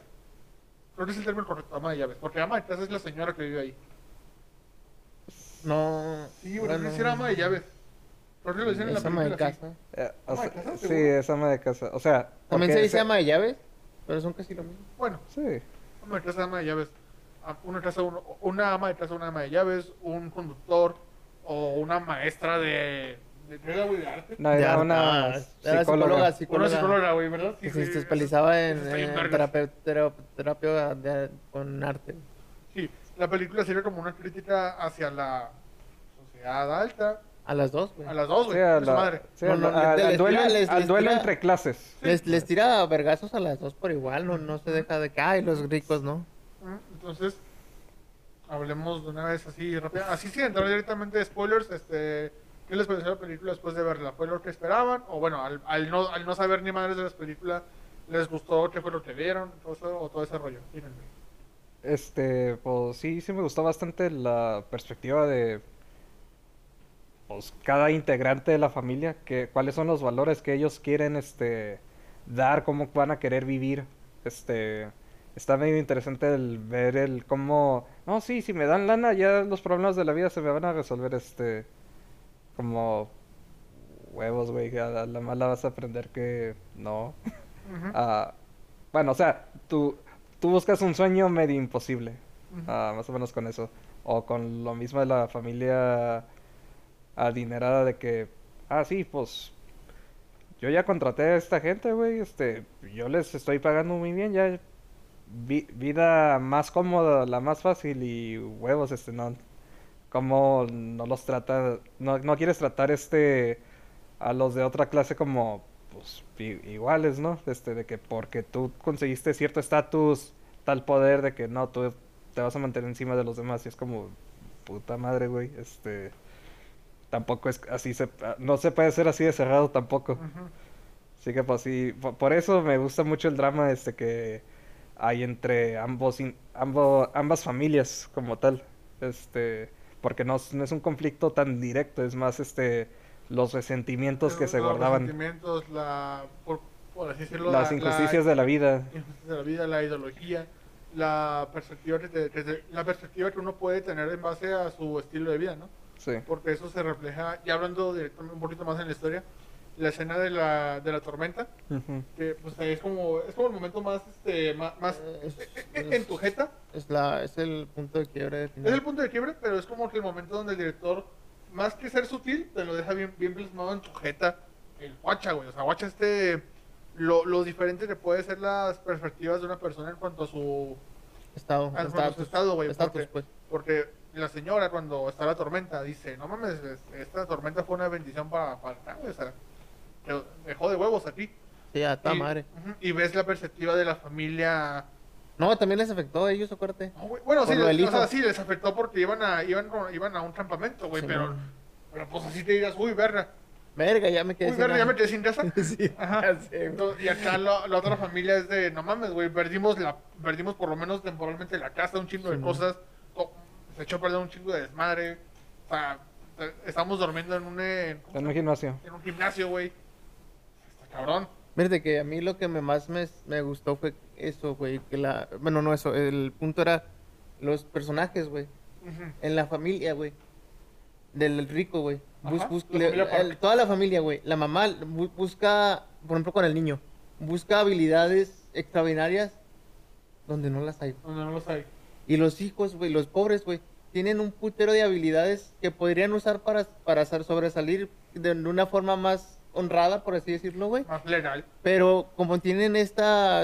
S1: Creo que es el término correcto, ama de llaves. Porque ama de casa es la señora que vive ahí.
S2: No.
S1: Sí, bueno, no hiciera ama de llaves. Creo que lo dicen en la
S2: Es ama de
S1: película, sí.
S2: casa.
S3: eh, o
S1: ama de
S3: sea,
S1: casa,
S3: sí,
S1: seguro.
S3: es ama de casa. O sea,
S2: También
S3: porque
S2: se dice
S3: se-
S2: ama de llaves, pero son casi lo mismo.
S1: Bueno,
S3: Sí.
S1: Ama de casa, ama de llaves. A- Una, casa, uno- una ama de casa, una ama de llaves, un conductor o una maestra de. de, ¿qué era, güey? de arte.
S3: No, era
S2: Ya,
S3: una
S2: ah,
S3: psicóloga.
S2: era psicóloga, psicóloga.
S1: Una psicóloga, güey, ¿verdad?
S2: Que
S1: sí,
S2: se
S1: eso-
S2: especializaba en,
S1: eso está bien
S2: en
S1: vergas.
S2: terape- tero- terapia de- con arte.
S1: Sí, la película sirve como una crítica hacia la sociedad alta,
S2: A las dos, güey.
S1: a las dos,
S3: Sí,
S1: güey.
S3: a
S1: su
S3: la-
S1: madre.
S3: sí, a
S2: No, no,
S3: la- al-
S2: les-
S3: al
S2: les
S3: duelo,
S2: tira- les-
S3: al
S2: les
S3: duelo
S2: tira-
S3: entre clases.
S2: Les, les tira vergazos a las dos por igual, no, no se deja de que, ay, los ricos, ¿no?
S1: Mm, Entonces, hablemos de una vez así rápido. Así sin entrar directamente de spoilers, este, ¿qué les pareció la película después de verla? ¿Fue lo que esperaban? O bueno, al, al no, al no saber ni madres de las películas, ¿les gustó? ¿Qué fue lo que vieron? Todo eso- o todo ese rollo. Díganme.
S3: Este, pues sí, sí me gustó bastante la perspectiva de pues cada integrante de la familia, que cuáles son los valores que ellos quieren este dar, cómo van a querer vivir. Este, está medio interesante el ver el cómo, no, sí, si me dan lana ya los problemas de la vida se me van a resolver este como huevos, güey, a la- a la mala vas a aprender que no.
S1: Ujú,
S3: Ah, bueno, o sea, tú, tú buscas un sueño medio imposible.
S1: ujú.
S3: Ah, más o menos con eso. O con lo mismo de la familia adinerada de que, ah, sí, pues yo ya contraté a esta gente, güey. Este, yo les estoy pagando muy bien, ya. vi- vida más cómoda, la más fácil y huevos, este, no. Cómo no los trata, no, no quieres tratar este a los de otra clase como pues i- iguales, ¿no? Este, de que porque tú conseguiste cierto estatus, tal poder de que no, tú te vas a mantener encima de los demás y es como puta madre, güey, este tampoco es así se no se puede ser así de cerrado tampoco.
S1: Ujú.
S3: Así que pues sí, po- por, eso me gusta mucho el drama este que hay entre ambos, in- ambo- ambas familias como tal. Este, porque no, es- no es un conflicto tan directo, es más este los resentimientos que se
S1: Los
S3: guardaban,
S1: resentimientos, la, por, por así decirlo, la-
S3: las
S1: la
S3: injusticias de la vida.
S1: injusticias de la vida, la ideología, la perspectiva que, te- que te- la perspectiva que uno puede tener en base a su estilo de vida, ¿no?
S3: Sí.
S1: Porque eso se refleja, ya hablando directamente un poquito más en la historia, la escena de la, de la tormenta,
S3: Ujú.
S1: que pues es como, es como el momento más, este, ma- más,
S2: Eh, es-
S1: en tu jeta.
S2: Es, la, es el punto de quiebre de
S1: Es el
S2: final.
S1: punto de quiebre, pero es como que el momento donde el director, más que ser sutil, te lo deja bien, bien plasmado en tu jeta. El guacha, güey. O sea, guacha este. Lo, lo diferente que puede ser las perspectivas de una persona en cuanto a su,
S2: Estado.
S1: a su
S2: estatus,
S1: estado, güey.
S2: estatus,
S1: Porque,
S2: pues.
S1: porque la señora, cuando está la tormenta, dice: No mames, es- esta tormenta fue una bendición para, para acá, güey. O sea, te dejó de huevos aquí.
S2: Sí, a ta
S1: y,
S2: madre.
S1: ujú, y ves la perspectiva de la familia
S2: No, también les afectó a ellos, acuérdate.
S1: No, güey, Bueno,
S2: Por
S1: sí,
S2: lo
S1: les-
S2: del
S1: o sea,
S2: hijo.
S1: sí, les afectó porque iban a, iban, con- iban a un campamento, güey,
S2: Sí,
S1: pero,
S2: no.
S1: pero pues así te dirás, uy, verga,
S2: Verga, ya me quedé.
S1: uy,
S2: sin
S1: verga, ya
S2: nada.
S1: me quedé sin
S2: (laughs)
S1: casa.
S2: Sí,
S1: Ajá. (laughs)
S2: ya sé, güey.
S1: Entonces, y acá la, la otra familia es de, no mames, güey, perdimos, la, perdimos por lo menos temporalmente la casa, un chingo
S2: Sí,
S1: de
S2: no.
S1: cosas, to- se echó a perder un chingo de desmadre, o sea, te- estamos durmiendo en un, eh, en,
S3: En un gimnasio.
S1: en un gimnasio, güey. Está cabrón.
S2: Fíjate que a mí lo que me más me, me gustó fue eso, güey. Que la... Bueno, no eso. El punto era los personajes, güey.
S1: Ujú.
S2: En la familia, güey. Del rico, güey. Bus-
S1: Ajá,
S2: bus-
S1: la
S2: le-
S1: familia
S2: el-
S1: Park.
S2: toda la familia, güey. La mamá bu- busca, por ejemplo, con el niño. Busca habilidades extraordinarias donde no las hay.
S1: No, no, no los hay.
S2: Y los hijos, güey, los pobres, güey, tienen un putero de habilidades que podrían usar para, para hacer sobresalir de una forma más honrada, por así decirlo, güey.
S1: Más legal.
S2: Pero como tienen esta,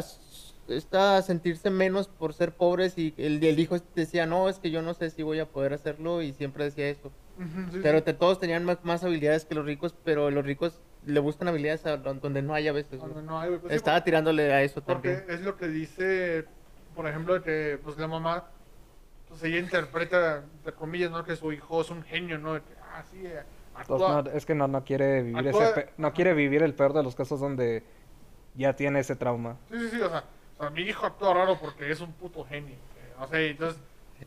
S2: esta sentirse menos por ser pobres y el, el hijo decía, no, es que yo no sé si voy a poder hacerlo y siempre decía eso.
S1: Ujú, sí,
S2: Pero
S1: sí.
S2: te- todos tenían más, más habilidades que los ricos, pero los ricos le buscan habilidades a don- donde no hay a veces.
S1: No,
S2: güey.
S1: no, no hay, güey, pues sí,
S2: Estaba tirándole a eso
S1: Porque
S2: también.
S1: es lo que dice, por ejemplo, que pues la mamá, pues ella interpreta, entre comillas, ¿no? Que su hijo es un genio, ¿no? De que, ah, sí, eh,
S3: Pues
S1: actúa.
S3: no, es que no, no quiere vivir ese
S1: Actúa-
S3: pe- no quiere vivir el peor de los casos donde ya tiene ese trauma.
S1: Sí, sí, sí, o sea, o sea, mi hijo actúa raro porque es un puto genio. eh, No sé, entonces,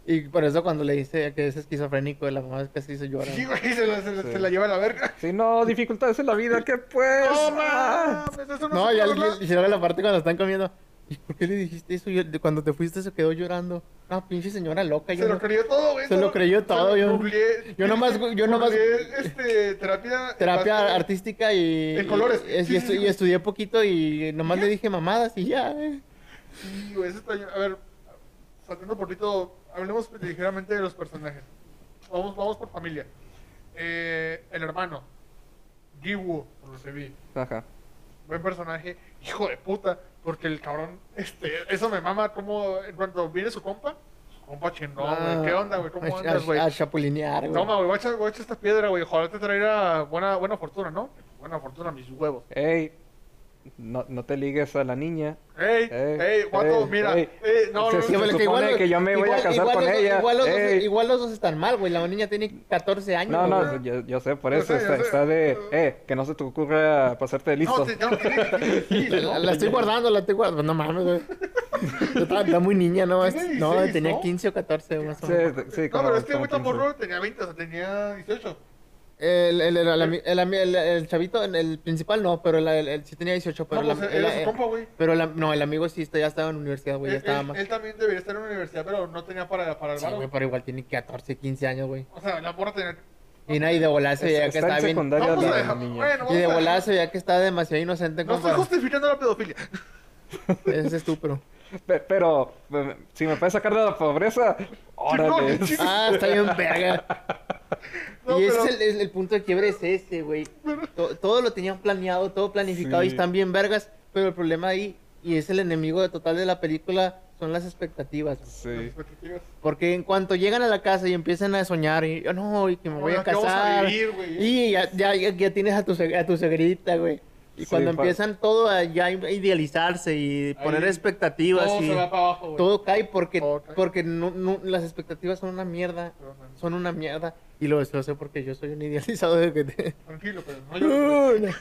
S2: Y por eso cuando le dice que es esquizofrénico, la mamá casi se llora.
S1: sí, güey, se, la- se la-
S3: Sí.
S1: se la lleva a la verga.
S3: Si no, dificultades en la vida, ¿qué
S1: (laughs)
S3: pues?
S1: ¡No,
S3: Ah.
S1: mames! Eso no,
S2: No,
S1: se
S2: y, al-
S1: burla.
S2: y luego la parte cuando están comiendo. ¿Y por qué le dijiste eso? Yo- de cuando te fuiste se quedó llorando. No, pinche señora loca.
S1: Se
S2: Yo,
S1: lo
S2: no,
S1: creyó todo, güey.
S2: Se lo creyó todo, yo-
S1: googleé-
S2: yo nomás- yo nomás-
S1: googleé, este, terapia. este,
S2: terapia
S1: bastante-
S2: artística y...
S1: En colores.
S2: Y, y
S1: Sí, sí,
S2: estu-
S1: sí,
S2: y
S1: güey.
S2: estudié poquito y nomás
S1: ¿Ya?
S2: le dije mamadas y ya. eh.
S1: Sí, güey, eso está bien. A ver, saltando un poquito, hablemos ligeramente de los personajes. Vamos, vamos por familia. Eh, el hermano, Giwu, por lo que vi.
S3: Ajá.
S1: Buen personaje, hijo de puta, porque el cabrón, este, eso me mama como en cuanto viene su compa, su compa chingón,
S2: Ah,
S1: güey. ¿Qué onda, güey? ¿Cómo
S2: a-
S1: andas,
S2: a-
S1: güey?
S2: A chapulinear, güey.
S1: Toma, güey, guacha, guacha esta piedra, güey. Ojalá te traiga buena, buena fortuna, ¿no? Buena fortuna, mis huevos.
S3: Ey, no, no te ligues a la niña.
S1: Ey,
S3: Ey,
S1: ey, guato,
S3: ey,
S1: mira.
S3: ey.
S1: Ey, no, no,
S3: Se-
S1: no,
S2: Sí,
S3: se
S2: pero
S3: supone que yo me voy a casar
S2: igual
S3: con
S2: los dos-
S3: ella.
S2: igual los, dos,
S3: Ey.
S2: igual los dos están mal, güey. La niña tiene 14 años.
S3: No,
S2: güey.
S3: no, yo, yo sé, por
S1: Yo
S3: eso
S1: sé, yo
S3: está,
S1: sé.
S3: está de, eh, que no se te ocurra pasarte de listo.
S1: No, te- no, tiene- tiene-
S2: (laughs)
S1: tiene-
S2: La,
S1: ¿no?
S2: la estoy guardando, la estoy guardando. No mames, güey. Está, está muy niña, ¿no? Es-
S1: Tiene
S2: no,
S1: 16,
S2: tenía
S1: ¿no?
S2: 15 o 14 más o
S3: Sí,
S2: menos.
S3: sí,
S1: No,
S3: como-
S1: pero es que
S3: como
S1: güey tan
S3: 15.
S1: morro tenía 20, o sea, tenía 18.
S2: El, el, el, el, ami- el ami- el- el chavito, el- el principal no, pero la- el, el- sí tenía 18. Pero,
S1: No,
S2: la-
S1: pues,
S2: el-
S1: era su
S2: el-
S1: compa, güey.
S2: pero la- no, el amigo sí está- ya estaba en la universidad, güey.
S1: Él,
S2: Ya estaba
S1: él-
S2: más.
S1: él también debería estar en la universidad, pero no tenía para, para el
S2: Sí,
S1: barrio.
S2: güey, pero igual tiene 14, 15 años, güey.
S1: o sea, la morra tenía...
S2: Y nadie de volar se
S3: Es-
S2: veía que
S3: está
S2: estaba
S3: en
S2: bien.
S3: secundaria
S1: Vamos a
S3: la,
S1: dejar-
S3: niña.
S1: bueno,
S2: Y
S1: vamos
S2: de
S1: a-
S2: volar se veía que estaba demasiado inocente.
S1: No pues,
S2: como
S1: estoy
S2: para- (laughs)
S1: justificando la pedofilia.
S2: Es estúpido.
S3: Pe- Pero, eh, si me puedes sacar de la pobreza, órale.
S1: Chingón,
S2: Ah,
S1: (laughs)
S2: está bien verga.
S1: No,
S2: y ese
S1: pero-
S2: es el, es el punto de quiebre es ese, güey. To- todo lo tenían planeado, todo planificado y
S3: Sí.
S2: están bien vergas, pero el problema ahí, y es el enemigo de total de la película, son las expectativas. güey.
S1: Las
S3: Sí.
S1: expectativas.
S2: Porque en cuanto llegan a la casa y empiezan a soñar, y "Oh, no, y que me voy
S1: Ahora,
S2: a
S1: ¿qué vamos a
S2: casar,
S1: vivir, güey?
S2: y ya, ya, ya- ya tienes a tu, seg- a tu suegrita, güey. Y
S3: Sí,
S2: cuando
S3: pa-
S2: empiezan todo a ya idealizarse y poner
S1: Ahí
S2: expectativas
S1: Todo
S2: y
S1: se va para abajo, güey.
S2: todo cae porque,
S1: Todo cae.
S2: porque no- no- las expectativas son una mierda
S1: Pero, man,
S2: son una mierda y lo, lo sé porque yo soy un idealizado de que te-
S1: Tranquilo, pero no yo...
S2: (laughs) Una.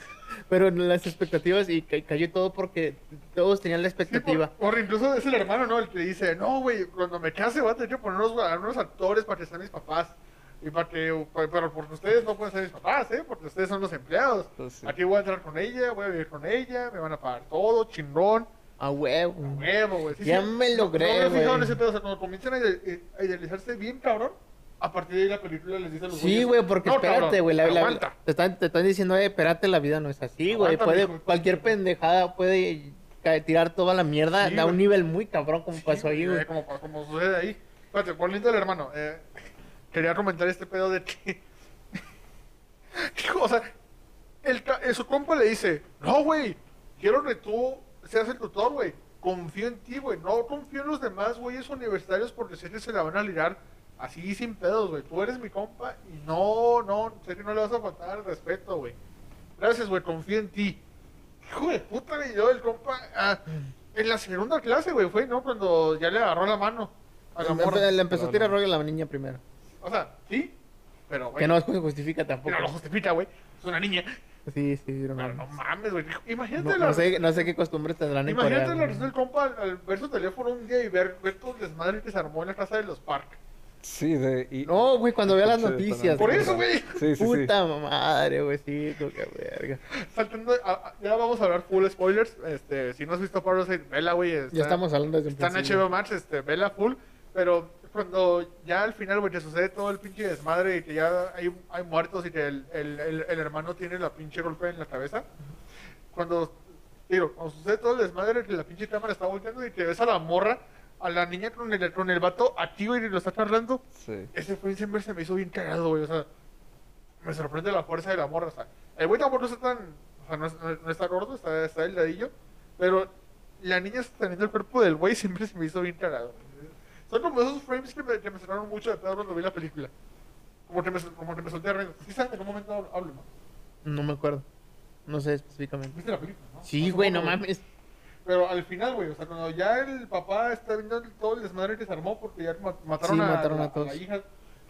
S2: pero las expectativas y ca- cayó todo porque todos tenían la expectativa
S1: Por, incluso es el hermano, ¿no? El que dice, no, güey, cuando me case voy a tener que poner unos, a unos actores para que sean mis papás. Y para que, pa- pero porque ustedes no pueden ser mis papás, ¿eh? Porque ustedes son los empleados.
S3: Pues sí.
S1: Aquí voy a entrar con ella, voy a vivir con ella, me van a pagar todo, chingón.
S2: A huevo.
S1: Huevo, güey. Sí,
S2: Ya
S1: sí.
S2: me
S1: No-
S2: logré,
S1: No, me
S2: güey.
S1: fijaron ese pedo. O sea, cuando comienzan a, ide- eh, a idealizarse bien, cabrón. A partir de ahí la película les dice a los
S2: Sí, güey, porque
S1: "No,
S2: espérate,
S1: cabrón,
S2: güey. la- la-
S1: aguanta".
S2: te, están, te están diciendo, eh, espérate, la vida no es así, güey.
S1: Aguanta,
S2: Puede,
S1: mijo.
S2: cualquier pendejada puede ca- tirar toda la mierda
S1: Sí,
S2: da un
S1: güey.
S2: nivel muy cabrón como
S1: Sí,
S2: pasó ahí, Pues, güey.
S1: eh, Como, como sucede ahí. Espérate, por lindo el hermano. eh, quería comentar este pedo de que. (laughs) o sea, el, ca- eh, su compa le dice: No, güey, quiero que tú seas el tutor, güey. Confío en ti, güey. No confío en los demás güeyes universitarios porque sé que se la van a ligar así sin pedos, güey. Tú eres mi compa y no, no, en serio no le vas a faltar el respeto, güey. Gracias, güey, confío en ti. Hijo de puta, güey, yo el compa. ah, en la segunda clase, güey, fue, ¿no? Cuando ya le agarró la mano a la morra.
S2: Le, le empezó a
S3: No,
S2: tirar
S3: no.
S2: rollo a la niña primero.
S1: O sea, sí, pero, güey.
S2: Que no se justifica
S1: que
S2: tampoco.
S1: no lo justifica, güey. Es una niña.
S2: Sí, sí, no
S1: Pero no
S2: mames.
S1: mames, güey. Imagínate
S2: No,
S1: la.
S2: no sé, no sé qué costumbres tendrán en
S1: Imagínate
S2: Corea.
S1: la
S2: güey.
S1: reacción del compa al, al ver su teléfono un día y ver, ver todo el desmadre que se armó en la casa de los parques.
S3: Sí, de. y-
S2: No, güey, cuando vea las
S3: Sí, está
S2: noticias.
S3: bien.
S1: Por
S2: güey.
S1: eso, güey.
S3: Sí, sí, sí.
S2: Puta madre, güey, sí, como que verga.
S1: Saltando. a- a- ya vamos a hablar full spoilers. Este, si no has visto Parasite, vela, güey.
S2: Ya estamos hablando desde un
S1: Está en
S2: principio.
S1: HBO Max, este, vela full, pero cuando ya al final, güey, te sucede todo el pinche desmadre y que ya hay, hay muertos y que el, el- el- el hermano tiene la pinche golpe en la cabeza, cuando, digo, cuando sucede todo el desmadre que la pinche cámara está volteando y te ves a la morra, a la niña con el, con el vato activo y lo está charlando,
S3: Sí.
S1: ese fue siempre se me hizo bien cagado, güey, o sea, me sorprende la fuerza de la morra, o sea, el güey tampoco no está tan, o sea, no, es- no- no está gordo, está, está delgadillo, pero la niña teniendo el cuerpo del güey (laughs) siempre se me hizo bien cagado. Son como esos frames que me, que me sacaron mucho de pedo cuando vi la película. Como que me, sol- como que me solté a reír. Sí, ¿sabes en qué momento hablo, hablo, no?
S2: No me acuerdo. No sé específicamente.
S1: ¿Viste la película, no?
S2: Sí,
S1: Hace
S2: güey,
S1: poco,
S2: no mames.
S1: Pero al final, güey, o sea, cuando ya el papá está viendo el- todo el desmadre que se armó porque ya ma- mataron,
S2: Sí,
S1: a,
S2: mataron
S1: la-
S2: a todos.
S1: la hija,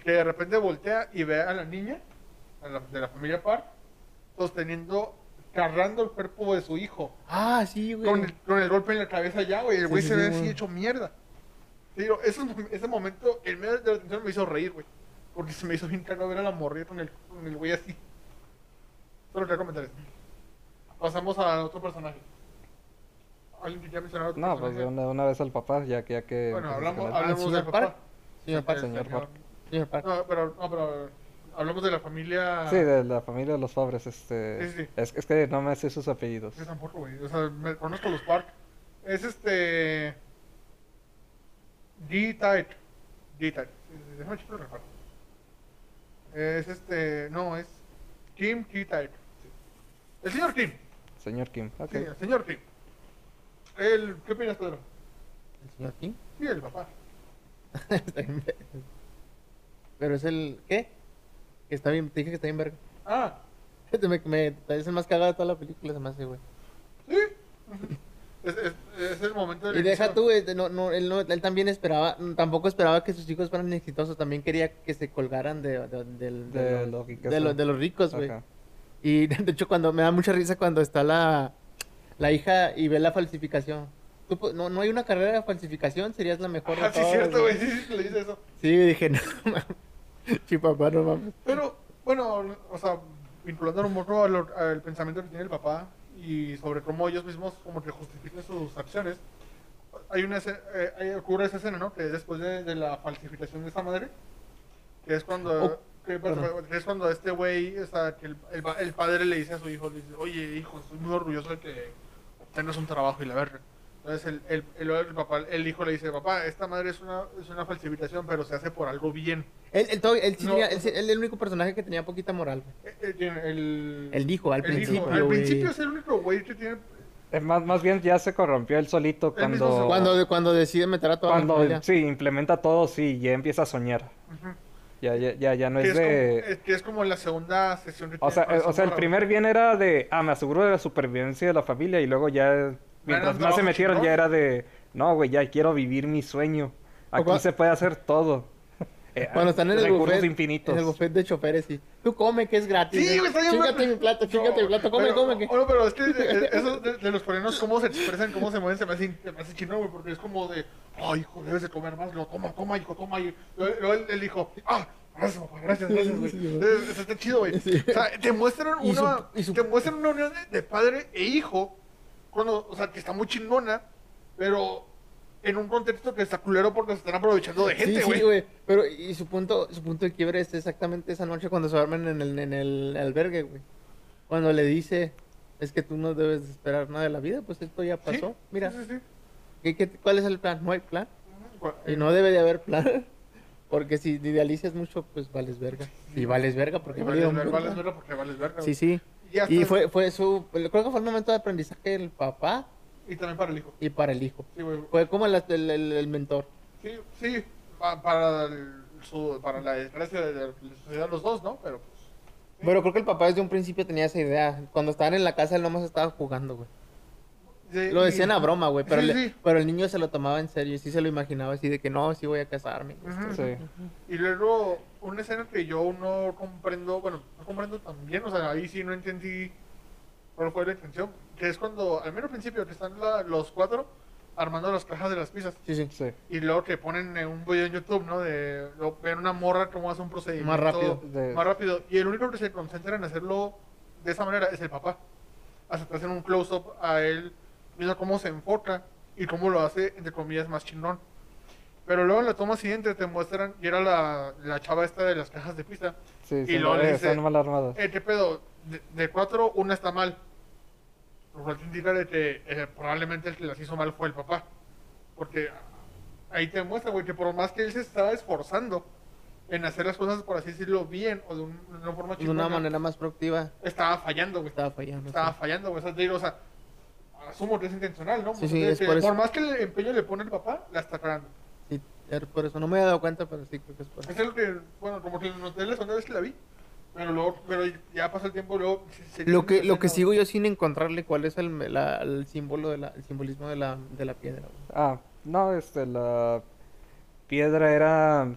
S1: que de repente voltea y ve a la niña a la- de la familia Park sosteniendo, cargando el cuerpo de su hijo
S2: Ah, sí, güey.
S1: con el, con el golpe en la cabeza ya, güey. El
S2: Sí,
S1: güey
S2: sí,
S1: se
S2: sí,
S1: ve así
S2: güey.
S1: hecho mierda. Te digo, ese, mom- ese momento, en medio de la atención me hizo reír, güey. Porque se me hizo bien caro ver a la morrilla con el, con el güey así. Solo quería comentar eso. Pasamos a otro personaje. Alguien que ya mencionaron otro
S3: No, pues
S1: personaje.
S3: de una, una vez al papá, ya que. Ya que
S1: Bueno,
S3: empiezas
S1: hablamos,
S3: con él.
S1: hablamos
S2: Ah, señor
S1: del
S2: Park.
S1: papá.
S2: Señor Park,
S1: Del
S3: señor Park.
S2: señor Park.
S1: No, pero, no, pero hablamos de la familia.
S3: Sí, de la familia de los pobres. Este...
S1: Sí, sí.
S3: Es, es que no me sé sus apellidos.
S1: Yo tampoco, güey. O sea, me conozco los Park. Es este. D-Type. D-Type. Sí, sí, Déjame checar el reparto. Es este. No, es. Kim D-Type. Sí. El señor Kim.
S3: Señor Kim. Ok.
S1: Sí, el señor Kim. El, ¿Qué opinas, Pedro?
S2: ¿El señor Kim?
S1: Sí, el papá.
S2: Está bien verga. (laughs) Pero es el. ¿Qué? Que está bien, te dije que está bien verga. (laughs)
S1: Ah,
S2: Me, me, es el más cagado de toda la película, se me hace, güey.
S1: sí. (laughs) Es, es, es el momento del
S2: Y deja
S1: inicio.
S2: tú, güey, no, no, él, no- él también esperaba, tampoco esperaba que sus hijos fueran exitosos, también quería que se colgaran de, de, del- de
S3: De
S2: los,
S3: los ricos,
S2: de,
S3: ¿no?
S2: los- de los ricos, güey.
S3: Ajá.
S2: Y de hecho, cuando me da mucha risa cuando está la, la hija y ve la falsificación. Tú, pu- no, no hay una carrera de falsificación, serías la mejor. de
S1: Ah, sí,
S2: todas,
S1: cierto, güey. Sí, sí, le dice eso.
S2: Sí, dije, (laughs) no mames. Sí, papá, no mames.
S1: Pero, bueno, o sea, vinculándolo un poco a lo- al pensamiento que tiene el papá y sobre cómo ellos mismos como que justifican sus acciones, hay una escena- eh, ahí ocurre esa escena, ¿no? Que es después de, de la falsificación de esa madre, que es cuando...
S2: Oh,
S1: que- pero-
S2: perdón.
S1: que es cuando este güey, o sea, que el, el pa- el padre le dice a su hijo, le dice, oye, hijo, estoy muy orgulloso de que tengas un trabajo y la verga. Entonces el, el, el- el papá, el hijo le dice, papá, esta madre es una, es una falsificación, pero se hace por algo bien.
S2: Él, él, todo- él, sí
S1: No.
S2: tenía- él sí- él era el único personaje que tenía poquita moral. güey.
S1: Eh, eh, tiene El,
S2: Él dijo al
S1: el hijo.
S2: principio,
S1: Al
S2: güey.
S1: principio es el único güey que tiene.
S3: Eh, más, más bien ya se corrompió él solito
S1: Él mismo se-
S3: cuando.
S2: Cuando, cuando decide meter a toda
S3: cuando,
S2: la familia.
S3: sí, implementa todo, sí, ya empieza a soñar.
S1: Ujú.
S3: Ya, ya, ya, ya no
S1: Que
S3: es
S1: es, como, este
S3: de.
S1: es- que es como la segunda sesión que
S3: O
S1: tiene
S3: sea,
S1: con
S3: eh,
S1: esa
S3: o sea, el
S1: morra,
S3: primer bien era de, ah, me aseguro de la supervivencia de la familia y luego ya,
S1: Ganas
S3: mientras más
S1: trabajo
S3: se metieron,
S1: chingón.
S3: ya era de, no, güey, ya quiero vivir mi sueño. Aquí
S2: cua-
S3: se puede hacer todo. Eh,
S2: Cuando están en el
S3: recursos
S2: buffet,
S3: infinitos.
S2: en el buffet de choferes, sí. Tú come, que es gratis.
S1: Sí, güey, está bien
S2: Chíngate
S1: mal.
S2: mi plato, chíngate mi plato, come,
S1: pero,
S2: come. Que...
S1: Bueno, pero es que eh, eso de, de los coreanos, cómo se expresan, cómo se mueven, se me hace, se me hace chino, güey, porque es como de, ay, hijo, debes de comer más, lo toma, toma, hijo, toma. Y luego luego él, él dijo, ah, gracias, papá, gracias, gracias, güey.
S2: Sí, güey.
S1: Entonces, Está chido, güey.
S2: Sí.
S1: O sea, te muestran
S2: Y su-
S1: una,
S2: y su-
S1: te muestran una unión de, de padre e hijo, cuando, o sea, que está muy chingona, pero en un contexto que está culero porque se están aprovechando de gente,
S2: sí,
S1: güey.
S2: sí, güey. Pero y su punto, su punto de quiebre es exactamente esa noche cuando se duermen en el, en el albergue, güey. Cuando le dice, es que tú no debes de esperar nada de la vida, pues esto ya
S1: Sí,
S2: pasó. Mira,
S1: sí, sí,
S2: ¿qué- qué- cuál es el plan? No hay plan.
S1: sí. Cu-
S2: Y no debe de haber plan. (laughs) Porque si idealizas mucho, pues vales verga. Y vales verga porque
S1: Porque
S2: valió
S1: vales ver-
S2: verga.
S1: vales verga porque vales verga,
S2: Sí,
S1: güey.
S2: sí.
S1: Y hasta-
S2: Y fue, fue su, pues, creo que fue el momento de aprendizaje del papá
S1: y también para el hijo.
S2: y para el hijo.
S1: Sí, güey.
S2: Fue como la- el, el- el mentor.
S1: Sí, sí, pa- para, el- su- para la desgracia de la la sociedad los dos, ¿no? Pero pues,
S2: Pero creo que el papá desde un principio tenía esa idea. Cuando estaban en la casa, él nomás estaba jugando, güey.
S1: sí,
S2: Lo
S1: y-
S2: decían a broma, güey, pero,
S1: Sí,
S2: le-
S1: sí.
S2: pero el niño se lo tomaba en serio y sí se lo imaginaba así de que no, sí voy a casarme. Este,
S1: Ujú.
S3: Sí.
S1: Y luego, una escena que yo no comprendo, bueno, no comprendo también, o sea, ahí sí no entendí cuál fue la intención, que es cuando, al menos al principio, que están la- los cuatro armando las cajas de las pizzas,
S2: Sí, sí.
S3: Sí.
S1: y luego que ponen en un video en YouTube, ¿no? De lo- ver una morra cómo hace un procedimiento.
S2: Más rápido.
S3: De-
S1: Más rápido. Y el único que se concentra en hacerlo de esa manera es el papá. Hasta te hacen un close-up a él, viendo cómo se enfoca y cómo lo hace, entre comillas, más chingón. Pero luego en la toma siguiente te muestran, y era la, la chava esta de las cajas de pizza.
S3: Sí,
S1: Y
S3: sí,
S1: luego
S3: no,
S1: le
S3: eh,
S1: dice-
S3: están mal armadas.
S1: Eh, ¿Qué pedo? De, de cuatro, una está mal. Lo cual te indica de que eh, probablemente el que las hizo mal fue el papá. Porque ahí te muestra, güey, que por más que él se estaba esforzando en hacer las cosas, por así decirlo, bien o de, un- de una forma
S2: De una
S1: chingona,
S2: manera más proactiva
S1: estaba fallando, güey.
S2: estaba fallando.
S1: Estaba
S2: sí.
S1: fallando, güey. O sea, te digo, o sea, asumo que es intencional, ¿no?
S2: Sí,
S1: Pues,
S2: sí,
S1: de
S2: es
S1: que
S2: por
S1: por,
S2: eso.
S1: más que el empeño le pone el papá, la está cagando.
S2: Sí, er- por eso no me he dado cuenta, pero sí creo que es por
S1: Es
S2: eso.
S1: algo que, bueno, como que noté la segunda vez que la vi. Pero luego, pero ya pasó el tiempo, luego... se- se-
S2: Lo que, lo que
S1: escena,
S2: sigo yo sin encontrarle cuál es el, la- el símbolo de la, el simbolismo de la, de la piedra. güey.
S3: Ah, no, este, la piedra era...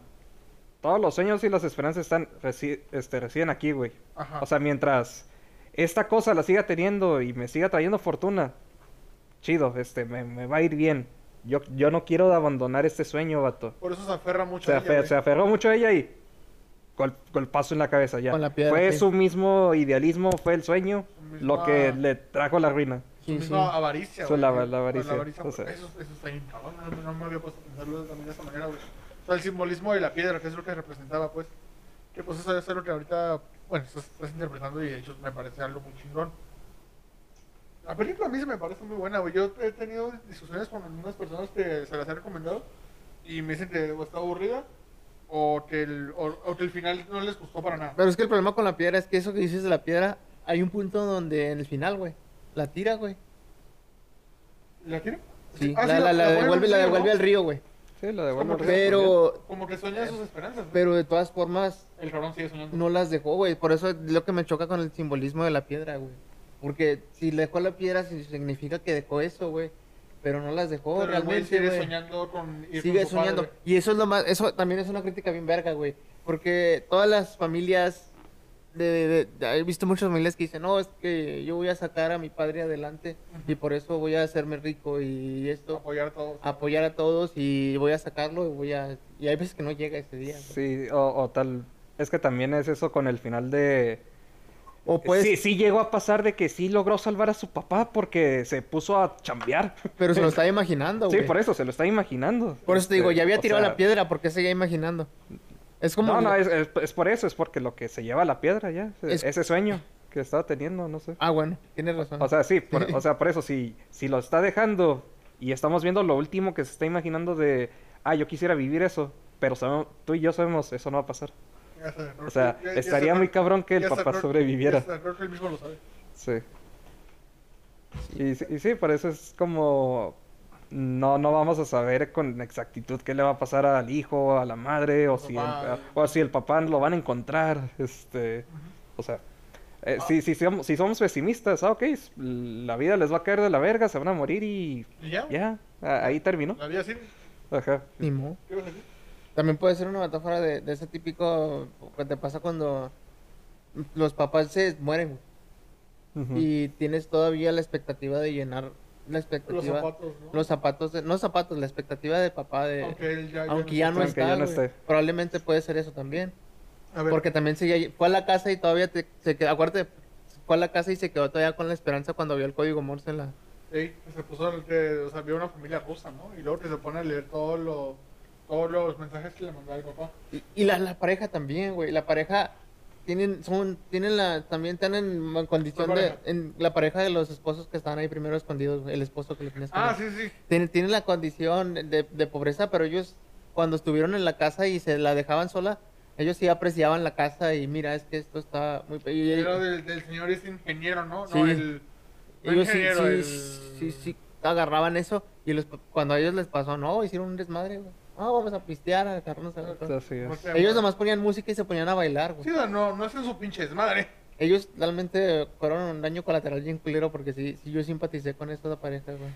S3: Todos los sueños y las esperanzas están reci- este, recién aquí, güey.
S1: Ajá.
S3: O sea, mientras esta cosa la siga teniendo y me siga trayendo fortuna, chido, este, me, me va a ir bien. Yo, yo no quiero abandonar este sueño, vato.
S1: Por eso se aferra mucho
S3: Se,
S1: a
S3: afe-
S1: ella,
S3: se
S1: güey.
S3: aferró mucho a ella y gol- golpazo en la cabeza ya.
S2: Con la piedra,
S3: fue
S2: sí.
S3: su mismo idealismo, fue el sueño
S1: Su misma-
S3: lo que le trajo la ruina.
S1: Su
S2: Sí,
S1: misma
S2: sí.
S1: avaricia,
S3: Su
S1: güey.
S3: la- la
S1: O
S3: avaricia, o
S1: pues,
S3: sea.
S1: eso, eso está bien cabrón, no, no me había puesto a pensarlo también de esa manera, güey. O sea, el simbolismo de la piedra, que es lo que representaba, pues. Que pues eso es lo que ahorita, bueno, estás, estás interpretando y de hecho me parece algo muy chingón. La película a mí se me parece muy buena, güey. Yo he tenido discusiones con unas personas que se las he recomendado y me dicen que o está aburrida o que el, o, o que el final no les gustó para nada.
S2: Pero es que el problema con la piedra es que eso que dices de la piedra, hay un punto donde en el final, güey, la tira, güey.
S1: ¿La tiene?
S2: Sí,
S1: Ah,
S2: la, la- la
S1: pone en un
S2: devuelve, la
S1: río, ¿no?
S2: devuelve al río, güey.
S3: Sí, lo devuelvo.
S1: Como que-
S2: Pero
S1: Como que sueña sus esperanzas. güey.
S2: Pero de todas formas,
S1: El cabrón sigue soñando.
S2: no las dejó, güey. Por eso es lo que me choca con el simbolismo de la piedra, güey. Porque si le dejó la piedra, si- significa que dejó eso, güey. Pero no las dejó
S1: Pero el güey
S2: realmente,
S1: sigue
S2: güey.
S1: soñando con ir
S2: Sigue
S1: con su padre,
S2: soñando.
S1: güey.
S2: Y eso es lo más. Eso también es una crítica bien verga, güey. Porque todas las familias. De, de- de- he visto muchas familias que dicen, no, es que yo voy a sacar a mi padre adelante y por eso voy a hacerme rico y esto,
S1: Apoyar a todos.
S2: apoyar a todos y voy a sacarlo y voy a... Y hay veces que no llega ese día. güey.
S3: Sí, o, o tal. Es que también es eso con el final de.
S2: O puedes-
S3: Sí, sí llegó a pasar de que sí logró salvar a su papá porque se puso a chambear.
S2: Pero se lo estaba imaginando,
S3: Sí,
S2: güey.
S3: por
S2: por,
S3: eso se lo está imaginando.
S2: eso te digo,
S3: Este,
S2: ya había
S3: o
S2: tirado
S3: sea,
S2: la piedra, ¿por qué seguía imaginando? Es como...
S3: No, no, es, es- es por eso, es porque lo que se lleva la piedra ya. e-
S2: Es-
S3: Ese sueño que estaba teniendo, no sé.
S2: Ah, bueno, tienes razón.
S3: O sea,
S2: (laughs)
S3: sí, por- o sea, por eso, si, si lo está dejando y estamos viendo lo último que se está imaginando de, ah, yo quisiera vivir eso, pero sabemos, tú y yo sabemos, eso no va a pasar.
S1: Ya sabe, ¿no?
S3: O sea,
S1: Ya- ya
S3: estaría
S1: sabe-
S3: muy cabrón que el
S1: ya
S3: papá
S1: sabe-
S3: sobreviviera.
S1: ya sabe, creo que él mismo lo sabe.
S3: Sí. Y, sí- y sí, por eso es como... No, no vamos a saber con exactitud qué le va a pasar al hijo, a la madre, o si el,
S1: papá.
S2: eh.
S3: o si el papá lo van a encontrar. Este, o sea, eh,
S2: Ah.
S3: si, si, somos, si somos pesimistas, ah, ok, s- la vida les va a caer de la verga, se van a morir y
S1: ¿Y ya?
S3: ya, a- ahí terminó.
S1: La vida así.
S3: Ajá.
S2: Ni modo.
S1: ¿Qué vas a decir?
S2: También puede ser una metáfora de, de ese típico que te pasa cuando los papás se mueren güey,
S3: Ujú.
S2: y tienes todavía la expectativa de llenar la
S1: Los
S2: expectativa...
S1: zapatos, ¿no?
S2: Pues los zapatos de- no zapatos, la expectativa de papá de...
S1: Aunque él ya,
S2: Aunque ya no
S3: Aunque
S2: está,
S3: ya no
S2: güey.
S3: esté.
S2: probablemente puede ser eso también.
S1: A ver,
S2: Porque también seguía, fue a la casa y todavía te- se quedó, acuérdate, fue a la casa y se quedó todavía con la esperanza cuando vio el código Morse en la,
S1: Sí, que se puso, el que, o sea, había una familia rusa, ¿no? Y luego que se pone a leer todo lo- todos los mensajes que le mandaba el papá.
S2: Y, y la, la pareja también, güey. La pareja tienen, son, tienen la, también están en ma- condición
S1: ¿Cuál
S2: de,
S1: pareja?
S2: en la pareja de los esposos que estaban ahí primero escondidos, güey, el esposo que lo tenía
S1: Ah,
S2: escondido.
S1: sí, sí.
S2: Tienen, tienen la condición de, de pobreza, pero ellos cuando estuvieron en la casa y se la dejaban sola, ellos sí apreciaban la casa y mira, es que esto está muy... pe- y-
S1: Pero del, del señor es ingeniero, ¿no?
S2: Sí.
S1: No, el. no
S2: ellos sí,
S1: ingeniero,
S2: sí,
S1: el-
S2: sí, sí agarraban eso y los, cuando a ellos les pasó, no, hicieron un desmadre, güey. No, vamos a pistear, a agarrarnos a...
S3: Así
S1: ¿cómo
S3: es.
S1: se llama?
S2: Ellos nomás ponían música y se ponían a bailar, güey.
S1: Sí, o sea, no, no hacen su pinche desmadre.
S2: Ellos realmente fueron un daño colateral bien culero porque sí, sí yo simpaticé con esta pareja, güey.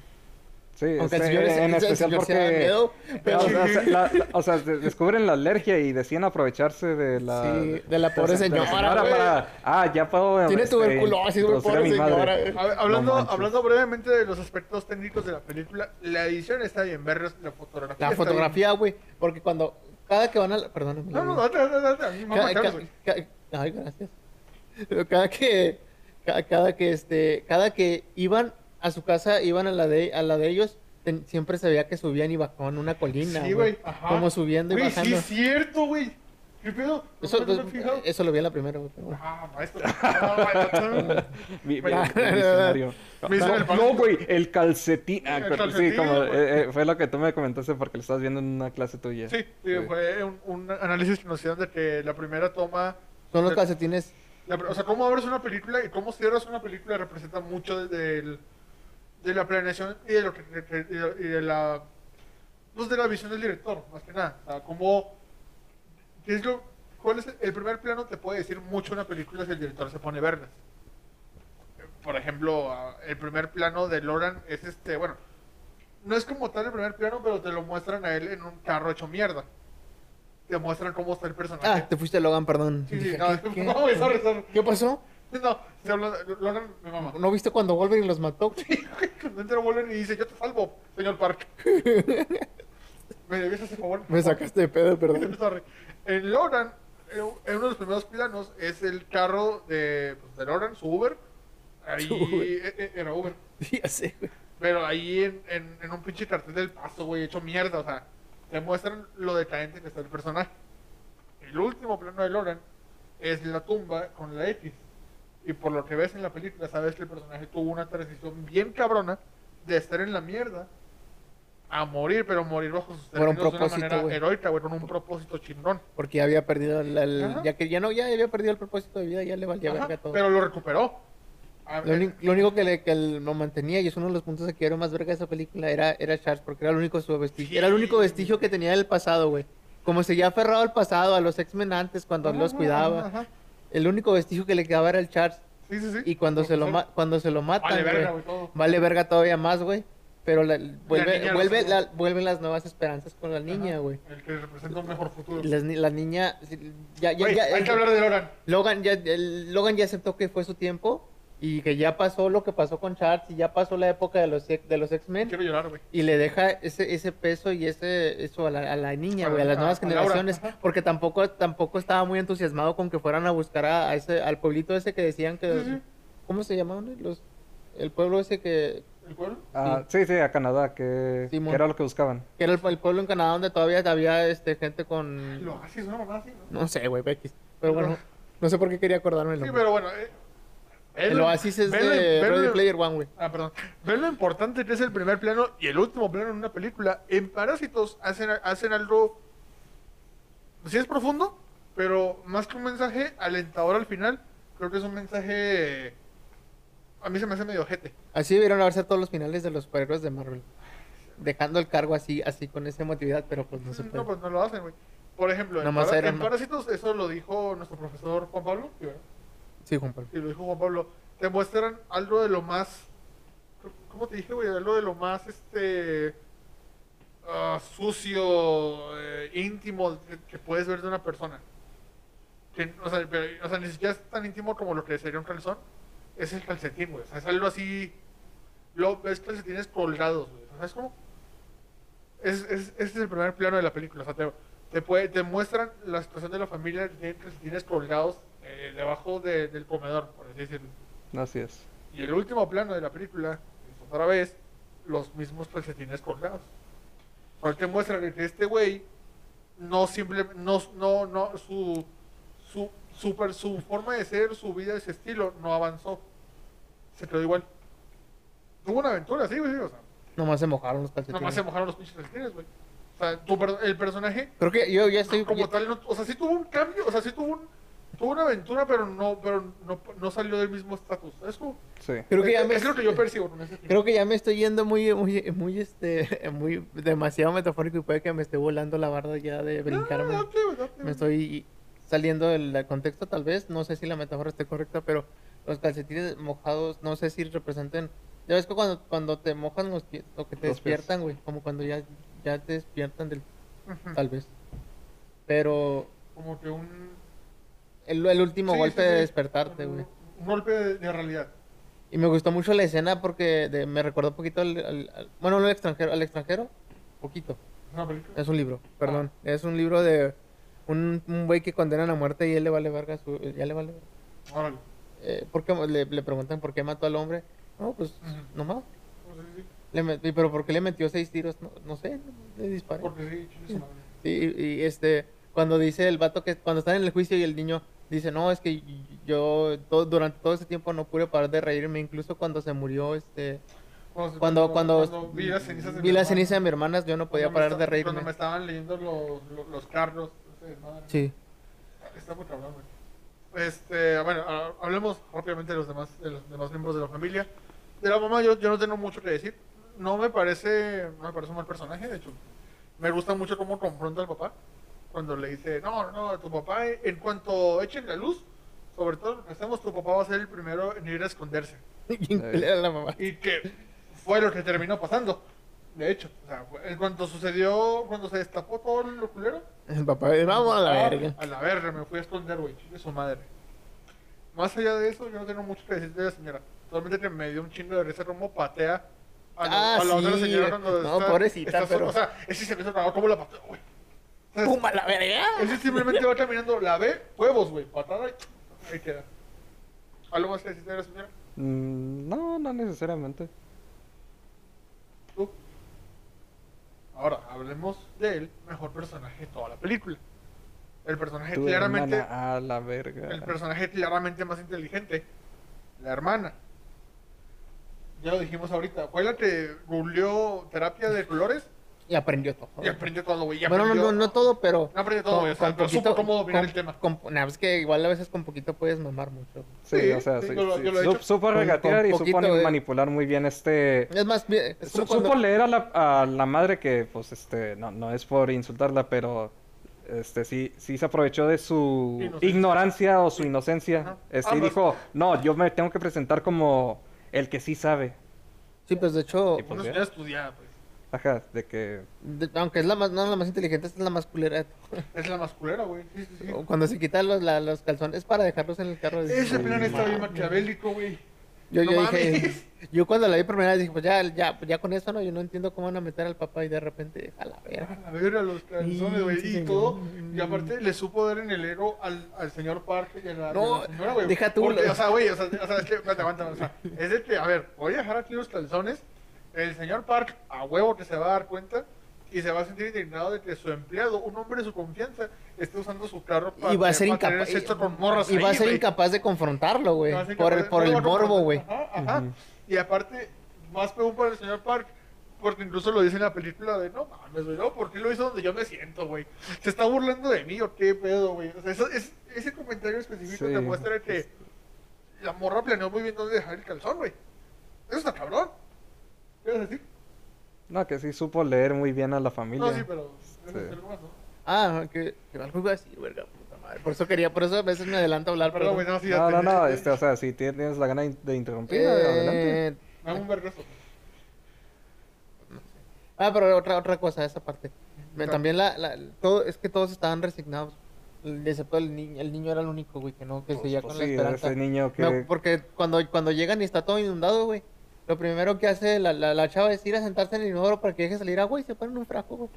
S3: Sí,
S2: Aunque
S3: este,
S2: el señor, es-
S3: en
S2: el
S3: especial
S2: señor se
S3: porque...
S2: da miedo,
S1: (laughs)
S2: pero
S3: o, sea, se- la- la- o sea, de- descubren la alergia y deciden aprovecharse de la...
S2: Sí, de la pobre
S3: de
S2: señora, güey.
S3: para- ah, ya puedo...
S2: Tiene
S3: este,
S2: tuberculosis, güey,
S3: introducir a
S2: pobre
S3: mi madre.
S2: señora, güey.
S1: A ver, hablando,
S3: No manches.
S1: hablando brevemente de los aspectos técnicos de la película, la edición está bien, verlos, la fotografía.
S2: la
S1: está
S2: fotografía, güey, porque cuando cada que van a la... Perdóname.
S1: bien. No, no,
S2: güey.
S1: date, date, date. A mí me
S2: Ca-
S1: mata,
S2: ca-
S1: güey.
S2: ca- ay, gracias. Pero cada que ca- cada que este cada que iban a su casa, iban a la de a la de ellos, ten- siempre se veía que subían y bajaban una colina,
S1: Sí,
S2: güey.
S1: güey, ajá.
S2: Como subiendo y
S1: Güey,
S2: bajando.
S1: sí, es cierto, güey. ¿Qué pedo? ¿No
S2: Eso,
S1: me había
S2: pues,
S1: fijado?
S2: eso lo vi en la primera, güey, pero bueno.
S1: Ah, maestro.
S2: (laughs)
S1: Ah,
S3: Mi- mi-
S1: Bueno.
S3: visionario.
S1: (laughs) Me hizo el
S3: No,
S1: palo.
S3: no, güey, el calcetín. Ah,
S1: El
S3: pero- sí,
S1: calcetín,
S3: como
S1: güey.
S3: eh, eh, fue lo que tú me comentaste porque lo estás viendo en una clase tuya.
S1: sí, sí, fue un, un análisis que nos hicieron de que la primera toma.
S2: Son los calcetines
S1: la pr- o sea, cómo abres una película y cómo cierras una película representa mucho de, del- de la planeación y de, lo que, de- de- y de- y de la. pues, de la visión del director, más que nada. O sea, cómo. qué es lo- ¿Cuál es el- el primer plano? Te puede decir mucho una película si el director se pone verlas. Por ejemplo, ah, el primer plano de Loran es este. Bueno, no es como tal el primer plano, pero te lo muestran a él en un carro hecho mierda. Te muestran cómo está el personaje.
S2: Ah, te fuiste a Logan, perdón.
S1: Sí, sí,
S2: Dije,
S1: no, (laughs)
S2: ¿qué- qué?
S1: no, güey, sorry, sorry.
S2: ¿Qué pasó?
S1: (laughs) No, se habla, Logan, mi mamá.
S2: ¿No viste cuando Wolverine los mató?
S1: Cuando entra Wolverine y dice, yo te salvo, señor
S2: (laughs)
S1: Park. Me debías ese favor.
S2: Me sacaste de pedo, perdón.
S1: (laughs)
S2: (laughs)
S1: Sorry. En Logan, en en uno de los primeros planos es el carro de, pues, de Logan, su Uber. Ahí
S2: Su Uber.
S1: eh, eh, era Uber.
S2: Ya sé, güey.
S1: Pero ahí en, en, en un pinche cartel del paso, güey, hecho mierda, o sea, te muestran lo decadente que está el personaje. El último plano de Loran es la tumba con la X. Y por lo que ves en la película, sabes que el personaje tuvo una transición bien cabrona de estar en la mierda a morir, pero morir bajo sus
S2: Por un
S1: términos
S2: propósito,
S1: de una manera
S2: güey.
S1: heroica, güey, con un propósito chingón.
S2: Porque ya había perdido el, el-
S1: Ajá.
S2: ya que ya no ya había perdido el propósito de vida, ya le valía
S1: Ajá,
S2: verga todo.
S1: pero lo recuperó. A-
S2: Lo, uni- lo único que, le, que el- lo mantenía, y es uno de los puntos que quiero más verga de esa película, era, era Charles, porque era el único su vestigio,
S1: Sí.
S2: era el único vestigio que tenía del pasado, güey. Como se ya aferrado al pasado, a los X-Men antes, cuando
S1: Ajá,
S2: los cuidaba.
S1: ajá.
S2: El único vestigio que le quedaba era el Charles.
S1: Sí, sí, sí.
S2: Y cuando se lo ma-
S1: mata.
S2: cuando se lo matan,
S1: pues, Vale, verga,
S2: güey,
S1: güey, todo.
S2: vale verga todavía más, güey. Pero la- vuelve,
S1: niña lo
S2: vuelve,
S1: salvó.
S2: la- vuelven las nuevas esperanzas con la niña,
S1: Ajá,
S2: güey.
S1: El que representa un mejor futuro.
S2: Las ni- La, niña, sí, ya, ya,
S1: Güey,
S2: ya-
S1: hay
S2: eh,
S1: que hablar de Loran.
S2: Logan ya, el- Logan ya aceptó que fue su tiempo y que ya pasó lo que pasó con Charles y ya pasó la época de los, ex- de los X-Men
S1: Quiero llorar, güey.
S2: y le deja ese, ese peso y ese eso a la, a la niña,
S1: A la-
S2: güey, a las
S1: a-
S2: nuevas
S1: a Laura,
S2: generaciones,
S1: ajá.
S2: porque tampoco, tampoco estaba muy entusiasmado con que fueran a buscar a, a ese, al pueblito ese que decían que...
S1: Sí, sí.
S2: ¿Cómo se llamaban? Los, el pueblo ese que,
S1: ¿El pueblo?
S3: Ah, sí, sí, a Canadá, que,
S2: Mm. Simón.
S3: que era lo que buscaban.
S2: que era el, el pueblo en Canadá donde todavía había este, gente con...
S1: Lo haces, una mamá así, ¿no?
S2: No sé, güey, X. Pero bueno, no sé por qué quería acordarme el
S1: Sí,
S2: nombre.
S1: pero bueno. Eh, ve
S2: El
S1: lo-
S2: oasis es
S1: ve lo-
S2: de
S1: ve
S2: Ready
S1: lo-
S2: Player One, güey.
S1: Ah, perdón. Ve lo importante que es el primer plano y el último plano en una película. En Parásitos hacen, hacen algo. pues Sí, es profundo, pero más que un mensaje alentador al final, creo que es un mensaje. A mí se me hace medio jete.
S2: Así debieron haberse todos los finales de los superhéroes de Marvel. Dejando el cargo así, así con esa emotividad, pero pues no se puede.
S1: No, pues no lo hacen, güey. Por ejemplo, en,
S2: Nomás
S1: Pará-
S2: Iron
S1: en
S2: Man.
S1: Parásitos, eso lo dijo nuestro profesor Juan Pablo. ¿sí, verdad?
S2: Sí, Juan Pablo.
S1: y lo dijo Juan Pablo, te muestran algo de lo más, ¿cómo te dije, güey? Algo de lo más, este, ah, sucio, eh, íntimo que, que puedes ver de una persona. Que, o, sea, pero- o sea, ni siquiera es tan íntimo como lo que sería un calzón. Es el calcetín, güey. O sea, es algo así, lo, ves calcetines colgados, güey. ¿Sabes cómo? Es, es, ese es el primer plano de la película. O sea, te, te, puede- te muestran la situación de la familia que tienen calcetines colgados eh, debajo de- del comedor, por así decirlo.
S3: Así es.
S1: Y el último plano de la película, el sofá, otra vez los mismos calcetines colgados. Cual te muestra que este güey no simple, no, no, no, su, su, su, per- su forma de ser, su vida, ese estilo, no avanzó. Se quedó igual. Tuvo una aventura, sí, güey, sí, o sea,
S2: Nomás se mojaron los calcetines.
S1: nomás se mojaron los pinches calcetines, güey. O sea, tu per- el personaje
S2: Creo que yo ya estoy.
S1: Ah, como
S2: ya-
S1: tal, no- o sea, sí tuvo un cambio, o sea, sí tuvo un, tuvo una aventura, pero no, pero no, no salió del mismo estatus. ¿sabes cómo?
S3: Sí.
S2: creo que
S1: es,
S2: ya me.
S1: es lo que yo percibo. ¿no? Es-
S2: Creo que ya me estoy yendo muy, muy, muy, este, (laughs) muy demasiado metafórico y puede que me esté volando la barda ya de brincarme.
S1: No, Ah, date, güey, date,
S2: me
S1: güey.
S2: estoy saliendo del contexto tal vez, no sé si la metáfora esté correcta, pero los calcetines mojados no sé si representen... Ya ves que cuando, cuando te mojan los pies, o que te
S3: Los pies.
S2: despiertan, güey, como cuando ya, ya te despiertan del...
S1: Ujú.
S2: tal vez. Pero
S1: Como que un...
S2: el, el último
S1: sí,
S2: golpe
S1: sí,
S2: de
S1: sí,
S2: despertarte,
S1: un-
S2: güey.
S1: Un golpe de, de realidad.
S2: Y me gustó mucho la escena porque de- me recordó un poquito al, al- al- bueno, no al extranjero, al extranjero, poquito.
S1: Es una película.
S2: Es un libro, perdón.
S1: Ah.
S2: Es un libro de un un güey que condenan a muerte y él le vale verga su, ya le vale verga.
S1: Órale.
S2: eh, ¿por qué- le, le preguntan por qué mató al hombre. No, pues
S1: Ujú.
S2: nomás.
S1: No sé, Pues sí,
S2: Le met- y, pero ¿por qué le metió seis tiros? No, no sé, no- le disparé.
S1: Porque sí, chingue su madre.
S2: Y, y, este, cuando dice el vato que, cuando están en el juicio y el niño dice, no, es que yo todo- durante todo ese tiempo no pude parar de reírme, incluso cuando se murió, este,
S1: se-
S2: cuando, cuando,
S1: vi las cenizas de
S2: vi
S1: mi
S2: las
S1: hermano,
S2: cenizas de mi hermanas, yo no podía
S1: cuando me
S2: parar
S1: esta-
S2: de reírme.
S1: Cuando me estaban leyendo los, los, los carros. entonces, madre.
S2: Sí. (laughs)
S1: Está muy cabrón, güey. Este, bueno, ha- hablemos rápidamente de los demás, de los demás miembros de la familia. De la mamá yo, yo no tengo mucho que decir. No me parece, no me parece un mal personaje, de hecho. Me gusta mucho cómo confronta al papá. Cuando le dice, no, no, tu papá, eh, en cuanto echen la luz, sobre todo lo que hacemos, tu papá va a ser el primero en ir a esconderse.
S2: Y pelea a la mamá.
S1: Y que fue lo que terminó pasando. De hecho, o sea, fue- en cuanto sucedió, cuando se destapó todo el culero,
S2: El papá, vamos a la
S1: Ah,
S2: verga.
S1: A la verga, me fui a esconder, güey. De su madre. Más allá de eso, yo no tengo mucho que decir de la señora. Solamente que me dio un chingo de risa como patea a la,
S2: Ah,
S1: a la otra
S2: sí,
S1: señora cuando
S2: no, pobrecita,
S1: está sola.
S2: pero-
S1: O sea, ese se me hizo raro, ¿cómo la pateó, güey? O sea,
S2: ¡Pum, a la verga!
S1: Ese simplemente va caminando, la ve, huevos, güey. Patada y ahí queda. ¿Algo más que decir de la señora?
S3: Mm, No, no necesariamente.
S1: Tú. Ahora, hablemos del mejor personaje de toda la película. El personaje
S3: Tu
S1: Eh, claramente...
S3: hermana, a la verga.
S1: el personaje claramente más inteligente, la hermana. Ya lo dijimos ahorita. Fue la que googleó terapia de colores
S2: Y aprendió todo.
S1: y aprendió todo, güey. y
S2: Bueno, no,
S1: aprendió-
S2: no, no todo, pero...
S1: No aprendió todo, güey. O sea, pero supo cómo dominar el tema.
S2: con- nah, es que igual a veces con poquito puedes mamar mucho.
S3: Sí,
S1: Sí,
S3: o sea,
S1: sí,
S3: sí.
S1: yo lo-
S3: sí.
S1: yo lo he
S3: Sup-
S1: hecho.
S3: Supo
S2: Con-
S3: regatear
S2: con
S3: y
S2: poquito,
S3: supo
S2: eh.
S3: manipular muy bien este...
S2: Es más, bien, es
S3: Su-
S2: como cuando-
S3: Supo leer a la, a la madre que, pues, este, no, no es por insultarla, pero, este, sí, sí se aprovechó de su
S1: Inocencia.
S3: ignorancia o su inocencia.
S1: Ajá.
S3: Este, y
S1: Ambas.
S3: dijo, no, yo me tengo que presentar como el que sí sabe.
S2: Sí, pues de hecho,
S3: Tipo-
S1: Una
S3: Pues,
S1: señora estudiada, pues.
S3: Ajá, de que,
S2: de- aunque es la más, no la más inteligente, esta es la más culera.
S1: Es la masculera, güey. Sí, sí, sí.
S2: Cuando se quitan los, la- los calzones es para dejarlos en el carro.
S1: Ese plan está bien
S2: pues, mames.
S1: maquiavélico, güey.
S2: Yo,
S1: no
S2: yo
S1: mames.
S2: dije, yo cuando la vi por primera vez dije, pues ya, ya, pues ya con eso no, yo no entiendo cómo van a meter al papá y de repente, a la verga.
S1: A ver, a los calzones, güey.
S2: Sí,
S1: Y
S2: señor. Mm.
S1: todo. Y aparte le supo dar en el ero al, al señor Parker y a la,
S2: No,
S1: y a la señora, güey.
S2: deja tú,
S1: Porque,
S2: lo-
S1: o sea, güey, o sea, o sea, es que, espérate, aguanta, o sea, es de que, a ver, voy a dejar aquí los calzones. El señor Park, a huevo que se va a dar cuenta y se va a sentir indignado de que su empleado, un hombre de su confianza, esté usando su carro para,
S2: Y va a ser
S1: para tener
S2: incapaz.
S1: sexo con morras
S2: Y va a
S1: ahí,
S2: ser
S1: güey.
S2: incapaz de confrontarlo, güey.
S1: Va a ser
S2: Por, el-
S1: incapaz-
S2: por
S1: no,
S2: el
S1: no, no,
S2: morbo,
S1: no,
S2: güey.
S1: Ajá, ajá.
S3: Ujú.
S1: Y aparte, más peor para el señor Park, porque incluso lo dice en la película de no mames, güey, no, ¿por qué lo hizo donde yo me siento, güey? ¿Se está burlando de mí o qué pedo, güey? O sea, eso- es- ese comentario específico
S3: Sí.
S1: te muestra que la morra planeó muy bien dónde dejar el calzón, güey. Eso está cabrón. ¿Qué vas a decir?
S3: no, que sí supo leer muy bien a la familia.
S1: No, sí, pero. eso
S3: Sí.
S1: es algo más, ¿no?
S2: Ah, que, que algo iba a decir, verga, puta madre. Por eso quería, por eso a veces me adelanto a hablar,
S1: Perdón, güey,
S2: pero...
S1: no, sí, ya
S3: No, no,
S1: te-
S3: no, este, o sea, si tienes la gana de interrumpir, adelante.
S2: Eh,
S1: Dame un vergazo.
S2: Ah, pero otra, otra cosa, esa parte. Me-
S1: Claro.
S2: También la, la- todo, es que todos estaban resignados. Excepto el niño, el niño era el único, güey, que no, que
S3: Pues-
S2: seguía
S3: pues
S2: con la
S3: sí,
S2: esperanza.
S3: ese niño que...
S2: No, porque cuando, cuando llegan y está todo inundado, güey, lo primero que hace la, la, la chava es ir a sentarse en el inodoro para que deje salir agua y se ponen un fraco, güey.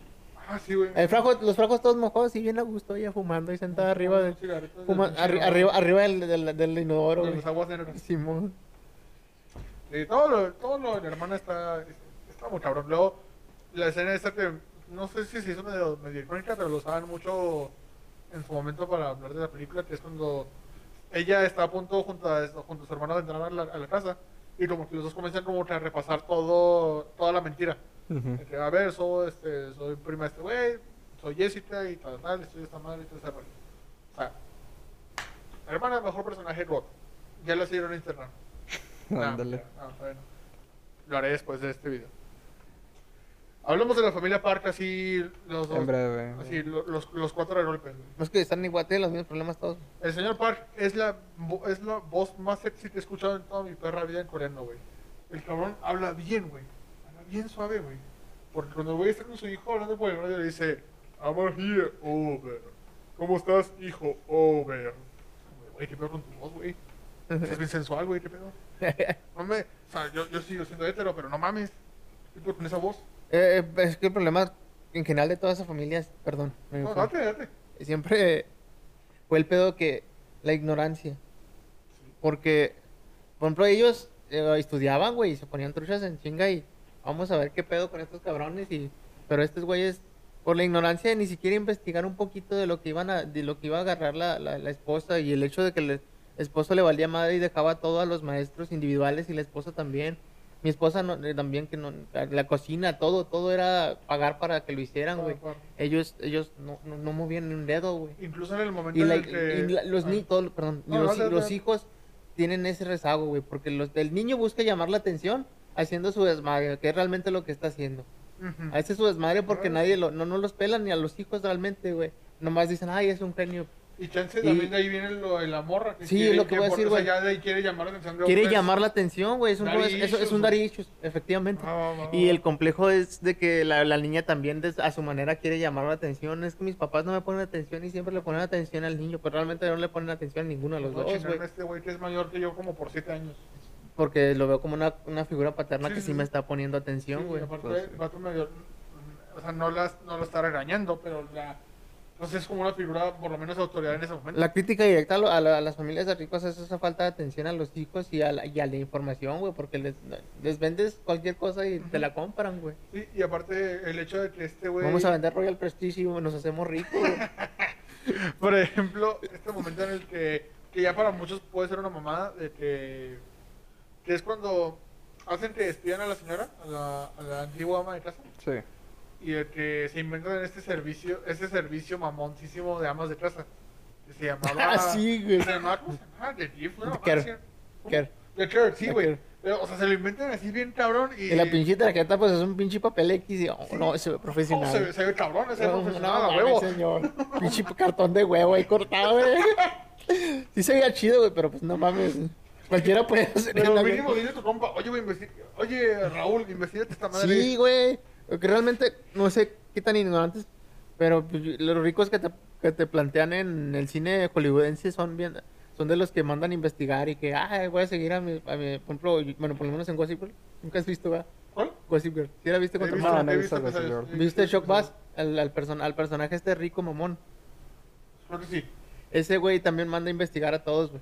S1: Ah, sí, güey.
S2: El fraco, los fracos todos mojados y bien a gusto ella fumando y sentada arriba
S1: de.
S2: del, fuma- arri- arriba, arriba del, del, del inodoro,
S1: De
S2: güey.
S1: las aguas negras.
S2: Simón.
S1: Sí, todo lo, todo lo de la hermana está, está muy cabrón. Luego, la escena esta que no sé si se hizo medio, medio icónica, pero lo usaban mucho en su momento para hablar de la película, que es cuando ella está a punto junto a, junto a su hermano de entrar a la, a la casa y como que los dos comienzan como que a repasar todo, toda la mentira.
S3: Ujú.
S1: De que, a ver, soy, este, soy prima de este güey, soy Jessica y tal, tal, estoy esta madre y todo ese rollo. O sea, hermana, mejor personaje, God. Ya lo hicieron internar. No,
S3: Ándale.
S1: no, todavía no. Ah, Lo haré después de este video. Hablamos de la familia Park así los dos. Ah,
S3: En breve.
S1: Así, lo- los, los cuatro de golpe. güey.
S2: No es que están igual, tienen los mismos problemas todos.
S1: El señor Park es la, vo- es la voz más sexy que he escuchado en toda mi perra vida en coreano, güey. El cabrón habla bien, güey. Habla bien suave, güey. Porque cuando el güey está con su hijo hablando por el radio, le dice: I'm here, over. ¿Cómo estás, hijo? Over. Güey, qué pedo con tu voz,
S2: (laughs)
S1: güey. Es bien sensual, güey, qué pedo. No me, o sea, yo, yo sigo siendo hétero, pero no mames. ¿Qué pedo con esa voz?
S2: Eh, eh, es que el problema en general de toda esa familia es, perdón, me
S1: No,
S2: fue.
S1: date, date.
S2: siempre fue el pedo que la ignorancia. Porque, por ejemplo, ellos eh, estudiaban, güey, y se ponían truchas en chinga y vamos a ver qué pedo con estos cabrones. y Pero estos güeyes, por la ignorancia, ni siquiera investigar un poquito de lo que iban a, de lo que iba a agarrar la, la- la esposa y el hecho de que el esposo le valía madre y dejaba todo a los maestros individuales y la esposa también. Mi esposa no- eh, también, que no, la, la cocina, todo, todo era pagar para que lo hicieran, Ah, güey. Ellos, ellos no, no, no movían ni un dedo, güey.
S1: Incluso en el momento
S2: Y, la-
S1: en el que.
S2: y la- los
S1: Ah.
S2: ni- todo- perdón,
S1: No,
S2: los,
S1: no, no,
S2: los
S1: no.
S2: hijos tienen ese rezago, güey, porque los, el niño busca llamar la atención haciendo su desmadre, que es realmente lo que está haciendo.
S1: Ujú.
S2: Hace su desmadre porque
S1: Claro.
S2: nadie lo, no, no los pelan ni a los hijos realmente, güey. Nomás dicen, ay, es un genio.
S1: Y chance
S2: Y-
S1: también de ahí viene lo de la morra. Que
S2: Sí,
S1: quiere-
S2: lo que voy a
S1: por-
S2: decir,
S1: o sea,
S2: güey.
S1: ya de ahí quiere llamar la atención de
S2: Quiere
S1: hombres.
S2: llamar la atención, güey, es un,
S1: Daddy
S2: es, es- es
S1: issues,
S2: un
S1: güey.
S2: daddy issues, efectivamente.
S1: Va, va, va,
S2: Y
S1: va.
S2: el complejo es de que la, la niña también des- a su manera quiere llamar la atención. Es que mis papás no me ponen atención y siempre le ponen atención al niño, pero realmente no le ponen atención a ninguno de los
S1: Voy a
S2: dos,
S1: chingarme
S2: güey.
S1: a este güey que es mayor que yo como por 7 años.
S2: Porque lo veo como una, una figura paterna
S1: Sí,
S2: que
S1: sí,
S2: sí me
S1: sí.
S2: está poniendo
S1: Sí,
S2: atención,
S1: y
S2: güey.
S1: aparte,
S3: pues, sí.
S1: el vato medio- O sea, no, las, no lo está regañando, pero la... Entonces es como una figura, por lo menos, de autoridad en ese momento.
S2: La crítica directa a, lo- a la- a las familias de ricos es esa falta de atención a los hijos y a la, y a la información, güey, porque les, les vendes cualquier cosa y te la compran, güey.
S1: Sí, y aparte, el hecho de que este güey...
S2: Vamos a vender Royal Prestige y nos hacemos
S1: (laughs)
S2: ricos, güey.
S1: Por ejemplo, este momento en el que, que ya para muchos puede ser una mamada, de que, que es cuando hacen que despidan a la señora, a la, a la antigua ama de casa,
S3: Sí.
S1: y de que se inventan este servicio, este servicio mamontísimo de amas de casa, que se llamaba...
S2: (laughs) Ah, sí, güey.
S1: Se llamaba, ¿cómo se llamaba? The Gift, ¿no?
S2: The Care. Que-
S1: The Care, sí,
S2: The
S1: güey.
S2: Care.
S1: Pero, O sea, se lo inventan así bien cabrón y...
S2: Y la pinche tarjeta, pues es un pinche papel X y oh, no, se ve
S1: (laughs) Oh, se, ve-
S2: profesional.
S1: se ve cabrón, ese
S2: No,
S1: profesional
S2: no,
S1: a
S2: mames,
S1: huevo.
S2: señor. Pinche cartón de huevo ahí cortado, güey. Sí se veía chido, güey, pero pues no mames. Cualquiera puede hacer
S1: Pero
S2: una-
S1: mínimo dile a tu compa, oye, güey, investi- oye, Raúl, investigate esta madre.
S2: Sí, güey. Que realmente no sé qué tan ignorantes, pero pues, los ricos que te, que te plantean en el cine hollywoodense son bien son de los que mandan a investigar y que, ay, voy a seguir a mi, a mi por ejemplo, yo- bueno, por lo menos en Gossip Girl. Nunca has visto, ¿verdad?
S1: ¿Cuál?
S2: Gossip Girl. ¿Sí la viste con
S1: He
S2: tu
S1: visto-
S2: hermana?
S3: no,
S1: he
S3: he
S1: visto
S3: visto
S1: episodios,
S3: Gossip
S1: he
S3: Girl.
S1: visto
S2: ¿Viste Shock
S1: episodios.
S2: Bass? Al, al, person- al personaje este rico mamón.
S1: Creo que sí.
S2: Ese güey también manda a investigar a todos, güey.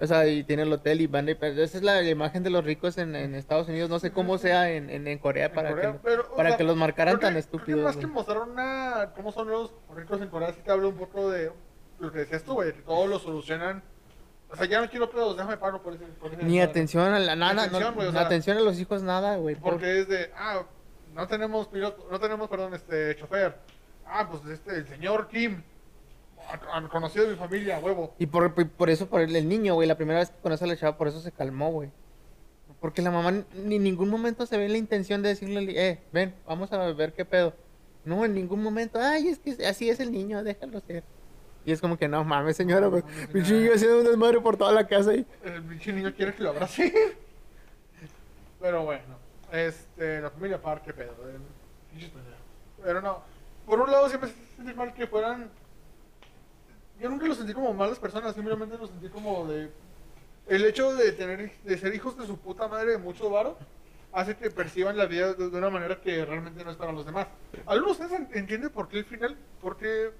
S2: O sea, y tiene el hotel y van a... pero Esa es la imagen de los ricos en, en Estados Unidos. No sé cómo sea en, en, en Corea
S1: En
S2: para,
S1: Corea,
S2: que,
S1: pero, o
S2: para
S1: sea,
S2: que los marcaran
S1: Creo que-
S2: tan
S1: Creo que
S2: estúpidos,
S1: más que
S2: güey.
S1: mostrar una, cómo son los ricos en Corea, sí te hablo un poco de lo que decías tú, güey, que todos lo solucionan. O sea, ya no quiero pedos, déjame paro por ese. por ese-
S2: Ni atención a la nada,
S1: atención,
S2: no,
S1: güey, o
S2: ni
S1: sea,
S2: atención a los hijos, nada, güey. por-
S1: Porque es de, ah, no tenemos piloto, no tenemos, perdón, este, chofer. Ah, pues este, el señor Kim, a- a- conocido de mi familia, huevo.
S2: Y por, por- por eso, por el, el niño, güey, la primera vez que conoce a la chava, por eso se calmó, güey. Porque la mamá ni en ningún momento se ve la intención de decirle, eh, ven, vamos a ver qué pedo. No, en ningún momento, ay, es que así es el niño, déjalo ser. Y es como que no mames, señora,
S1: No,
S2: pues,
S1: mames, señora.
S2: pinche niño haciendo un desmadre por toda la casa
S3: Eh.
S2: y
S1: El pinche niño quiere que lo abrace. (laughs) Pero bueno, este, la familia Parque, Pedro. eh. Pero no, por un lado siempre se siente mal que fueran. Yo nunca los sentí como malas personas, simplemente los sentí como de. El hecho de tener de ser hijos de su puta madre de mucho varo hace que perciban la vida de, de una manera que realmente no es para los demás. ¿Algunos de ustedes en- entienden por qué el final? ¿Por qué?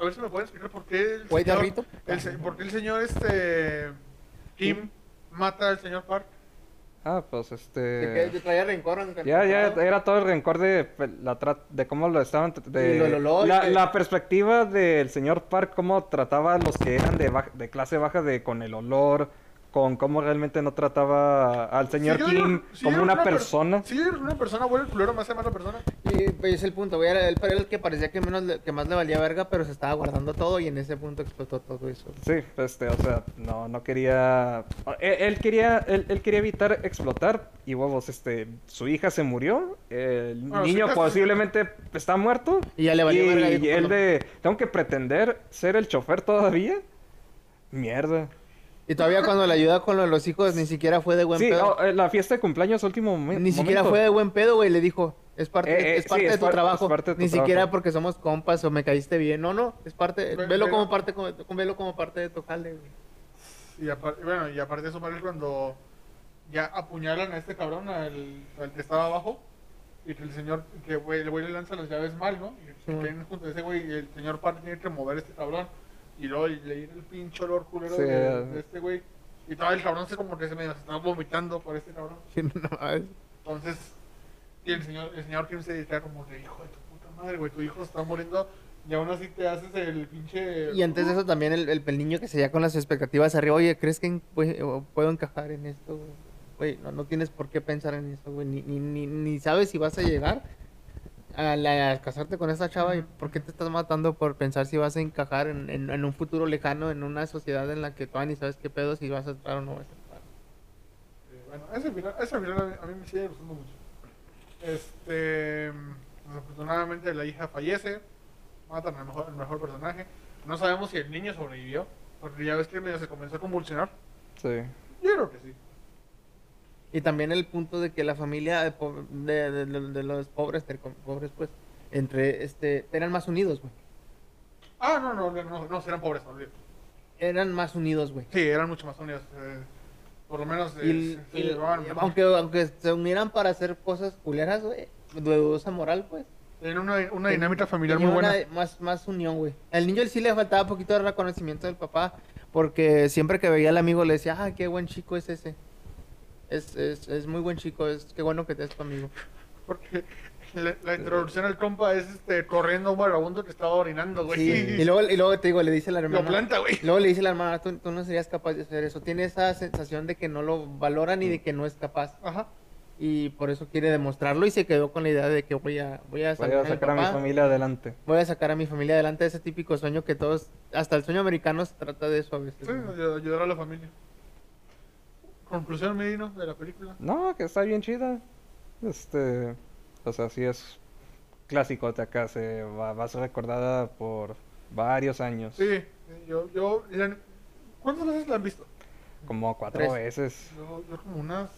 S1: A ver si me pueden explicar por qué el
S2: Güey,
S1: señor-
S2: Diablito.
S1: el se- ¿Por qué el señor este Kim mata al señor Park?
S3: Ah, pues
S2: De que te
S3: este.
S2: traía rencor. en-
S3: Ya, ya,
S2: encantado.
S3: era todo el rencor de pe- la tra- de cómo lo estaban. tr- De...
S2: Y lo- lo- lo-
S3: la,
S2: y que-
S3: la perspectiva del señor Park, cómo trataba a los que eran de, baj- de clase baja de con el olor, con cómo realmente no trataba al señor
S1: Si yo
S3: Kim
S1: era- si yo
S3: como
S1: era
S3: una,
S1: per-
S3: persona.
S1: Si yo era una persona, güey, el culero me hace mala persona.
S2: Y pues, es el punto, güey. Era él, pero el que parecía que, menos le- que más le valía verga, pero se estaba guardando todo y en ese punto explotó todo eso.
S3: Sí, este, o sea, no, no quería. Él, él quería, él, él quería evitar explotar y huevos, este, su hija se murió, el
S1: Bueno, su
S3: niño
S1: hija-
S3: posiblemente está muerto
S2: Y ya le valió
S3: y,
S2: verga. dijo,
S3: y él
S2: "Pues, no".
S3: de, tengo que pretender ser el chofer todavía. Mierda.
S2: Y todavía cuando le ayuda con lo de los hijos, ni siquiera fue de buen
S3: Sí,
S2: pedo.
S3: oh, eh, la fiesta de cumpleaños último momen- momento.
S2: Ni siquiera fue de buen pedo, güey. Le dijo, es parte,
S3: Eh, eh,
S2: es parte
S3: sí,
S2: de
S3: es
S2: tu
S3: par-
S2: trabajo.
S3: es parte de tu
S2: Ni siquiera
S3: trabajo.
S2: porque somos compas o me caíste bien. No, no, es parte,
S1: Ve-
S2: velo
S1: ve-
S2: como parte, como- velo como parte de tu jale, güey. (laughs)
S1: Y aparte, bueno, y aparte de eso, madre, cuando ya apuñalan a este cabrón, al, al que estaba abajo, y que el señor, que güey, el güey le lanza las llaves mal, ¿no? Y se
S2: Sí.
S1: quedan junto a ese güey, y el señor Park tiene que mover a este cabrón, y luego le llega el pinche olor culero
S3: Sí,
S1: de,
S3: eh.
S1: de este güey, y todo el cabrón se como que se me está vomitando por este cabrón.
S2: Sí, no, mames.
S1: Entonces, y el señor, el señor Kim se dedica como que, hijo de tu puta madre, güey, tu hijo está muriendo, y aún así te haces el pinche...
S2: Y antes de eso también el, el, el niño que se ya con las expectativas arriba, oye, ¿crees que en- pues, o- puedo encajar en esto? güey? Güey, no, no tienes por qué pensar en eso, güey. Ni, ni, ni, ni sabes si vas a llegar a, la- a casarte con esta chava y por qué te estás matando por pensar si vas a encajar en, en, en un futuro lejano, en una sociedad en la que todavía ni sabes qué pedo, si vas a entrar o no vas a entrar.
S1: Eh, Bueno, ese final, ese final a, mí, a mí me sigue gustando mucho. Este. Desafortunadamente, la hija fallece. Matan al mejor, al mejor personaje. No sabemos si el niño sobrevivió. Porque ya ves que medio se comenzó a convulsionar.
S3: Sí.
S1: Yo creo que sí.
S2: Y también el punto de que la familia de, po- de- de- de- de los pobres, entre com- pobres pues, entre, este, eran más unidos, güey.
S1: Ah, no, no, no, no, no, eran pobres, olvídate.
S2: Eran más unidos, güey.
S1: Sí, eran mucho más unidos. eh, por lo menos. eh,
S2: Y el-
S1: se- se
S2: y el-
S1: llevaban mejor.
S2: aunque, aunque se unieran para hacer cosas culeras, güey, de dudosa moral, pues.
S1: Tenían una, una dinámica familiar muy
S2: tenía
S1: buena.
S2: una- más, más unión, güey. Al niño él sí le faltaba poquito de reconocimiento del papá, porque siempre que veía al amigo le decía, ah, qué buen chico es ese. Es, es, es muy buen chico, es qué bueno que te es tu amigo.
S1: Porque la, la introducción al compa es este, corriendo a un vagabundo que estaba orinando, güey.
S2: Sí,
S1: (laughs)
S2: Y, luego, y luego te digo, le dice la
S1: lo
S2: hermana.
S1: planta, güey.
S2: Luego le dice la hermana, tú, tú no serías capaz de hacer eso. Tiene esa sensación de que no lo valoran
S1: Mm.
S2: y de que no es capaz.
S1: Ajá.
S2: Y por eso quiere demostrarlo y se quedó con la idea de que voy a, voy a
S3: Voy
S2: salvar
S3: a
S2: al
S3: sacar a mi
S2: papá.
S3: familia adelante.
S2: voy a sacar a mi familia adelante de ese típico sueño que todos, hasta el sueño americano se trata de eso a veces.
S1: Sí,
S2: ¿no?
S1: ayud- ayudar a la familia. Conclusión, Medino, de la película.
S3: No, que está bien chida. Este, o sea, sí es clásico de acá, se va, va a ser recordada por varios años,
S1: Sí, sí, yo, yo, la- ¿cuántas veces la han visto?
S3: como cuatro
S2: Tres.
S3: veces.
S1: Yo, yo como unas,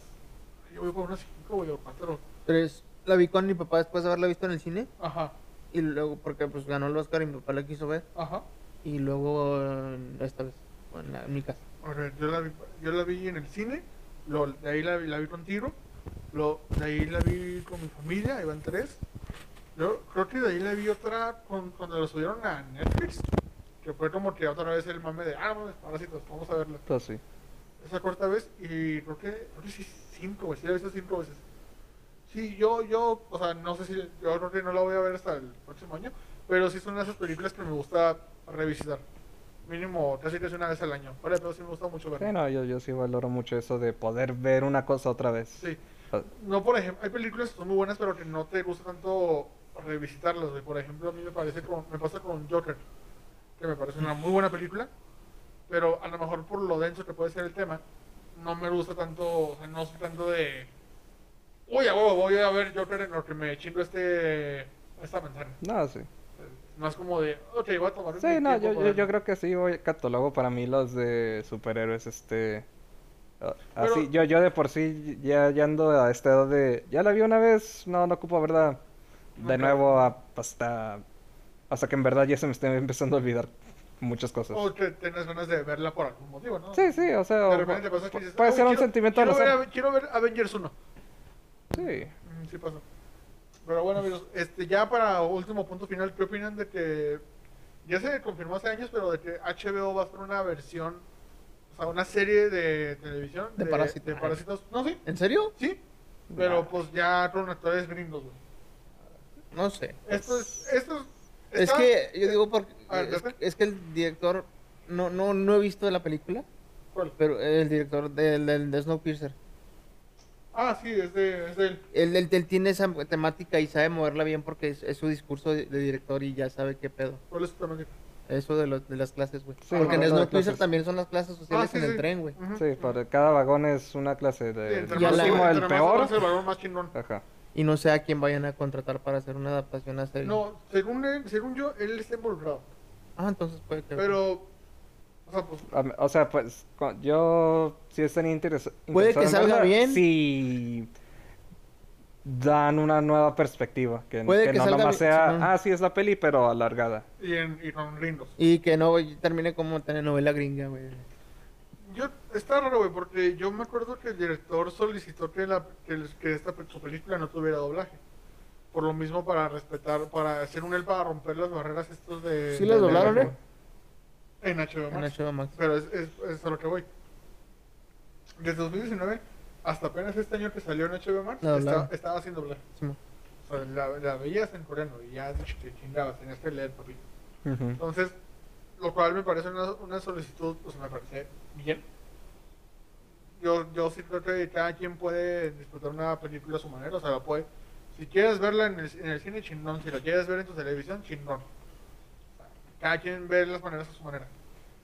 S1: yo voy como unas cinco, güey, o cuatro.
S2: Pero es- la vi con mi papá después de haberla visto en el cine
S1: Ajá,
S2: y luego porque pues ganó el Oscar y mi papá la quiso ver
S1: ajá.
S2: y luego eh, esta vez en, la- en mi casa.
S1: A ver, yo la vi, yo la vi en el cine, lo, de ahí la, vi- la vi contigo, lo, de ahí la vi con mi familia, iban tres. Yo creo que de ahí la vi otra con, cuando la subieron a Netflix, que fue como que otra vez el mame de, ah, mames, parásitos, vamos a verla.
S3: Pues sí.
S1: esa corta vez y creo que, creo que sí, cinco veces, sí la he visto cinco veces. Sí, yo, yo, o sea, no sé si, yo creo que no la voy a ver hasta el próximo año, pero sí son de esas películas que me gusta revisitar. Mínimo, casi casi una vez al año. Vale, pero sí me gusta mucho
S3: Sí,
S1: verla.
S3: no, yo, yo sí valoro mucho eso de poder ver una cosa otra vez.
S1: Sí.
S3: Ah.
S1: No, por ejemplo, hay películas que son muy buenas, pero que no te gusta tanto revisitarlas, güey. Por ejemplo, a mí me parece con, me pasa con Joker, que me parece una muy buena película, pero a lo mejor por lo denso que puede ser el tema, no me gusta tanto, o sea, no soy tanto de... Uy, a huevo, voy a ver Joker en lo que me chingo este, esta manzana.
S3: No, sí.
S1: Más como de, ok, voy a tomar
S3: Sí, no, yo, yo, yo creo que sí, voy catálogo para mí los de superhéroes, este... ah,
S1: Pero-
S3: Así, yo, yo de por sí ya, ya ando a esta edad de... Ya la vi una vez, no, no ocupo verla de
S1: Ok.
S3: nuevo a- hasta... Hasta que en verdad ya se me esté empezando a olvidar muchas cosas.
S1: O que tenés ganas de verla por algún motivo, ¿no?
S3: Sí, sí, o sea...
S1: De
S3: o-
S1: repente te pasa que
S3: pu-
S1: dices,
S3: puede
S1: "Uy,
S3: ser un
S1: quiero-
S3: sentimiento al
S1: quiero ver
S3: azar.
S1: Ave- quiero ver Avengers 1.
S3: Sí.
S1: Mm, Sí pasó. Pero bueno, amigos, este, ya para último punto final, ¿qué opinan de que ya se confirmó hace años, pero de que HBO va a hacer una versión, o a una serie de televisión
S2: De Parásitos.
S1: de parásitos. No, sí,
S2: ¿En serio?
S1: sí. Pero pues ya con actores gringos, güey.
S2: No sé.
S1: Esto es. Esto es,
S2: Pues Es
S1: está- Ah,
S2: que yo digo porque
S1: A ver,
S2: es,
S1: Pepe.
S2: es que el director no no no he visto la película,
S1: ¿cuál?
S2: pero el director del del de Snowpiercer,
S1: Ah, sí, es de. Es del-
S2: él, él, él tiene esa temática y sabe moverla bien porque es, es su discurso de, de director y ya sabe qué pedo.
S1: ¿Cuál es tu tamaño?
S2: Eso de, los de las clases, güey.
S3: Sí,
S2: porque en
S3: la verdad,
S2: Snowpiercer
S3: clases.
S2: también son las clases
S1: Ah,
S2: sociales
S1: sí,
S2: Pues en el
S1: sí.
S2: tren, güey.
S1: Ujú.
S3: Sí, para cada vagón es una clase
S1: Sí,
S3: de
S1: entre
S2: Y a
S1: más-
S2: la-
S3: último el
S1: entre más
S3: peor.
S1: avanza el varón, más chingón.
S3: Ajá.
S2: Y no sé a quién vayan a contratar para hacer una adaptación a serie.
S1: No, según, él- según yo, él está involucrado.
S2: Ah, entonces puede que.
S1: Pero. O sea, pues.
S3: Am- O sea, pues cu- yo sí estaría interesado.
S2: Puede que salga bien.
S3: Si dan una nueva perspectiva. Que,
S2: Puede
S3: que
S2: que
S3: no
S2: salga
S3: nomás
S2: bien,
S3: sea,
S2: Simón.
S3: ah, sí, es la peli, pero alargada.
S1: Y, en, y con gringos.
S2: Y que no güey, termine como telenovela gringa, güey.
S1: Yo, está raro, güey, porque yo me acuerdo que el director solicitó que, la, que, el- que esta, pe- su película no tuviera doblaje. Por lo mismo, para respetar, para hacer un él para romper las barreras estos de.
S2: Sí las
S1: de-
S2: doblaron,
S1: de-
S2: ¿eh?
S1: En HBO
S2: En
S1: Max.
S2: HBO Max.
S1: Pero es, es, es a lo que voy. Desde 2019 hasta apenas este año que salió en HBO Max,
S2: La
S1: esta-
S2: doblaron.
S1: estaba sin doblar.
S2: Simón.
S1: O sea, la, la veías en coreano y ya te chingabas, tenías que leer, papi.
S3: Ujú.
S1: Entonces, lo cual me parece una, una solicitud, pues me parece bien. Yo, yo sí creo que cada quien puede disfrutar una película a su manera, o sea, la puede. Si quieres verla en el, en el cine, chingón. Si la quieres ver en tu televisión, chingón. Cada quien ve las maneras a su manera.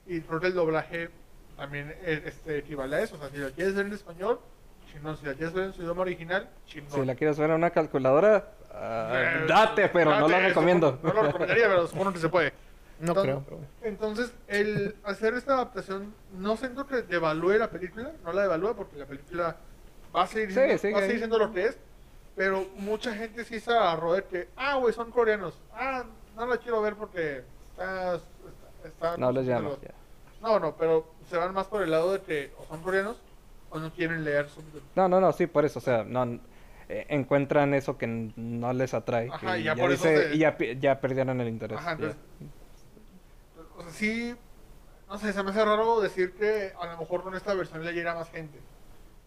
S1: Y creo que el doblaje también eh, este, equivale a eso. O sea, si la quieres ver en español, chingón. Si la quieres ver en su idioma original, chingón.
S3: Si la quieres ver en una calculadora, ah,
S1: Eh,
S3: date, pero no
S1: date,
S3: la recomiendo.
S1: (laughs) No lo recomendaría, pero supongo que se puede.
S2: No
S1: Entonces-
S2: creo, pero bueno.
S1: Entonces, el hacer esta adaptación, no siento que devalúe la película, no la devalúa porque la película va a seguir
S3: Sí,
S1: siendo,
S3: sigue
S1: va a seguir
S3: ahí.
S1: siendo lo que es, pero mucha gente sí se agarró de que, ah, güey, son coreanos, ah, no la quiero ver porque está... está, está-
S3: No les llama.
S1: los- No, no, pero se van más por el lado de que o son coreanos o no quieren leer subtítulos.
S3: No, no, no, sí, por eso, o sea, no eh, encuentran eso que n- no les atrae.
S1: Ajá,
S3: que
S1: y ya por eso se-
S3: y ya, pi- ya perdieron el interés.
S1: Ajá,
S3: ya.
S1: entonces, o sea, sí, no sé, se me hace raro decir que a lo mejor con esta versión le llega a más gente,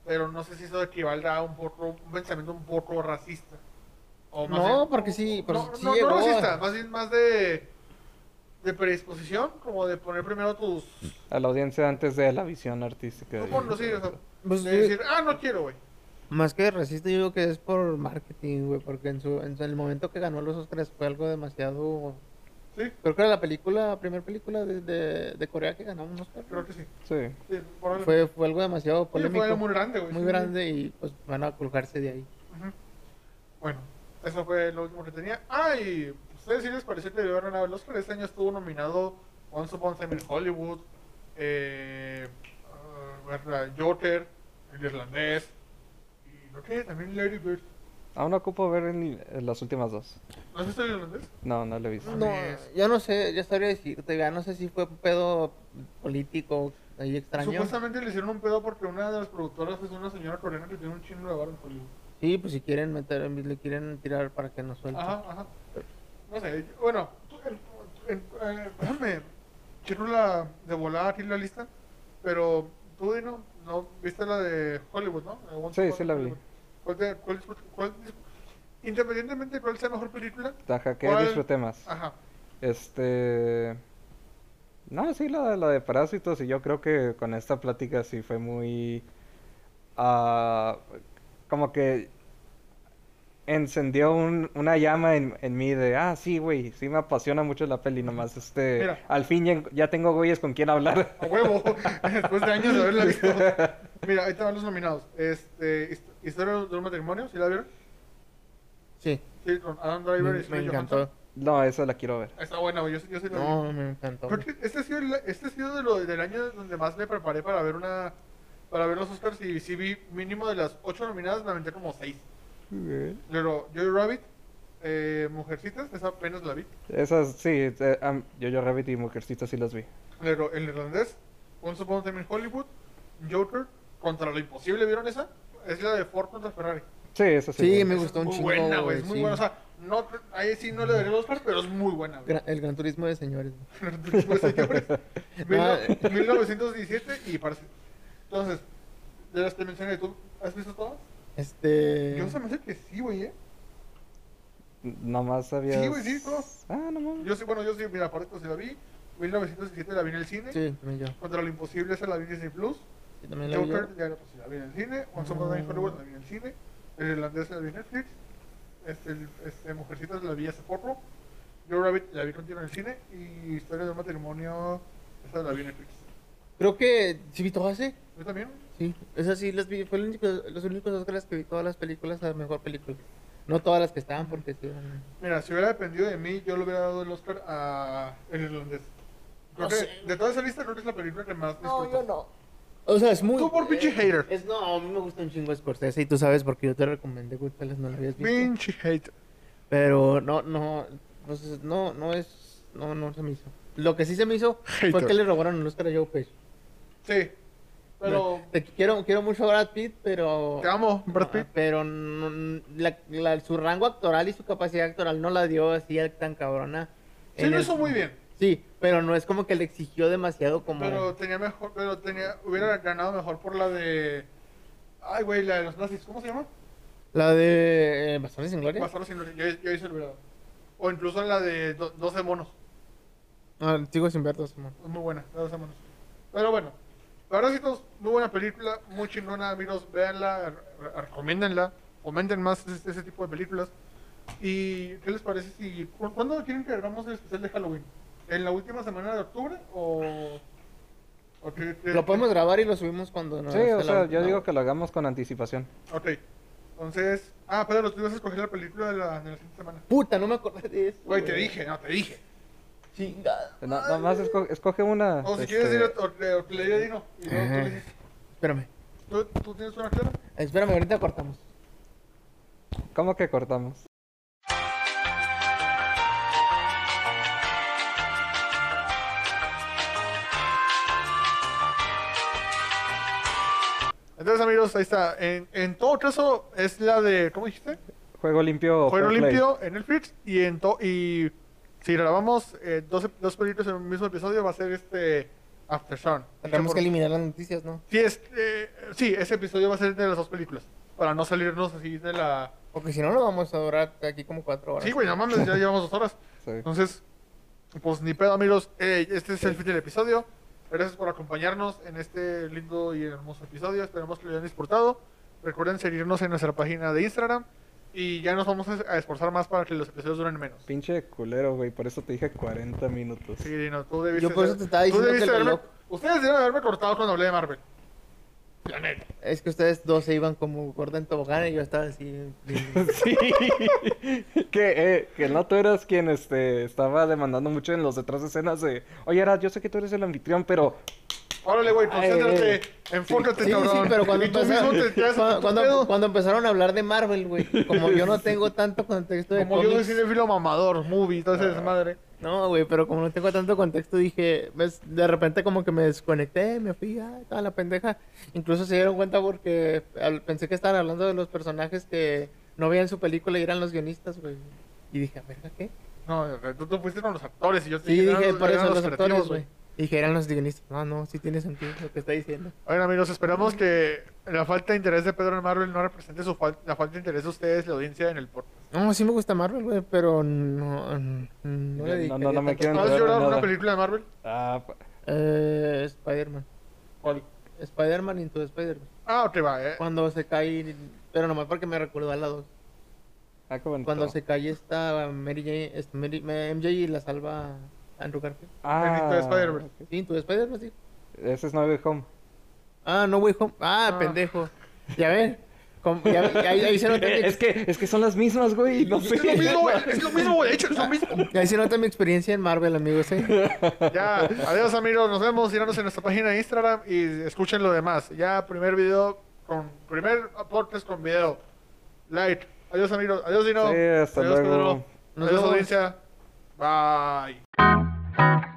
S1: pero no sé si eso equivaldrá a un poco, un pensamiento un poco racista. O más
S2: No,
S1: bien-
S2: porque sí, pero
S1: no,
S2: sí
S1: no, no
S2: llegó.
S1: racista, más bien más de, de predisposición, como de poner primero tus...
S3: A la audiencia antes de la visión artística.
S1: tus
S3: y-
S1: monos, sí, o sea,
S2: Pues,
S1: de
S2: yo-
S1: decir, ah, no quiero, güey.
S2: Más que racista, yo digo que es por marketing, güey. Porque en, su, en su- el momento que ganó los Oscars fue algo demasiado.
S1: Sí,
S2: Creo que era la película, primera película de, de, de Corea que ganó un Oscar.
S1: creo que sí.
S3: Sí.
S1: sí por
S2: Fue, fue algo demasiado polémico.
S1: fue muy grande, güey.
S2: muy
S1: sí, sí.
S2: grande y pues van a colgarse de ahí.
S1: Ujú. Bueno, eso fue lo último que tenía. Ah, y ustedes sí les pareció que debieron ganar el Oscar. Este año estuvo nominado Once Upon a Time in Hollywood, eh, ah, ¿verdad? Joker, El Irlandés, y lo que también Lady Bird.
S3: Aún ocupo ver el- eh, las últimas dos.
S1: ¿No has visto El Irlandés?
S3: No, no lo he visto.
S1: Ah,
S2: No,
S1: Mames.
S2: yo no sé, yo sabría decirte, ya no sé si fue un pedo político ahí extraño.
S1: Supuestamente le hicieron un pedo porque una de las productoras es una señora coreana que tiene un chingo de barro en Hollywood.
S2: Sí, pues si quieren meter, le quieren tirar para que no suelte.
S1: Ajá, ajá. No sé, yo- bueno, en- en- eh, déjame, quiero la de volada aquí la lista, pero tú, Dino, ¿no viste la de Hollywood, no? Eh, Once
S3: Sí,
S1: Upon
S3: sí
S1: a Time
S3: la vi.
S1: Hollywood. ¿Cuál te- cuál disfrut- cuál dis- independientemente de cuál sea mejor película,
S3: Ajá, ¿qué
S1: ¿Cuál? Ah.
S3: disfruté más?
S1: ajá,
S3: Este... No, sí, la, la de Parásitos y yo creo que con esta plática sí fue muy... ah, como que encendió un- una llama en, en mí de, ah, sí, güey, sí me apasiona mucho la peli, nomás este...
S1: Mira.
S3: Al fin ya, en- ya tengo güeyes con quien hablar. (laughs)
S1: a huevo, (laughs) después de años de haberla visto. Mira, ahí están los nominados. Este, Hist- Historia de un matrimonio, ¿sí la vieron?
S2: Sí,
S1: Sí, con Adam
S2: me,
S1: Driver y
S2: me
S1: Scarlett
S2: encantó.
S1: Johansson.
S3: No, esa la quiero ver.
S1: Está buena, güey, yo, sí- yo sí la vi.
S2: No, me encantó.
S1: Creo que este ha sido, el, este ha sido de lo, del año donde más me preparé para ver una para ver los Oscars y sí vi mínimo de las ocho nominadas, me aventé como seis. Pero Joy Rabbit, eh, Mujercitas, esa apenas la vi.
S3: Esas, sí, eh, am- Jojo Rabbit y Mujercita sí las vi.
S1: Pero El Irlandés, Once Upon a Time in Hollywood, Joker, Contra lo Imposible, ¿vieron esa? Es la de Ford contra Ferrari.
S3: Sí, eso sí.
S2: Sí,
S3: güey.
S2: me
S1: Es
S2: gustó un
S1: muy
S2: chingo.
S1: buena, güey. Es
S2: güey,
S1: muy
S2: sí.
S1: buena. O sea, no, ahí sí no le daría los Oscar, pero es muy buena, güey.
S2: Gra- El Gran Turismo de señores. güey.
S1: Pues, señores, mil-
S2: Ah.
S1: 1917 y parece. Entonces, de las que mencioné, ¿tú has visto todas?
S2: Este.
S1: Yo se me hace que sí, güey, ¿eh?
S3: Nomás sabía.
S1: Sí, güey, sí, todo.
S3: Ah, no mames.
S1: Yo sí, bueno, yo sí, mira, aparte se la vi. 1917 la vi en el cine.
S2: Sí, también yo.
S1: Contra lo imposible, esa la vi en Disney Plus.
S2: Yo también la vi yo.
S1: Joker, ya la, pues, la vi en el cine. Once Upon a Time in Hollywood la vi en el cine. El irlandés la vi en Netflix. Este, el- este, Mujercitas la vi hace poco. Yo Rabbit la vi contigo en el cine. Y Historia de un matrimonio, esa la vi en Netflix.
S2: Creo que. ¿Sí vi todas, eh?
S1: Yo también.
S2: Sí. Esas sí las vi. Fue el único- los únicos Oscars que vi todas las películas a mejor película. No todas las que estaban, porque estuvieron.
S1: Mira, si hubiera dependido de mí, yo le hubiera dado el Oscar a El Irlandés. Creo
S2: No
S1: que
S2: sé.
S1: de toda esa lista, creo que es la película que más disfruto.
S2: no. O sea, es muy. eh,
S1: Tú por pinche hater.
S2: Es, no, a mí me gusta un chingo Scorsese y tú sabes porque yo te recomendé Goodfellas, no lo habías visto.
S1: Pinche hater.
S2: Pero no, no, pues, no, no es, no, no se me hizo. Lo que sí se me hizo fue
S1: Hater.
S2: que le robaron el Oscar a Joe Pesci.
S1: Sí, pero
S2: Te quiero, quiero mucho a Brad Pitt, pero...
S1: te amo, Brad
S2: no,
S1: Pitt.
S2: Pero no- la- la- su rango actoral y su capacidad actoral no la dio así tan cabrona.
S1: Sí,
S2: en
S1: lo
S2: el-
S1: hizo muy bien.
S2: Sí, pero no es como que le exigió demasiado como...
S1: Pero tenía mejor, pero tenía, hubiera ganado mejor por la de. Ay, güey, la de los nazis, ¿cómo se llama?
S2: La de eh, Bastardos sin Gloria.
S1: Bastardos sin gloria, yo, yo hice el verdadero. O incluso en la de do- 12 monos,
S2: Ah, sigo sin ver dos, amor.
S1: es Pues muy buena, la de 12 monos. Pero bueno, la verdad, chicos, muy buena película, muy chingona, amigos, véanla, re- re- recomiéndenla, comenten más este- ese tipo de películas. ¿Y qué les parece si. cu- ¿Cuándo quieren que hagamos el especial de Halloween? ¿En la última semana de octubre o.? o qué- qué-
S2: Lo podemos grabar y lo subimos cuando nos...
S3: Sí, o sea, yo digo que lo hagamos con anticipación.
S1: Ok. Entonces. Ah, Pedro, tú ibas a escoger la película de la, de la siguiente semana.
S2: Puta, no me acordé de eso.
S1: Güey, te dije, no, te dije.
S2: Chingada.
S3: No- Nada más esco- escoge una.
S1: O si
S3: este,
S1: quieres ir a o te- o te le diga a Dino. Y luego tú,
S2: Ajá.
S1: le dices,
S2: Espérame.
S1: ¿tú, tú tienes una clara?
S2: Espérame, ahorita cortamos.
S3: ¿Cómo que cortamos?
S1: Entonces, amigos, ahí está. En, en todo caso, es la de. ¿Cómo dijiste?
S3: Juego limpio. o
S1: Juego
S3: fair play?
S1: limpio en el Fritz. Y en to y si grabamos eh, dos, ep- dos películas en un mismo episodio, va a ser este. After Sun.
S2: Tenemos que eliminar las noticias, ¿no?
S1: Sí, este, eh, sí, ese episodio va a ser de las dos películas. Para no salirnos así de la.
S2: Porque si no, lo vamos a durar aquí como cuatro horas.
S1: Sí, güey, no mames,
S2: (laughs)
S1: ya llevamos dos horas.
S3: Sí.
S1: Entonces, pues ni pedo, amigos. Eh, este es el fin del episodio. Gracias por acompañarnos en este lindo y hermoso episodio. Esperamos que lo hayan disfrutado. Recuerden seguirnos en nuestra página de Instagram. Y ya nos vamos a a esforzar más para que los episodios duren menos.
S3: Pinche culero, güey. Por eso te dije 40 minutos.
S1: Sí, Dino, tú debiste.
S2: Yo por eso
S1: ser-
S2: te estaba
S1: tú
S2: diciendo que
S1: debiste
S2: el
S1: haberme-
S2: reloj-
S1: Ustedes deben haberme cortado cuando hablé de Marvel. La neta.
S2: Es que ustedes dos se iban como gorda en tobogán y yo estaba así.
S3: (laughs)
S1: (laughs)
S3: Sí. que, eh, que no tú eras quien este, estaba demandando mucho en los detrás de escenas de. Oye, Ara, yo sé que tú eres el anfitrión, pero.
S1: Órale, güey,
S3: Ay,
S1: concéntrate.
S3: eh.
S1: Enfócate,
S2: Sí,
S1: Este cabrón.
S2: sí, pero cuando,
S1: y tú
S2: empeza-
S1: mismo te quedas en
S2: cuando,
S1: tu
S2: cuando-
S1: pedo.
S2: cuando empezaron a hablar de Marvel, güey. Como yo no tengo tanto contexto de
S1: Como yo soy
S2: cómics-
S1: cinefilo mamador, movie, entonces madre.
S2: No, güey, pero como no tengo tanto contexto, dije, ves, de repente como que me desconecté, me fui a toda la pendeja. Incluso se dieron cuenta porque al- pensé que estaban hablando de los personajes que no veían su película y eran los guionistas, güey. Y dije, ¿verga qué?
S1: No, tú, tú fuiste con los actores y yo te
S2: Sí,
S1: dije,
S2: dije,
S1: eran
S2: por
S1: eran
S2: eso los actores,
S1: creativos,
S2: güey. Dije, eran los guionistas. No, no, sí tiene sentido lo que está diciendo.
S1: Bueno, amigos, esperamos que la falta de interés de Pedro en Marvel no represente su fal- la falta de interés de ustedes, la audiencia en el podcast.
S2: No, sí me gusta Marvel, güey, pero no, no, no le dije.
S3: No, no, no me quiero
S1: ¿No has
S3: enterar de
S1: llorado en una
S3: nada.
S1: película de Marvel?
S3: Ah, pa-
S2: Eh, Spider-Man.
S1: ¿Cuál?
S2: Spider-Man Into Spider-Man.
S1: Ah, ok, va, eh.
S2: Cuando se cae, pero nomás porque me recordó a la 2.
S3: ah, qué bonito.
S2: Cuando se cae esta Mary Jane, este, Mary- eh, MJ y la salva Andrew Garfield.
S3: Ah,
S1: Benito Spider-Man.
S3: ok.
S2: Sí, tu Spider-Man, sí.
S3: Ese es No Way
S2: (laughs)
S3: Home.
S2: Ah, no, güey, home. Ah,
S1: Ah.
S2: pendejo. Ya ven. Com- ya ven, ahí, ahí se nota mi,
S3: (laughs)
S2: ex-
S3: Es que, es que son las mismas, güey. No sé.
S1: Es lo mismo, güey, es lo mismo, güey, de hecho, es lo mismo.
S2: ahí se nota mi experiencia en Marvel, amigos, ¿eh?
S1: Ya, adiós, amigos, nos vemos, síganos en nuestra página de Instagram y escuchen lo demás. Ya, primer video con, primer podcast con video. Like. Adiós, amigos, adiós, Dino.
S3: Sí, hasta
S1: adiós,
S3: luego.
S1: Pedro. adiós,
S2: Nos vemos.
S1: audiencia. Bye.